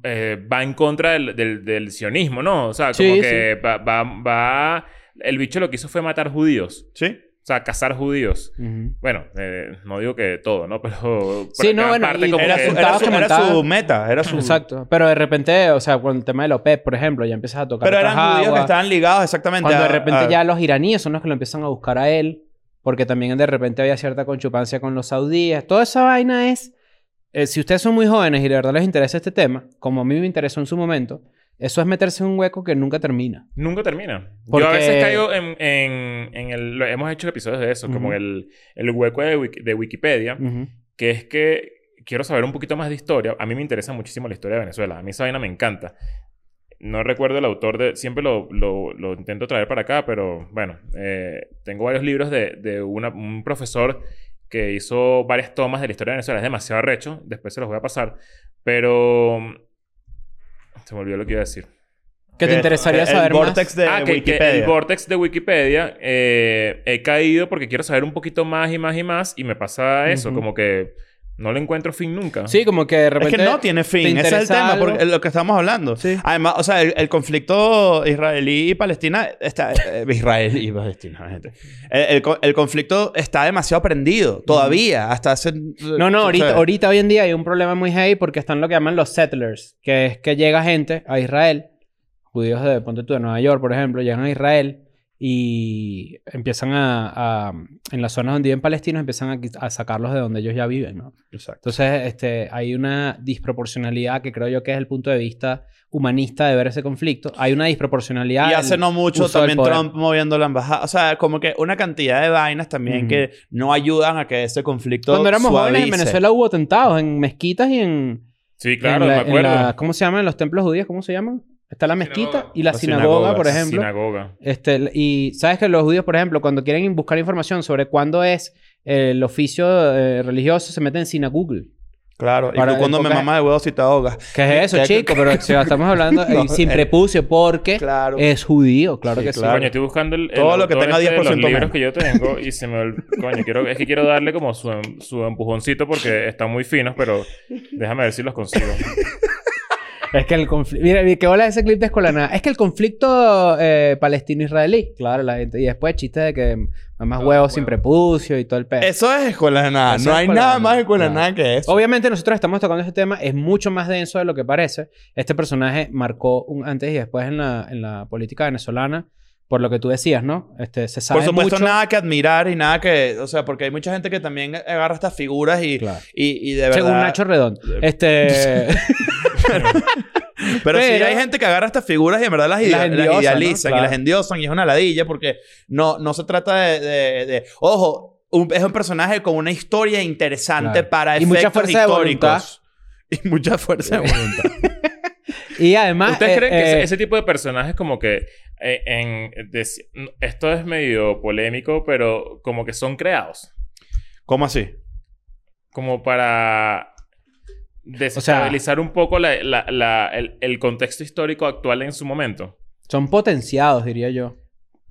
[SPEAKER 1] eh, va en contra del, del- del sionismo, ¿no? O sea, como
[SPEAKER 3] Sí,
[SPEAKER 1] que va, va, va- El bicho lo que hizo fue matar judíos.
[SPEAKER 2] ¿Sí?
[SPEAKER 1] O sea, cazar judíos.
[SPEAKER 3] Ujú.
[SPEAKER 1] Bueno, eh, no digo que todo, ¿no? [laughs] Pero...
[SPEAKER 3] Sí,
[SPEAKER 1] pero
[SPEAKER 3] no,
[SPEAKER 1] gran
[SPEAKER 3] bueno, y-
[SPEAKER 1] como
[SPEAKER 2] Era
[SPEAKER 1] que-
[SPEAKER 2] su,
[SPEAKER 3] Estaba
[SPEAKER 2] era su- era
[SPEAKER 3] comentada.
[SPEAKER 2] su meta, era su...
[SPEAKER 3] Exacto. Pero de repente, o sea, con el tema de la OPEP, por ejemplo, ya empiezas a tocar
[SPEAKER 2] Pero
[SPEAKER 3] otras
[SPEAKER 2] eran judíos que
[SPEAKER 3] aguas.
[SPEAKER 2] estaban ligados exactamente
[SPEAKER 3] ah. Cuando
[SPEAKER 2] a-
[SPEAKER 3] de repente
[SPEAKER 2] a-
[SPEAKER 3] ya los iraníes son los que lo empiezan a buscar a él, porque también de repente había cierta conchupancia con los saudíes. Toda esa vaina es, eh, si ustedes son muy jóvenes y de verdad les interesa este tema, como a mí me interesó en su momento, eso es meterse en un hueco que nunca termina.
[SPEAKER 1] Nunca termina.
[SPEAKER 3] Porque-
[SPEAKER 1] Yo a veces caigo en, en, en el... lo- hemos hecho episodios de eso, como
[SPEAKER 3] Ujú.
[SPEAKER 1] el, el hueco de, Wiki- de Wikipedia,
[SPEAKER 3] Ujú.
[SPEAKER 1] que es que quiero saber un poquito más de historia. A mí me interesa muchísimo la historia de Venezuela. A mí esa vaina me encanta. No recuerdo el autor de... Siempre lo, lo- lo intento traer para acá, pero bueno, eh, tengo varios libros de, de una- un profesor que hizo varias tomas de la historia de Venezuela. Es demasiado arrecho. Después se los voy a pasar. Pero... mm, Se me olvidó lo que iba a decir.
[SPEAKER 3] Que te
[SPEAKER 2] el-
[SPEAKER 3] interesaría
[SPEAKER 2] el
[SPEAKER 3] saber más.
[SPEAKER 2] vortex de
[SPEAKER 1] ah, que, que
[SPEAKER 2] Wikipedia.
[SPEAKER 1] el vortex de Wikipedia eh, he caído porque quiero saber un poquito más y más y más y me pasa eso,
[SPEAKER 3] Ujú.
[SPEAKER 1] como que no le encuentro fin nunca.
[SPEAKER 3] Sí, como que de repente...
[SPEAKER 2] Es que no tiene fin.
[SPEAKER 3] te
[SPEAKER 2] Ese es el
[SPEAKER 3] interesa
[SPEAKER 2] tema,
[SPEAKER 3] algo.
[SPEAKER 2] porque es lo que estamos hablando.
[SPEAKER 3] Sí.
[SPEAKER 2] Además, o sea, el, el conflicto israelí y palestina está. eh, Israel y palestina, gente. El, el co- el conflicto está demasiado prendido todavía. Hasta hace.
[SPEAKER 3] No, no, ahorita, ahorita hoy en día hay un problema muy heavy porque están lo que llaman los settlers, que es que llega gente a Israel, judíos de, ponte tú, de Nueva York, por ejemplo, llegan a Israel y empiezan a, a- en las zonas donde viven palestinos, empiezan a, qui- a sacarlos de donde ellos ya viven, ¿no?
[SPEAKER 2] Exacto.
[SPEAKER 3] Entonces, este, hay una disproporcionalidad que creo yo que es el punto de vista humanista de ver ese conflicto. Hay una disproporcionalidad.
[SPEAKER 2] Y
[SPEAKER 3] del-
[SPEAKER 2] hace no mucho
[SPEAKER 3] uso del
[SPEAKER 2] también
[SPEAKER 3] poder.
[SPEAKER 2] Trump moviendo la embajada. O sea, como que una cantidad de vainas también
[SPEAKER 3] Ujú.
[SPEAKER 2] que no ayudan a que ese conflicto.
[SPEAKER 3] Cuando éramos jóvenes en
[SPEAKER 2] suavice.
[SPEAKER 3] Venezuela hubo atentados en mezquitas y en,
[SPEAKER 1] Sí, claro,
[SPEAKER 3] en la-
[SPEAKER 1] me
[SPEAKER 3] en
[SPEAKER 1] acuerdo.
[SPEAKER 3] la- ¿Cómo se llaman los templos judíos? ¿Cómo se llaman? Está la mezquita
[SPEAKER 4] Sinagoga.
[SPEAKER 3] y la,
[SPEAKER 2] La
[SPEAKER 3] sinagoga,
[SPEAKER 2] sinagoga,
[SPEAKER 3] por
[SPEAKER 2] sí,
[SPEAKER 3] ejemplo.
[SPEAKER 1] Sinagoga.
[SPEAKER 3] Este, l- y sabes que los judíos, por ejemplo, cuando quieren buscar información sobre cuándo es eh, el oficio eh, religioso, se meten en Google.
[SPEAKER 2] Claro.
[SPEAKER 3] Para
[SPEAKER 2] y tú cuando me
[SPEAKER 3] épocas-
[SPEAKER 2] mamás de huevos si te ahogas.
[SPEAKER 3] ¿Qué es eso,
[SPEAKER 2] Que-
[SPEAKER 3] chico? Pero
[SPEAKER 2] [laughs]
[SPEAKER 3] si estamos hablando eh,
[SPEAKER 2] No,
[SPEAKER 3] sin
[SPEAKER 2] eh,
[SPEAKER 3] prepucio porque
[SPEAKER 2] Claro.
[SPEAKER 3] es judío, claro
[SPEAKER 2] Sí,
[SPEAKER 3] que
[SPEAKER 2] claro.
[SPEAKER 1] Coño, estoy buscando el, el
[SPEAKER 2] Todo lo que
[SPEAKER 1] autor
[SPEAKER 2] tenga
[SPEAKER 1] este de
[SPEAKER 2] 10%
[SPEAKER 1] los libros
[SPEAKER 2] menos.
[SPEAKER 1] que yo tengo y se me... ol- Coño, quiero, es que quiero darle como su, em- su empujoncito porque están muy finos, pero déjame ver si los consigo.
[SPEAKER 3] sí. Es que el conflicto... Mira, mira, qué bola ese clip de Escolanada. Es que el conflicto eh, palestino-israelí. Claro, la gente... Y después chistes de que mamás
[SPEAKER 4] Ah,
[SPEAKER 3] huevos sin
[SPEAKER 4] huevo.
[SPEAKER 3] prepucio y todo el pedo.
[SPEAKER 2] Eso es escuela de nada.
[SPEAKER 3] Eso
[SPEAKER 2] no
[SPEAKER 3] es
[SPEAKER 2] hay
[SPEAKER 3] escuela
[SPEAKER 2] nada
[SPEAKER 3] de
[SPEAKER 2] más
[SPEAKER 3] nada.
[SPEAKER 2] escuela de
[SPEAKER 3] Claro.
[SPEAKER 2] nada que eso.
[SPEAKER 3] Obviamente nosotros estamos tocando este tema, es mucho más denso de lo que parece. Este personaje marcó un antes y después en la, en la política venezolana, por lo que tú decías, ¿no? Este, se sabe
[SPEAKER 2] Por supuesto,
[SPEAKER 3] mucho.
[SPEAKER 2] nada que admirar y nada que. O sea, porque hay mucha gente que también agarra estas figuras y,
[SPEAKER 3] Claro.
[SPEAKER 2] y, y de verdad.
[SPEAKER 3] Según Nacho Redondo. Este,
[SPEAKER 2] Pero sí
[SPEAKER 3] Pero-
[SPEAKER 2] hay gente que agarra estas figuras y en verdad las, idea-
[SPEAKER 3] Las
[SPEAKER 2] las
[SPEAKER 3] endiosa, ¿no?
[SPEAKER 2] idealizan y
[SPEAKER 3] Claro.
[SPEAKER 2] las endiosan y es una ladilla porque no, no se trata de. de- de- Ojo, un- es un personaje con una historia interesante
[SPEAKER 3] Claro.
[SPEAKER 2] para
[SPEAKER 3] Y mucha
[SPEAKER 2] efectos
[SPEAKER 3] fuerza de
[SPEAKER 2] históricos. [laughs] Y mucha fuerza de voluntad.
[SPEAKER 3] y además...
[SPEAKER 1] ¿Ustedes
[SPEAKER 3] eh,
[SPEAKER 1] creen que ese,
[SPEAKER 3] eh,
[SPEAKER 1] ese tipo de personajes como que eh, en... de- esto es medio polémico, pero como que son creados?
[SPEAKER 2] ¿Cómo así?
[SPEAKER 1] como para desestabilizar un poco la- la- la- el, el contexto histórico actual en su momento.
[SPEAKER 3] Son potenciados, diría yo.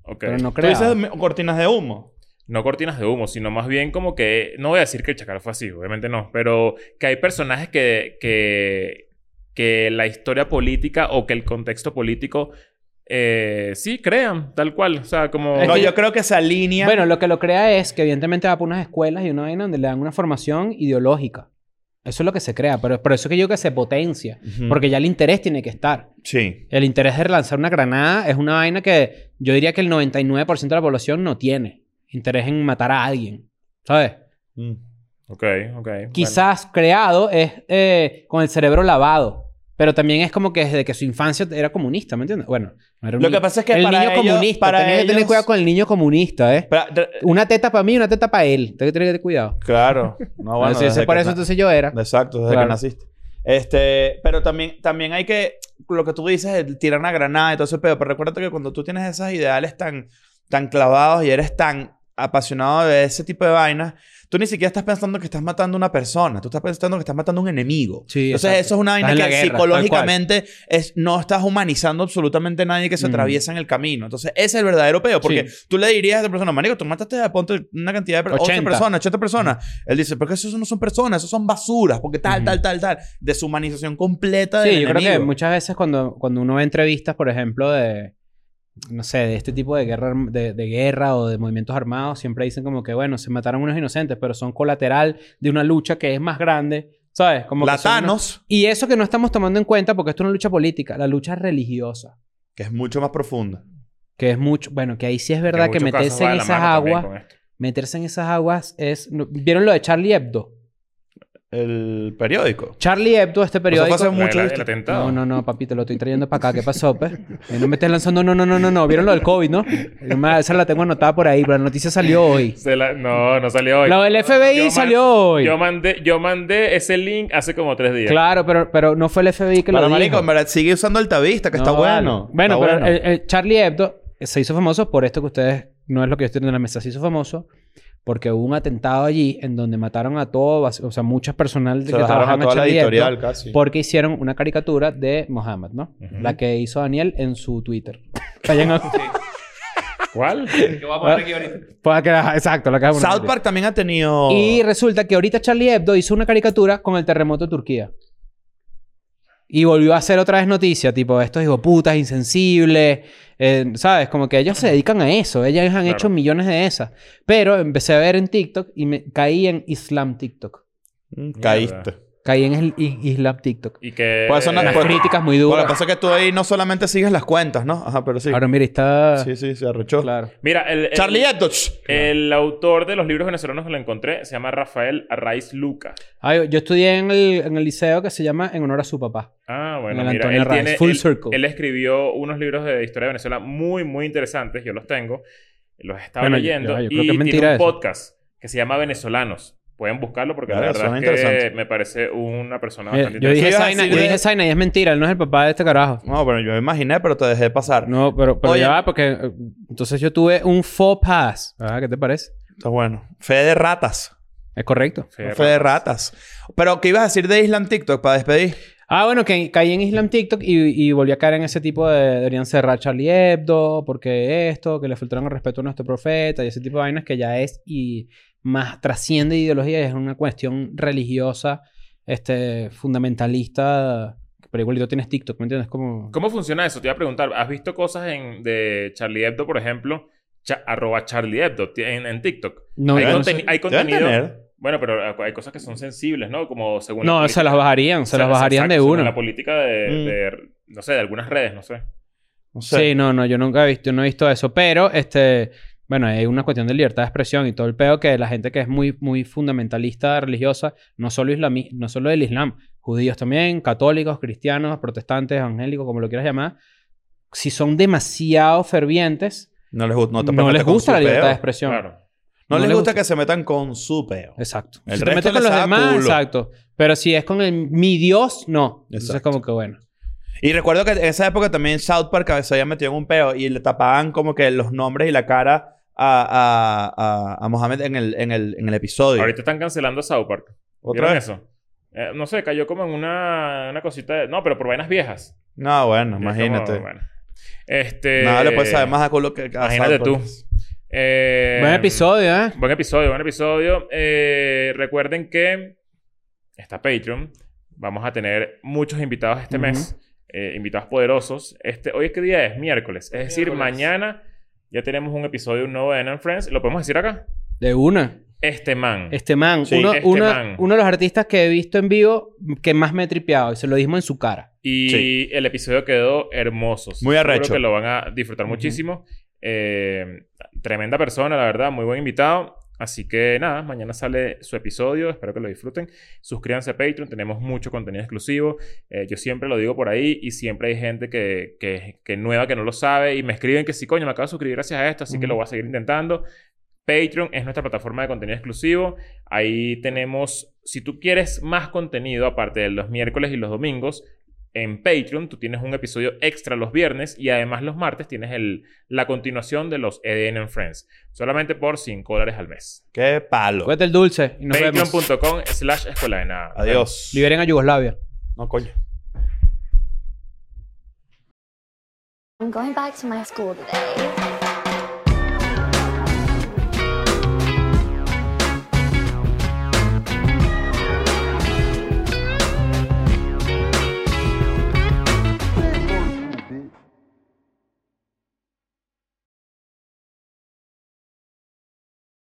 [SPEAKER 1] Ok.
[SPEAKER 3] Pero no
[SPEAKER 2] ¿Tú
[SPEAKER 3] creo.
[SPEAKER 2] dices me- cortinas de humo?
[SPEAKER 1] No cortinas de humo, sino más bien como que... No voy a decir que el Chacal fue así, obviamente no. Pero que hay personajes que... que que la historia política o que el contexto político eh, sí crean, tal cual. O sea, como...
[SPEAKER 3] Es
[SPEAKER 2] No,
[SPEAKER 3] que-
[SPEAKER 2] yo creo que se alinea.
[SPEAKER 3] Bueno, lo que lo crea es que evidentemente va por unas escuelas y una vaina donde le dan una formación ideológica. Eso es lo que se crea, pero por eso es que yo creo que se potencia.
[SPEAKER 2] Ujú.
[SPEAKER 3] Porque ya el interés tiene que estar.
[SPEAKER 2] Sí.
[SPEAKER 3] El interés de lanzar una granada es una vaina que yo diría que el 99% de la población no tiene interés en matar a alguien, ¿sabes? Mm.
[SPEAKER 1] Ok, ok. bueno.
[SPEAKER 3] Quizás creado es eh, con el cerebro lavado, pero también es como que desde que su infancia era comunista, ¿me entiendes? Bueno, no era un
[SPEAKER 2] Lo que
[SPEAKER 3] niño-
[SPEAKER 2] pasa es que
[SPEAKER 3] el
[SPEAKER 2] para
[SPEAKER 3] niño
[SPEAKER 2] ellos-
[SPEAKER 3] comunista,
[SPEAKER 2] para
[SPEAKER 3] tenía que tener
[SPEAKER 2] ellos-
[SPEAKER 3] cuidado con el niño comunista, ¿eh?
[SPEAKER 2] Pero- de-
[SPEAKER 3] Una teta para mí y una teta para él. Tengo que tener que tener cuidado.
[SPEAKER 2] Claro. No, bueno.
[SPEAKER 3] Entonces,
[SPEAKER 2] desde
[SPEAKER 3] por
[SPEAKER 2] que
[SPEAKER 3] eso
[SPEAKER 2] na-
[SPEAKER 3] entonces yo era.
[SPEAKER 2] Exacto, desde
[SPEAKER 3] Claro.
[SPEAKER 2] que naciste. Este, pero también, también hay que, lo que tú dices, el tirar una granada y todo ese pedo. Pero recuérdate que cuando tú tienes esos ideales tan, tan clavados y eres tan apasionado de ese tipo de vainas, tú ni siquiera estás pensando que estás matando a una persona, tú estás pensando que estás matando a un enemigo.
[SPEAKER 3] Sí,
[SPEAKER 2] Entonces,
[SPEAKER 3] exacto.
[SPEAKER 2] eso es una vaina
[SPEAKER 3] Estás en
[SPEAKER 2] que
[SPEAKER 3] la guerra,
[SPEAKER 2] psicológicamente es, no estás humanizando absolutamente a nadie que se
[SPEAKER 3] Mm.
[SPEAKER 2] atraviesa en el camino. Entonces, ese es el verdadero peo, porque tú le dirías a esa persona, marico, tú mataste a ponte una cantidad de per- 11
[SPEAKER 3] 80.
[SPEAKER 2] personas, 80 personas. Él dice, porque esos no son personas, esos son basuras, porque tal,
[SPEAKER 3] Ujú.
[SPEAKER 2] tal, tal, tal. Deshumanización completa del
[SPEAKER 3] Sí, yo creo que
[SPEAKER 2] enemigo.
[SPEAKER 3] muchas veces cuando, cuando uno ve entrevistas, por ejemplo, de, no sé, de este tipo de guerra, arm- de, de guerra o de movimientos armados, siempre dicen como que, bueno, se mataron unos inocentes, pero son colateral de una lucha que es más grande, ¿sabes? Como que son unos-
[SPEAKER 2] Latanos,
[SPEAKER 3] Y eso que no estamos tomando en cuenta, porque esto es una lucha política, la lucha religiosa,
[SPEAKER 2] que es mucho más profunda.
[SPEAKER 3] que es mucho, bueno, que ahí sí es verdad que,
[SPEAKER 1] en muchos casos
[SPEAKER 3] meterse
[SPEAKER 1] va
[SPEAKER 3] en
[SPEAKER 1] de la
[SPEAKER 3] esas
[SPEAKER 1] mano también
[SPEAKER 3] aguas,
[SPEAKER 1] con esto.
[SPEAKER 3] meterse en esas aguas es... no- ¿Vieron lo de Charlie Hebdo?
[SPEAKER 2] El periódico.
[SPEAKER 3] Charlie Hebdo, este periódico...
[SPEAKER 2] hace mucho
[SPEAKER 1] La- la-
[SPEAKER 2] esto.
[SPEAKER 1] el atentado.
[SPEAKER 3] No, no, no, papito, lo estoy trayendo para acá. ¿Qué pasó, pues? Eh, No me estés lanzando, no, no, no, no, no. ¿Vieron lo del COVID, no? No me- Esa la tengo anotada por ahí, pero la noticia salió hoy.
[SPEAKER 1] Se la- no, no salió hoy.
[SPEAKER 3] Lo del
[SPEAKER 1] Yo
[SPEAKER 3] FBI
[SPEAKER 1] man-
[SPEAKER 3] salió hoy.
[SPEAKER 1] Yo mandé, yo mandé ese link hace como tres días.
[SPEAKER 3] Claro, pero, pero no fue el FBI que
[SPEAKER 2] Pero
[SPEAKER 3] lo
[SPEAKER 2] marico,
[SPEAKER 3] dijo.
[SPEAKER 2] en verdad, sigue usando altavista, que está
[SPEAKER 3] No,
[SPEAKER 2] bueno.
[SPEAKER 3] vale. Bueno,
[SPEAKER 2] Está
[SPEAKER 3] pero
[SPEAKER 2] bueno.
[SPEAKER 3] el- el Charlie Hebdo se hizo famoso por esto que ustedes... No es lo que yo estoy en la mesa. Se hizo famoso porque hubo un atentado allí en donde mataron a todo... O sea, muchas personal
[SPEAKER 2] Se
[SPEAKER 3] que
[SPEAKER 2] bajaron
[SPEAKER 3] trabajaban
[SPEAKER 2] a
[SPEAKER 3] en
[SPEAKER 2] toda la
[SPEAKER 3] Charlie Hebdo
[SPEAKER 2] editorial casi.
[SPEAKER 3] Porque hicieron una caricatura de Mohammed, ¿no?
[SPEAKER 1] Ujú.
[SPEAKER 3] La que hizo Daniel en su Twitter. [laughs] Vayan a-
[SPEAKER 1] ¿Cuál?
[SPEAKER 4] Que voy a
[SPEAKER 2] Ah.
[SPEAKER 4] poner aquí ahorita.
[SPEAKER 3] Para que la- exacto, la que hago una
[SPEAKER 2] South
[SPEAKER 3] serie.
[SPEAKER 2] Park también ha tenido...
[SPEAKER 3] Y resulta que ahorita Charlie Hebdo hizo una caricatura con el terremoto de Turquía. Y volvió a hacer otra vez noticia, tipo, estos putas insensibles, eh, ¿sabes? Como que ellos se dedican a eso, ellas han
[SPEAKER 1] Claro.
[SPEAKER 3] hecho millones de esas. Pero empecé a ver en TikTok y me caí en Islam TikTok.
[SPEAKER 2] Mm, Caíste.
[SPEAKER 1] Mierda.
[SPEAKER 3] Caí en el i- Islam TikTok.
[SPEAKER 1] Y que. eh,
[SPEAKER 2] Pues eso no-
[SPEAKER 3] Unas
[SPEAKER 2] pues-
[SPEAKER 3] críticas muy
[SPEAKER 2] Bueno, lo
[SPEAKER 3] duras.
[SPEAKER 2] que pasa es que tú ahí no solamente sigues las cuentas, ¿no? Ajá, pero sí.
[SPEAKER 3] Ahora mira, está...
[SPEAKER 2] Sí, sí, se arrechó.
[SPEAKER 3] Claro. Eh,
[SPEAKER 1] Mira, el, el-
[SPEAKER 2] Charlie Hebdo.
[SPEAKER 1] el autor de los libros venezolanos que lo encontré se llama Rafael Arraiz Luca.
[SPEAKER 3] Ah, yo, yo estudié en el, en el liceo que se llama En honor a su papá.
[SPEAKER 1] Ah,
[SPEAKER 3] En
[SPEAKER 1] bueno,
[SPEAKER 3] el
[SPEAKER 1] mira, él,
[SPEAKER 3] Antonio Arraiz,
[SPEAKER 1] tiene-
[SPEAKER 3] Full
[SPEAKER 1] él-
[SPEAKER 3] Circle.
[SPEAKER 1] él escribió unos libros de historia de Venezuela muy, muy interesantes. Yo los tengo. Los estaba
[SPEAKER 3] Bueno,
[SPEAKER 1] leyendo.
[SPEAKER 3] ya,
[SPEAKER 1] y
[SPEAKER 3] yo creo que es
[SPEAKER 1] tiene
[SPEAKER 3] mentira
[SPEAKER 1] un
[SPEAKER 3] eso.
[SPEAKER 1] podcast que se llama Venezolanos. Pueden buscarlo porque
[SPEAKER 2] Claro,
[SPEAKER 1] la verdad
[SPEAKER 2] suena
[SPEAKER 1] es que
[SPEAKER 2] interesante.
[SPEAKER 1] me parece una
[SPEAKER 2] Ah,
[SPEAKER 1] persona
[SPEAKER 3] Mira,
[SPEAKER 1] bastante
[SPEAKER 3] yo dije
[SPEAKER 2] ¿Qué ibas a
[SPEAKER 3] Zaina,
[SPEAKER 2] decir
[SPEAKER 3] yo
[SPEAKER 2] de-
[SPEAKER 3] dije Zaina y es mentira, él no es el papá de este carajo.
[SPEAKER 2] No, bueno, yo me imaginé, pero te dejé pasar.
[SPEAKER 3] No, pero, pero
[SPEAKER 2] Oye.
[SPEAKER 3] ya va, porque eh, entonces yo tuve un faux pas. Ah, ¿qué te parece?
[SPEAKER 2] Está bueno. Fe de ratas.
[SPEAKER 3] Es correcto.
[SPEAKER 1] Fue
[SPEAKER 2] Fe de ratas. Pero, ¿qué ibas a decir de Island TikTok para despedir?
[SPEAKER 3] Ah, bueno, que caí en Islam TikTok y, y volví a caer en ese tipo de deberían cerrar Charlie Hebdo, porque esto, que le faltaron el respeto a nuestro profeta y ese tipo de vainas que ya es y más trasciende ideología y es una cuestión religiosa, este, fundamentalista. Pero igualito tienes TikTok, ¿me entiendes? Como...
[SPEAKER 1] ¿Cómo funciona eso? Te iba a preguntar. ¿Has visto cosas en, de Charlie Hebdo, por ejemplo? Cha- arroba Charlie Hebdo ti- en, en TikTok.
[SPEAKER 3] No,
[SPEAKER 1] hay,
[SPEAKER 3] yo no,
[SPEAKER 1] conten-
[SPEAKER 3] sé.
[SPEAKER 1] hay
[SPEAKER 2] Deben
[SPEAKER 1] contenido.
[SPEAKER 2] tener.
[SPEAKER 1] Bueno, pero ah, hay cosas que son sensibles, ¿no? Como según. la
[SPEAKER 3] No,
[SPEAKER 1] política-
[SPEAKER 3] se las bajarían, se, las
[SPEAKER 1] exacto,
[SPEAKER 3] bajarían de
[SPEAKER 1] según
[SPEAKER 3] uno.
[SPEAKER 1] La política de,
[SPEAKER 2] Mm.
[SPEAKER 1] de- No sé, de algunas redes, no sé.
[SPEAKER 2] No sé.
[SPEAKER 3] Sí, no, no, yo nunca he visto, no he visto eso, pero este, bueno, hay una cuestión de libertad de expresión y todo el pedo que la gente que es muy, muy fundamentalista religiosa, no solo islami- no solo del Islam, judíos también, católicos, cristianos, protestantes, evangélicos, como lo quieras llamar, si son demasiado fervientes,
[SPEAKER 2] No les, gusta- no te
[SPEAKER 3] no,
[SPEAKER 2] metas
[SPEAKER 3] les
[SPEAKER 2] con
[SPEAKER 3] gusta
[SPEAKER 2] su
[SPEAKER 3] la libertad
[SPEAKER 2] peo.
[SPEAKER 3] de expresión.
[SPEAKER 1] Claro.
[SPEAKER 2] No,
[SPEAKER 3] No
[SPEAKER 2] les
[SPEAKER 3] les
[SPEAKER 2] gusta
[SPEAKER 3] gusta.
[SPEAKER 2] que se metan con su peo.
[SPEAKER 3] Exacto.
[SPEAKER 2] El
[SPEAKER 3] si te
[SPEAKER 2] resto
[SPEAKER 3] metes con
[SPEAKER 2] les
[SPEAKER 3] los
[SPEAKER 2] da
[SPEAKER 3] demás,
[SPEAKER 2] culo.
[SPEAKER 3] exacto. Pero si es con el mi Dios, no. Entonces
[SPEAKER 2] Exacto.
[SPEAKER 3] como que bueno.
[SPEAKER 2] Y recuerdo que en esa época también South Park se había metido en un peo y le tapaban como que los nombres y la cara a, a, a, a Mohamed en el, en el, en el episodio.
[SPEAKER 1] Ahorita están cancelando South Park.
[SPEAKER 2] ¿Otra
[SPEAKER 1] ¿Vieron
[SPEAKER 2] vez?
[SPEAKER 1] eso? Eh, no sé, cayó como en una, una cosita de... No, pero por vainas viejas.
[SPEAKER 2] No, bueno,
[SPEAKER 1] Es
[SPEAKER 2] imagínate.
[SPEAKER 1] como, bueno. Este...
[SPEAKER 2] Nada le puedes saber más a culo que a
[SPEAKER 1] Imagínate
[SPEAKER 2] South Park.
[SPEAKER 1] tú. Eh,
[SPEAKER 3] Buen episodio, ¿eh?
[SPEAKER 1] Buen episodio, buen episodio. Eh, recuerden que está Patreon. Vamos a tener muchos invitados este
[SPEAKER 3] Ujú.
[SPEAKER 1] mes. eh, invitados poderosos. Este, ¿Hoy es qué día es? Miércoles. Es decir,
[SPEAKER 4] Miércoles.
[SPEAKER 1] mañana ya tenemos un episodio nuevo de Nan Friends. ¿Lo podemos decir acá?
[SPEAKER 3] De una.
[SPEAKER 1] Este man.
[SPEAKER 3] Este man,
[SPEAKER 2] Sí,
[SPEAKER 3] uno,
[SPEAKER 1] este
[SPEAKER 3] uno-
[SPEAKER 1] man.
[SPEAKER 3] uno de los artistas que he visto en vivo que más me he tripeado y se lo dijimos en su cara.
[SPEAKER 1] Y
[SPEAKER 2] Sí.
[SPEAKER 1] el episodio quedó hermoso.
[SPEAKER 2] Muy arrecho.
[SPEAKER 1] Creo que lo van a disfrutar
[SPEAKER 3] Ujú.
[SPEAKER 1] muchísimo. Eh, tremenda persona, la verdad. Muy buen invitado. Así que nada, mañana sale su episodio. Espero que lo disfruten. Suscríbanse a Patreon. Tenemos mucho contenido exclusivo. Eh, yo siempre lo digo por ahí y siempre hay gente que, que, que nueva que no lo sabe y me escriben que sí, coño, me acabo de suscribir gracias a esto, así que
[SPEAKER 3] Ujú.
[SPEAKER 1] lo voy a seguir intentando. Patreon es nuestra plataforma de contenido exclusivo. Ahí tenemos, si tú quieres más contenido, aparte de los miércoles y los domingos, en Patreon. Tú tienes un episodio extra los viernes y además los martes tienes el, la continuación de los E EDN en Friends. Solamente por 5 dólares al mes.
[SPEAKER 2] Qué palo.
[SPEAKER 3] Cuete el dulce y nos vemos.
[SPEAKER 1] Patreon.com slash escuela de nada.
[SPEAKER 2] Adiós.
[SPEAKER 3] Liberen a Yugoslavia.
[SPEAKER 2] No, coño.
[SPEAKER 5] I'm going back to my school today.